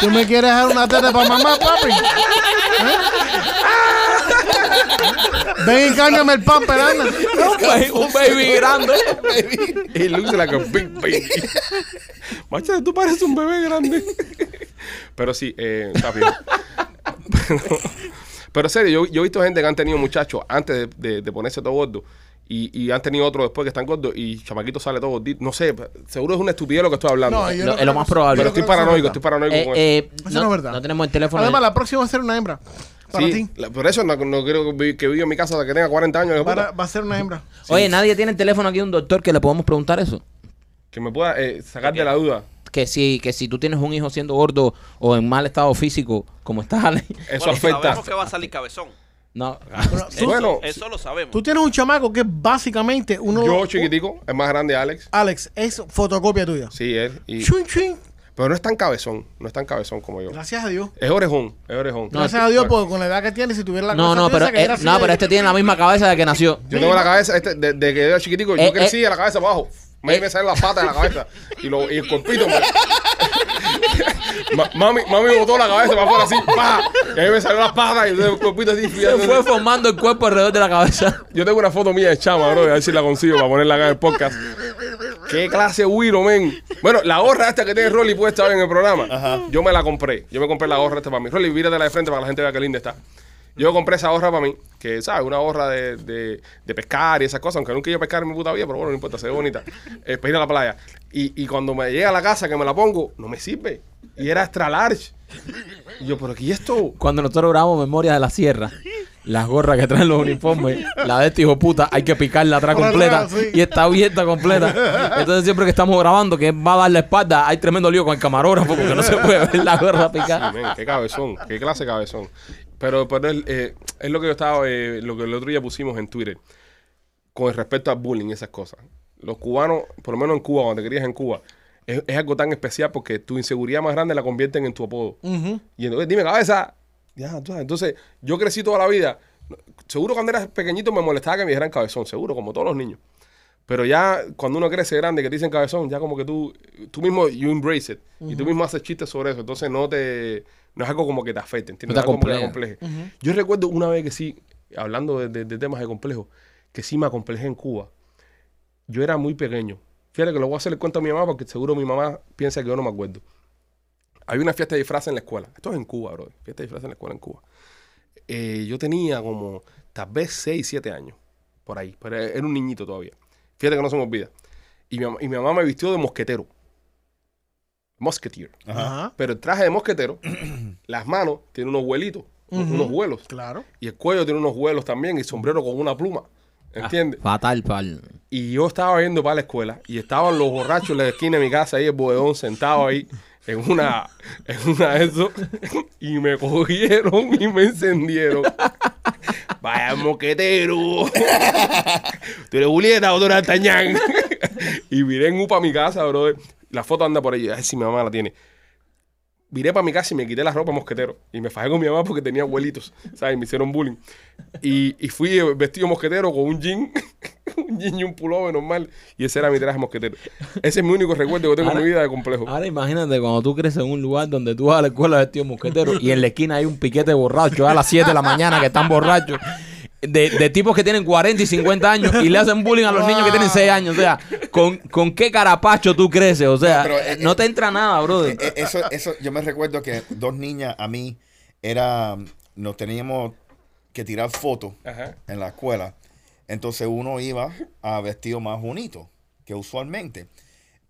Speaker 3: ¿Tú me quieres dar una teta para mamá, papi? ¿Eh? Ven y cámbiame el pan, anda.
Speaker 6: Un baby, un baby grande.
Speaker 1: He looks like a big baby. Machete, tú pareces un bebé grande. Pero sí, eh, está bien. Pero, pero serio, yo, yo he visto gente que han tenido muchachos antes de, de- de ponerse todo gordo. Y, y han tenido otros después que están gordos y chamaquito sale todo gordito. No sé, seguro es una estupidez lo que estoy hablando.
Speaker 3: yo
Speaker 2: Lo- es lo más
Speaker 3: creo-
Speaker 2: probable.
Speaker 3: yo
Speaker 1: pero
Speaker 3: no
Speaker 1: estoy
Speaker 3: creo que sea
Speaker 1: paranoico,
Speaker 3: verdad.
Speaker 1: estoy paranoico
Speaker 2: Eh,
Speaker 1: con eso.
Speaker 2: eh,
Speaker 3: Eso no
Speaker 2: no,
Speaker 3: es verdad.
Speaker 2: no tenemos el teléfono.
Speaker 3: Además, la próxima va a ser una hembra. Para
Speaker 1: Sí,
Speaker 3: ti.
Speaker 1: la- por eso no, no quiero vi- que viva en mi casa hasta que tenga 40 años. hijo de puta.
Speaker 3: Para- va a ser una hembra.
Speaker 2: Oye, nadie tiene el teléfono aquí de un doctor que le podamos preguntar eso.
Speaker 1: Que me pueda eh, sacar de la duda.
Speaker 2: Que si, que si tú tienes un hijo siendo gordo o en mal estado físico, como estás, Ale.
Speaker 1: Eso
Speaker 5: Bueno,
Speaker 1: afecta. Eh,
Speaker 5: Sabemos que va a salir cabezón.
Speaker 2: No,
Speaker 5: Eso,
Speaker 1: Bueno,
Speaker 5: eso lo sabemos.
Speaker 3: Tú tienes un chamaco que es básicamente uno
Speaker 1: Yo, chiquitico, es más grande Alex.
Speaker 3: Alex, es fotocopia tuya.
Speaker 1: Sí, él. y-
Speaker 3: Chuin, chuin.
Speaker 1: pero no es tan cabezón, no es tan cabezón como yo.
Speaker 3: Gracias a Dios.
Speaker 1: Es orejón, es orejón.
Speaker 2: este,
Speaker 3: Gracias a Dios, porque con la edad que tiene, si tuviera la
Speaker 2: no,
Speaker 3: cabeza
Speaker 2: no,
Speaker 3: tuya,
Speaker 2: pero,
Speaker 3: se quedara
Speaker 2: eh,
Speaker 3: así
Speaker 2: no,
Speaker 3: de-
Speaker 2: pero este tiene la misma cabeza de que nació.
Speaker 1: Yo tengo la cabeza, este, de- desde que yo era chiquitico,
Speaker 2: Eh,
Speaker 1: yo crecí
Speaker 2: eh.
Speaker 1: de la cabeza para abajo. Me, me salen las patas de la cabeza y, lo, y el cuerpito. me- Ma- mami, mami botó la cabeza para afuera así, ¡pa! Y a mí me salen las patas y el cuerpito así.
Speaker 2: Se
Speaker 1: friando.
Speaker 2: fue formando el cuerpo alrededor de la cabeza.
Speaker 1: Yo tengo una foto mía de chama, bro. A ver si la consigo para ponerla acá en el podcast. Qué clase Wiro, men. Bueno, la gorra esta que tiene Rolly puesta hoy en el programa. Yo me la compré. Yo me compré la gorra esta para mí. Rolly, víratela de frente para que la gente vea qué linda está. Yo compré esa gorra para mí, que, ¿sabes? Una gorra de, de- de pescar y esas cosas, aunque nunca he ido a pescar en mi puta vida, pero bueno, no importa, se ve bonita. Eh, para ir a la playa. Y, y cuando me llega a la casa que me la pongo, no me sirve. Y era extra large. Y yo, ¿pero qué es esto?
Speaker 2: Cuando nosotros grabamos Memorias de la Sierra, las gorras que traen los uniformes, la de este hijo de puta, hay que picarla atrás
Speaker 3: Por
Speaker 2: completa
Speaker 3: atrás, sí.
Speaker 2: y está abierta completa. Entonces, siempre que estamos grabando, que él va a dar la espalda, hay tremendo lío con el camarógrafo porque no se puede ver la gorra picada.
Speaker 1: Men, qué cabezón, qué clase de cabezón. Pero, pero es, eh, es lo que yo estaba, eh, lo que el otro día pusimos en Twitter, con respecto al bullying y esas cosas. Los cubanos, por lo menos en Cuba, cuando te crías en Cuba, es, es algo tan especial porque tu inseguridad más grande la convierten en tu apodo. Y entonces, dime cabeza. Ya, tú sabes. Entonces, yo crecí toda la vida. Seguro cuando era pequeñito me molestaba que me dijeran cabezón, seguro, como todos los niños. Pero ya cuando uno crece grande, que te dicen cabezón, ya como que tú, tú mismo, you embrace it. Y tú mismo haces chistes sobre eso. Entonces no te, no es algo como que te afecte, ¿entiendes?
Speaker 2: No
Speaker 1: No
Speaker 2: te
Speaker 1: es algo como que te
Speaker 2: acompleja.
Speaker 1: acompleje. Yo recuerdo una vez que sí, hablando de, de- de temas de complejo, que sí me acomplejé en Cuba. Yo era muy pequeño. Fíjate que lo voy a hacer el cuento a mi mamá porque seguro mi mamá piensa que yo no me acuerdo. Había una fiesta de disfraz en la escuela. Esto es en Cuba, bro. Fiesta de disfraz en la escuela en Cuba. Eh, yo tenía como tal vez 6, 7 años. Por ahí. Pero e-, era un niñito todavía. Fíjate que no se me olvida. Y mi, mam- y mi mamá me vistió de mosquetero. Mosqueteer.
Speaker 3: Ajá.
Speaker 1: Pero el traje de mosquetero, las manos tienen unos vuelitos. Unos vuelos.
Speaker 3: Claro.
Speaker 1: Y el cuello tiene unos vuelos también. Y sombrero con una pluma. ¿Entiendes?
Speaker 2: Fatal, pal.
Speaker 1: Y yo estaba yendo para la escuela y estaban los borrachos en la esquina de mi casa, ahí el bodegón sentado ahí en una, en una de eso. Y me cogieron y me encendieron. Vaya moquetero. Tú eres Julieta o tú eres Altañán. Y miré en U para mi casa, brother. La foto anda por ahí. A ver si mi mamá la tiene. Miré para mi casa y me quité la ropa mosquetero. Y me fajé con mi mamá porque tenía abuelitos. ¿Sabes? Me hicieron bullying. Y, y fui vestido mosquetero con un jean. un jean y un pullover normal. Y ese era mi traje mosquetero. Ese es mi único recuerdo que tengo en mi vida de complejo.
Speaker 2: Ahora imagínate cuando tú creces en un lugar donde tú vas a la escuela vestido de mosquetero y en la esquina hay un piquete borracho a las 7 de la mañana que están borrachos. De, de tipos que tienen 40 y 50 años y le hacen bullying a los niños que tienen 6 años. O sea, ¿con, con qué carapacho tú creces? O sea,
Speaker 4: No, pero, eh,
Speaker 2: no te entra nada, brother.
Speaker 4: Eh, eso, eso, yo me recuerdo que dos niñas a mí era, nos teníamos que tirar fotos
Speaker 1: Ajá.
Speaker 4: en la escuela. Entonces uno iba a vestido más bonito que usualmente.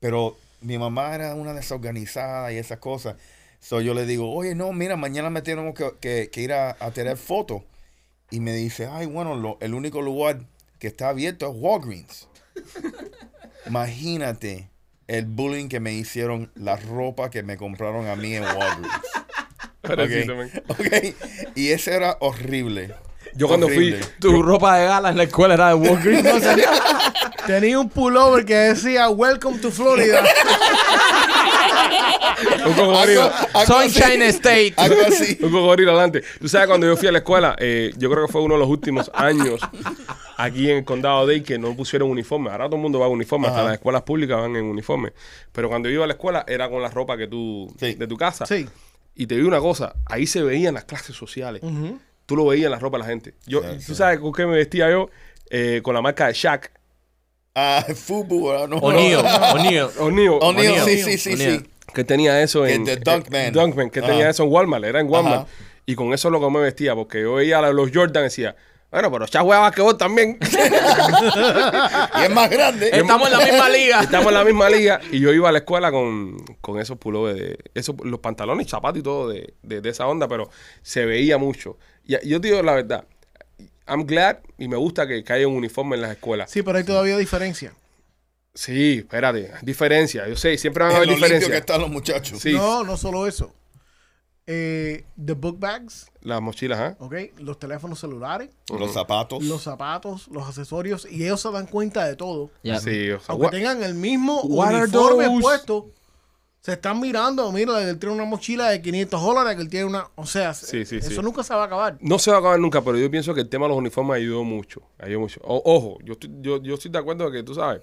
Speaker 4: Pero mi mamá era una desorganizada y esas cosas. So yo le digo, oye, no, mira, mañana me tenemos que, que- que ir a, a tirar fotos. Y me dice, ay, bueno, lo- el único lugar que está abierto es Walgreens. Imagínate el bullying que me hicieron, la ropa que me compraron a mí en Walgreens.
Speaker 1: Ahora sí,
Speaker 4: Ok,
Speaker 1: también.
Speaker 4: ok. Y eso era horrible.
Speaker 1: Yo cuando fui-
Speaker 4: Horrible.
Speaker 2: Tu ropa de gala en la escuela era de Walgreens. O sea,
Speaker 3: Tenía un pullover que decía Welcome to Florida.
Speaker 1: Un cocodrilo.
Speaker 2: Sunshine State.
Speaker 4: Algo así.
Speaker 1: Un cocodrilo adelante. Tú sabes, cuando yo fui a la escuela, eh, yo creo que fue uno de los últimos años aquí en el condado de que no pusieron uniforme. Ahora todo el mundo va en uniforme, hasta
Speaker 4: Ajá.
Speaker 1: las escuelas públicas van en uniforme. Pero cuando yo iba a la escuela era con la ropa que tú
Speaker 4: Sí.
Speaker 1: de tu casa.
Speaker 3: Sí.
Speaker 1: Y te digo una cosa, ahí se veían las clases sociales. Tú lo veías en la ropa de la gente. Yo,
Speaker 4: Sí,
Speaker 1: ¿Tú
Speaker 4: sí.
Speaker 1: sabes con qué me vestía yo? Eh, con la marca de Shaq.
Speaker 4: Ah, fútbol, ah, no.
Speaker 2: O'Neill, O'Neill.
Speaker 1: O'Neill.
Speaker 4: O'Neill, sí,
Speaker 2: O'Neill.
Speaker 4: sí, sí,
Speaker 2: O'Neill.
Speaker 4: sí.
Speaker 1: Que tenía eso
Speaker 4: Que
Speaker 1: en...
Speaker 4: de Dunkman.
Speaker 1: eh, Dunkman, que tenía
Speaker 4: Ajá.
Speaker 1: eso en Walmart. Era en Walmart.
Speaker 4: Ajá.
Speaker 1: Y con eso lo que me vestía. Porque yo veía a los Jordan y decía... Bueno, pero Shaq juega basquetbol también.
Speaker 4: Y es más grande.
Speaker 2: Estamos en la misma liga.
Speaker 1: Estamos en la misma liga. Y yo iba a la escuela con, con esos pullovers, de, esos, los pantalones, zapatos y todo de, de- de esa onda, pero se veía mucho. Y a- yo te digo la verdad, I'm glad y me gusta que, que haya un uniforme en las escuelas.
Speaker 3: Sí, pero hay todavía diferencia.
Speaker 1: Sí, espérate, diferencia. Yo sé, siempre van a
Speaker 4: En
Speaker 1: haber
Speaker 4: lo limpio que
Speaker 1: diferencias.
Speaker 4: están los muchachos.
Speaker 1: Sí,
Speaker 3: No, no solo eso. Eh, the book bags,
Speaker 1: las mochilas, ¿ah?
Speaker 3: ¿ok? Los teléfonos celulares,
Speaker 4: Los zapatos.
Speaker 3: los zapatos, los accesorios, y ellos se dan cuenta de todo.
Speaker 2: Ya.
Speaker 1: Sí, o sea,
Speaker 3: Aunque
Speaker 1: gua-
Speaker 3: tengan el mismo
Speaker 1: what are
Speaker 3: uniforme
Speaker 1: those?
Speaker 3: puesto, se están mirando. Mira, él tiene una mochila de 500 dólares, que él tiene una. O sea,
Speaker 1: Sí, sí,
Speaker 3: eso
Speaker 1: sí.
Speaker 3: nunca se va a acabar.
Speaker 1: No se va a acabar nunca, pero yo pienso que el tema de los uniformes ayudó mucho. Ayudó mucho. O- ojo, yo estoy, yo, yo estoy de acuerdo que tú sabes,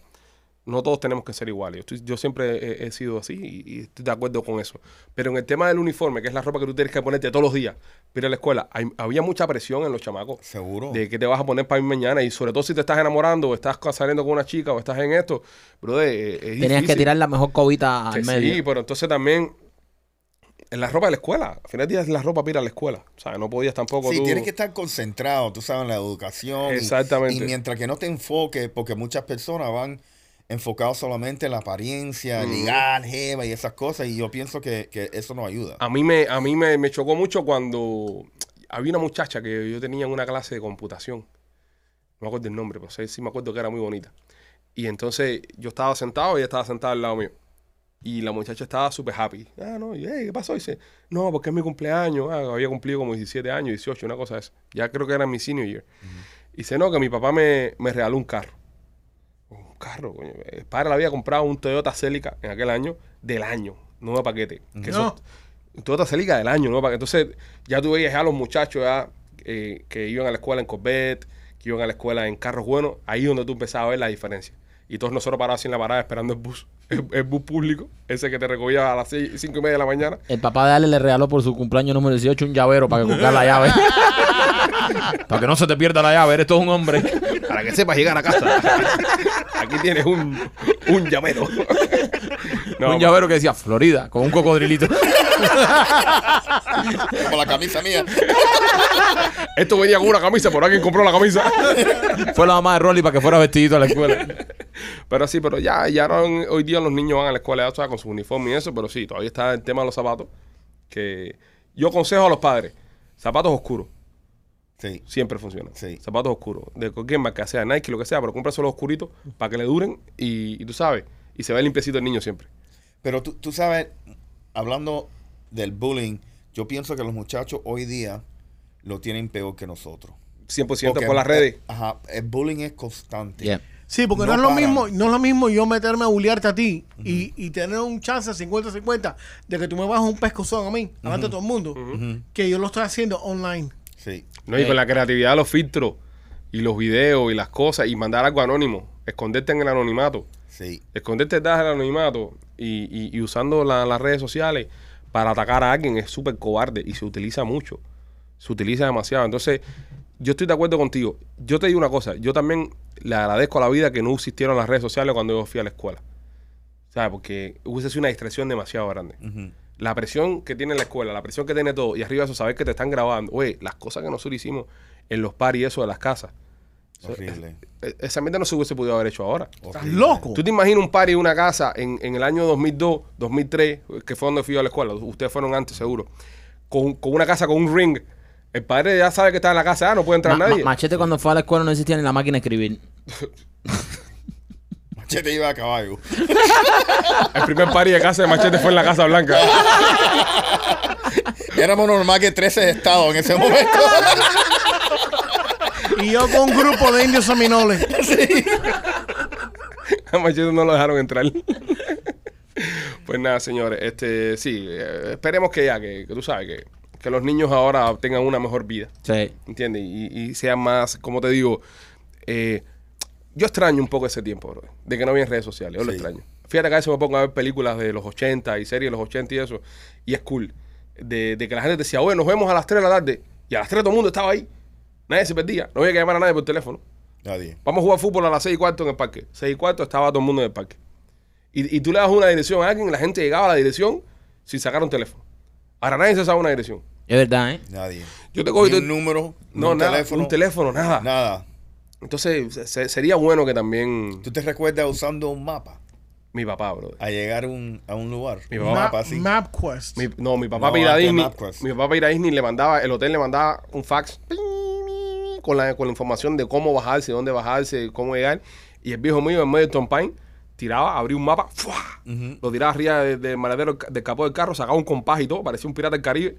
Speaker 1: no todos tenemos que ser iguales. Yo, estoy- yo siempre he, he sido así y, y estoy de acuerdo con eso. Pero en el tema del uniforme, que es la ropa que tú tienes que ponerte todos los días, mira la escuela, hay- había mucha presión en los chamacos
Speaker 4: Seguro.
Speaker 1: de qué te vas a poner para ir mañana y sobre todo si te estás enamorando o estás ca- saliendo con una chica o estás en esto, e, bro,
Speaker 2: Tenías que tirar la mejor cobita al
Speaker 1: Sí,
Speaker 2: medio.
Speaker 1: Sí, pero entonces también en la ropa de la escuela, al final del día es la ropa para ir a la escuela, o sea, no podías tampoco
Speaker 4: Sí,
Speaker 1: tú-
Speaker 4: tienes que estar concentrado, tú sabes, en la educación. y-
Speaker 1: Exactamente.
Speaker 4: Y, mientras que no te enfoques, porque muchas personas van enfocados solamente en la apariencia, ligar, jeva y esas cosas, y yo pienso que, que eso no ayuda.
Speaker 1: A mí me, a mí me, me chocó mucho cuando había una muchacha que yo tenía en una clase de computación. No me acuerdo el nombre, pero sí, sí me acuerdo que era muy bonita. Y entonces yo estaba sentado, ella estaba sentada al lado mío. Y la muchacha estaba súper happy. Ah, no, y, "Hey, ¿qué pasó? Y dice, no, porque es mi cumpleaños. Ah, había cumplido como 17 años, 18, una cosa de esa. Ya creo que era mi senior year. Y dice, no, que mi papá me, me regaló un carro. Un carro, coño. eh, El padre le había comprado un Toyota Celica en aquel año, del año, no de paquete. Que
Speaker 3: No.
Speaker 1: eso- un Toyota Celica del año, ¿no? Para que entonces ya tú veías a los muchachos ya, eh, que iban a la escuela en Corvette, que iban a la escuela en carros buenos, ahí es donde tú empezabas a ver la diferencia. Y todos nosotros parados así en la parada esperando el bus, el, el bus público, ese que te recogía a las 5 y media de la mañana.
Speaker 2: El papá de Ale le regaló por su cumpleaños número 18 un llavero para que colgar la llave. para que no se te pierda la llave, eres todo un hombre.
Speaker 1: Para que sepas llegar a casa. Aquí tienes un, un llavero. No,
Speaker 2: un llavero que decía Florida, con un cocodrilito.
Speaker 4: Como la camisa mía.
Speaker 1: Esto venía con una camisa, por alguien compró la camisa.
Speaker 2: Fue la mamá de Rolly para que fuera vestidito a la escuela.
Speaker 1: Pero sí, pero ya, ya ahora en- hoy día los niños van a la escuela ya, o sea, con su uniforme y eso, pero sí, todavía está el tema de los zapatos. Que yo aconsejo a los padres, zapatos oscuros,
Speaker 4: Sí.
Speaker 1: siempre funcionan.
Speaker 4: Sí.
Speaker 1: Zapatos oscuros, de cualquier marca, sea Nike, lo que sea, pero cómprase los oscuritos para que le duren y, y tú sabes, y se ve limpiecito el niño siempre.
Speaker 4: Pero tú, tú sabes, hablando del bullying, yo pienso que los muchachos hoy día lo tienen peor que nosotros.
Speaker 1: 100%
Speaker 4: Porque,
Speaker 1: por las redes.
Speaker 4: eh, Ajá, el bullying es constante.
Speaker 2: Yeah.
Speaker 3: Sí, porque no,
Speaker 4: No
Speaker 3: es lo
Speaker 4: paran.
Speaker 3: mismo, no es lo mismo yo meterme a bullearte a ti y, y tener un chance 50-50 de que tú me bajes un pescozón a mí, delante de todo el mundo, que yo lo estoy haciendo online.
Speaker 4: Sí.
Speaker 1: No, y con la creatividad de los filtros y los videos y las cosas y mandar algo anónimo, esconderte en el anonimato.
Speaker 4: Sí.
Speaker 1: esconderte detrás del anonimato y, y- y usando la- las redes sociales para atacar a alguien es súper cobarde y se utiliza mucho. Se utiliza demasiado. Entonces, yo estoy de acuerdo contigo. Yo te digo una cosa, yo también le agradezco a la vida que no existieron las redes sociales cuando yo fui a la escuela. ¿Sabes? Porque hubiese sido una distracción demasiado grande.
Speaker 4: Ujú.
Speaker 1: La presión que tiene la escuela, la presión que tiene todo, y arriba de eso, saber que te están grabando. Oye, las cosas que nosotros hicimos en los paris y eso de las casas.
Speaker 4: Horrible.
Speaker 1: e- Esa mierda no se hubiese podido haber hecho ahora.
Speaker 3: ¿Estás
Speaker 4: horrible.
Speaker 2: Oh.
Speaker 3: loco?
Speaker 1: ¿Tú te imaginas un party en una casa en, en el año 2002, 2003, que fue donde fui yo a la escuela? Ustedes fueron antes, seguro. Con, con una casa con un ring. El padre ya sabe que está en la casa, ah, no puede entrar
Speaker 2: Ma-
Speaker 1: nadie.
Speaker 2: ma- machete cuando fue a la escuela no existía ni la máquina de escribir.
Speaker 4: Machete iba a caballo.
Speaker 1: El primer party de casa de Machete fue en la Casa Blanca.
Speaker 4: Éramos normal que 13 estados en ese momento.
Speaker 3: Y yo con un grupo de indios seminoles.
Speaker 1: A Machete no lo dejaron entrar. Pues nada, señores, este sí, eh, esperemos que ya, que, que tú sabes, que, que los niños ahora tengan una mejor vida.
Speaker 2: Sí.
Speaker 1: ¿Entiendes? Y, y sean más, como te digo, eh, yo extraño un poco ese tiempo, bro, de que no había redes sociales. Yo lo
Speaker 4: Sí.
Speaker 1: extraño. Fíjate que a veces me pongo a ver películas de los 80 y series de los 80 y eso, y es cool. De, de que la gente decía, oye, nos vemos a las 3 de la tarde, y a las 3 todo el mundo estaba ahí. Nadie se perdía, no había que llamar a nadie por teléfono.
Speaker 4: Nadie.
Speaker 1: Vamos a jugar fútbol a las 6 y cuarto en el parque. 6 y cuarto estaba todo el mundo en el parque. Y, y tú le das una dirección a alguien, la gente llegaba a la dirección sin sacar un teléfono. Ahora nadie se sabe una dirección.
Speaker 2: Es verdad, ¿eh?
Speaker 4: Nadie.
Speaker 1: Yo te cojo y
Speaker 4: Ni
Speaker 1: te-
Speaker 4: un número, ni
Speaker 1: No,
Speaker 4: un
Speaker 1: nada,
Speaker 4: teléfono.
Speaker 1: un teléfono, nada.
Speaker 4: Nada.
Speaker 1: Entonces se- se- sería bueno que también
Speaker 4: ¿Tú te recuerdas usando un mapa
Speaker 1: mi papá, brother.
Speaker 4: a llegar un- a un lugar?
Speaker 1: Mi
Speaker 4: un
Speaker 1: papá.
Speaker 4: mapa
Speaker 3: Ma-
Speaker 4: así.
Speaker 3: MapQuest.
Speaker 1: Mi- no, mi papá
Speaker 4: No,
Speaker 1: para ir a
Speaker 4: antes de
Speaker 1: Disney.
Speaker 4: MapQuest.
Speaker 1: Mi papá para ir a Disney le mandaba, el hotel le mandaba un fax ping, con la, con la información de cómo bajarse, dónde bajarse, cómo llegar. Y el viejo mío, en medio de Tom Pine, tiraba, abría un mapa, ¡fua! lo tiraba arriba de- del maletero del ca- del capó del carro, sacaba un compás y todo, parecía un pirata del Caribe.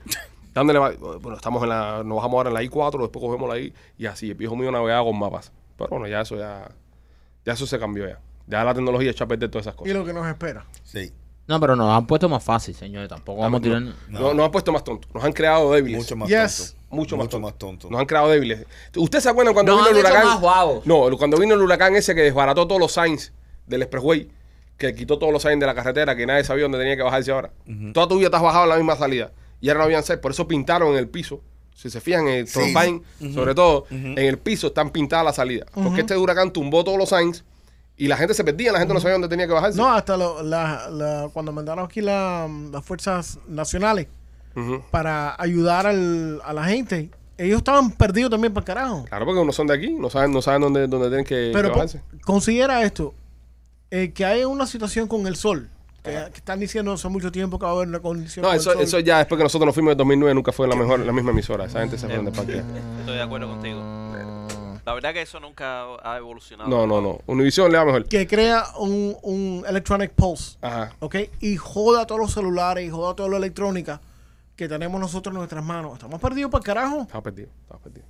Speaker 1: dándole, va- bueno, estamos en la, nos bajamos ahora en la I4, después cogemos la I, y así, el viejo mío navegaba con mapas. Pero bueno, ya eso ya, ya eso se cambió ya. Ya la tecnología echó a perder todas esas
Speaker 3: Y
Speaker 1: cosas.
Speaker 3: lo que nos espera.
Speaker 4: Sí.
Speaker 2: No, pero nos han puesto más fácil, señores. Tampoco vamos a tirar.
Speaker 1: No. Nos, han puesto más tontos, nos han creado débiles.
Speaker 4: Mucho más
Speaker 3: Yes.
Speaker 4: tonto.
Speaker 1: Mucho más tonto.
Speaker 4: más tonto.
Speaker 1: Nos han creado débiles. ¿Usted se acuerdan cuando
Speaker 2: Nos
Speaker 1: vino
Speaker 2: han
Speaker 1: el
Speaker 2: hecho
Speaker 1: huracán?
Speaker 2: más guavos.
Speaker 1: No, el- cuando vino el huracán ese que desbarató todos los signs del expressway, que quitó todos los signs de la carretera, que nadie sabía dónde tenía que bajarse ahora. Toda tu vida estás bajado en la misma salida. Y ahora no habían seis, por eso pintaron en el piso. Si se fijan en el
Speaker 4: Sí.
Speaker 1: Trompine, sobre todo, en el piso están pintadas las salidas. Porque este huracán tumbó todos los signs y la gente se perdía, la gente no sabía dónde tenía que bajarse.
Speaker 3: No, hasta lo- la- la- cuando mandaron aquí la- las fuerzas nacionales
Speaker 1: Ujú.
Speaker 3: para ayudar al- a la gente, ellos estaban perdidos también para carajo.
Speaker 1: Claro, porque no son de aquí, no saben, no saben dónde, dónde tienen que, que
Speaker 3: Pero po-
Speaker 1: bajarse.
Speaker 3: considera esto, eh, que hay una situación con el sol, que, que están diciendo hace mucho tiempo que va a haber una condición
Speaker 1: No,
Speaker 3: con
Speaker 1: eso,
Speaker 3: el sol.
Speaker 1: eso ya después que nosotros nos fuimos en 2009 nunca fue la mejor la misma emisora. Esa gente se fue de parque.
Speaker 5: Estoy de acuerdo contigo. La verdad que eso nunca ha evolucionado.
Speaker 1: No, no, no. Univision le va mejor.
Speaker 3: Que crea un, un electronic pulse,
Speaker 1: Ajá.
Speaker 3: ¿ok? Y joda todos los celulares y joda toda la electrónica que tenemos nosotros en nuestras manos. Estamos perdidos para carajo.
Speaker 1: Estaba perdido, estaba perdido.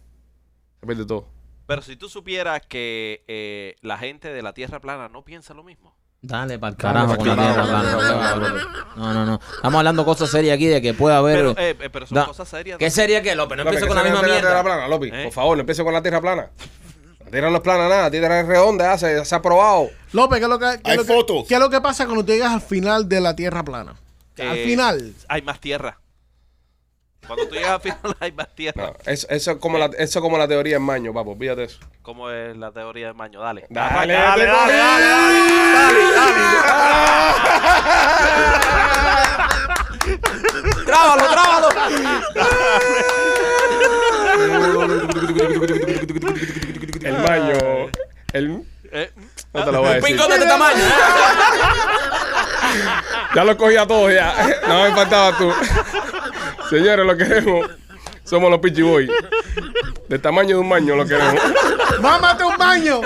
Speaker 1: Se perdió todo.
Speaker 5: Pero si tú supieras que eh, la gente de la Tierra plana no piensa lo mismo.
Speaker 2: Dale para el carajo
Speaker 1: pa'l
Speaker 2: con la
Speaker 1: carajo.
Speaker 2: tierra plana, hueva, brother. No, no, no. Estamos hablando cosas serias aquí de que puede haber.
Speaker 5: Pero, eh, eh, pero son
Speaker 2: Da-
Speaker 5: cosas serias.
Speaker 2: ¿Qué seria que López? No empiezo
Speaker 1: López, que
Speaker 2: con la misma
Speaker 1: salga de tierra
Speaker 2: mierda.
Speaker 1: plana, López.
Speaker 5: ¿Eh?
Speaker 1: Por favor, no empiece con la tierra plana. La tierra no es plana nada, la tierra es redonda, ya se, se ha probado.
Speaker 3: López, ¿qué es lo que, qué es
Speaker 4: Hay
Speaker 3: lo que-
Speaker 4: fotos.
Speaker 3: qué es lo que pasa cuando tú llegas al final de la Tierra plana?
Speaker 5: Eh,
Speaker 3: al final.
Speaker 5: Hay más tierra. Cuando tú llegas al final hay más tierra.
Speaker 1: No, eso, eso es como la, eso es como la teoría en maño, papo. Olvídate eso.
Speaker 5: Como es la teoría del maño. Dale.
Speaker 1: Dale,
Speaker 5: Arranca,
Speaker 1: dale, dale,
Speaker 5: dale, dale.
Speaker 2: ¡Trábalo, trábalo!
Speaker 1: El maño. El,
Speaker 5: Eh,
Speaker 1: no te lo voy a
Speaker 2: Un
Speaker 1: decir.
Speaker 2: picón de este tamaño.
Speaker 1: Ya lo cogí a todos ya. No me faltaba tú. Señores, lo queremos. Somos los Pichiboy. Del tamaño de un maño lo queremos.
Speaker 3: ¡Mámate un baño!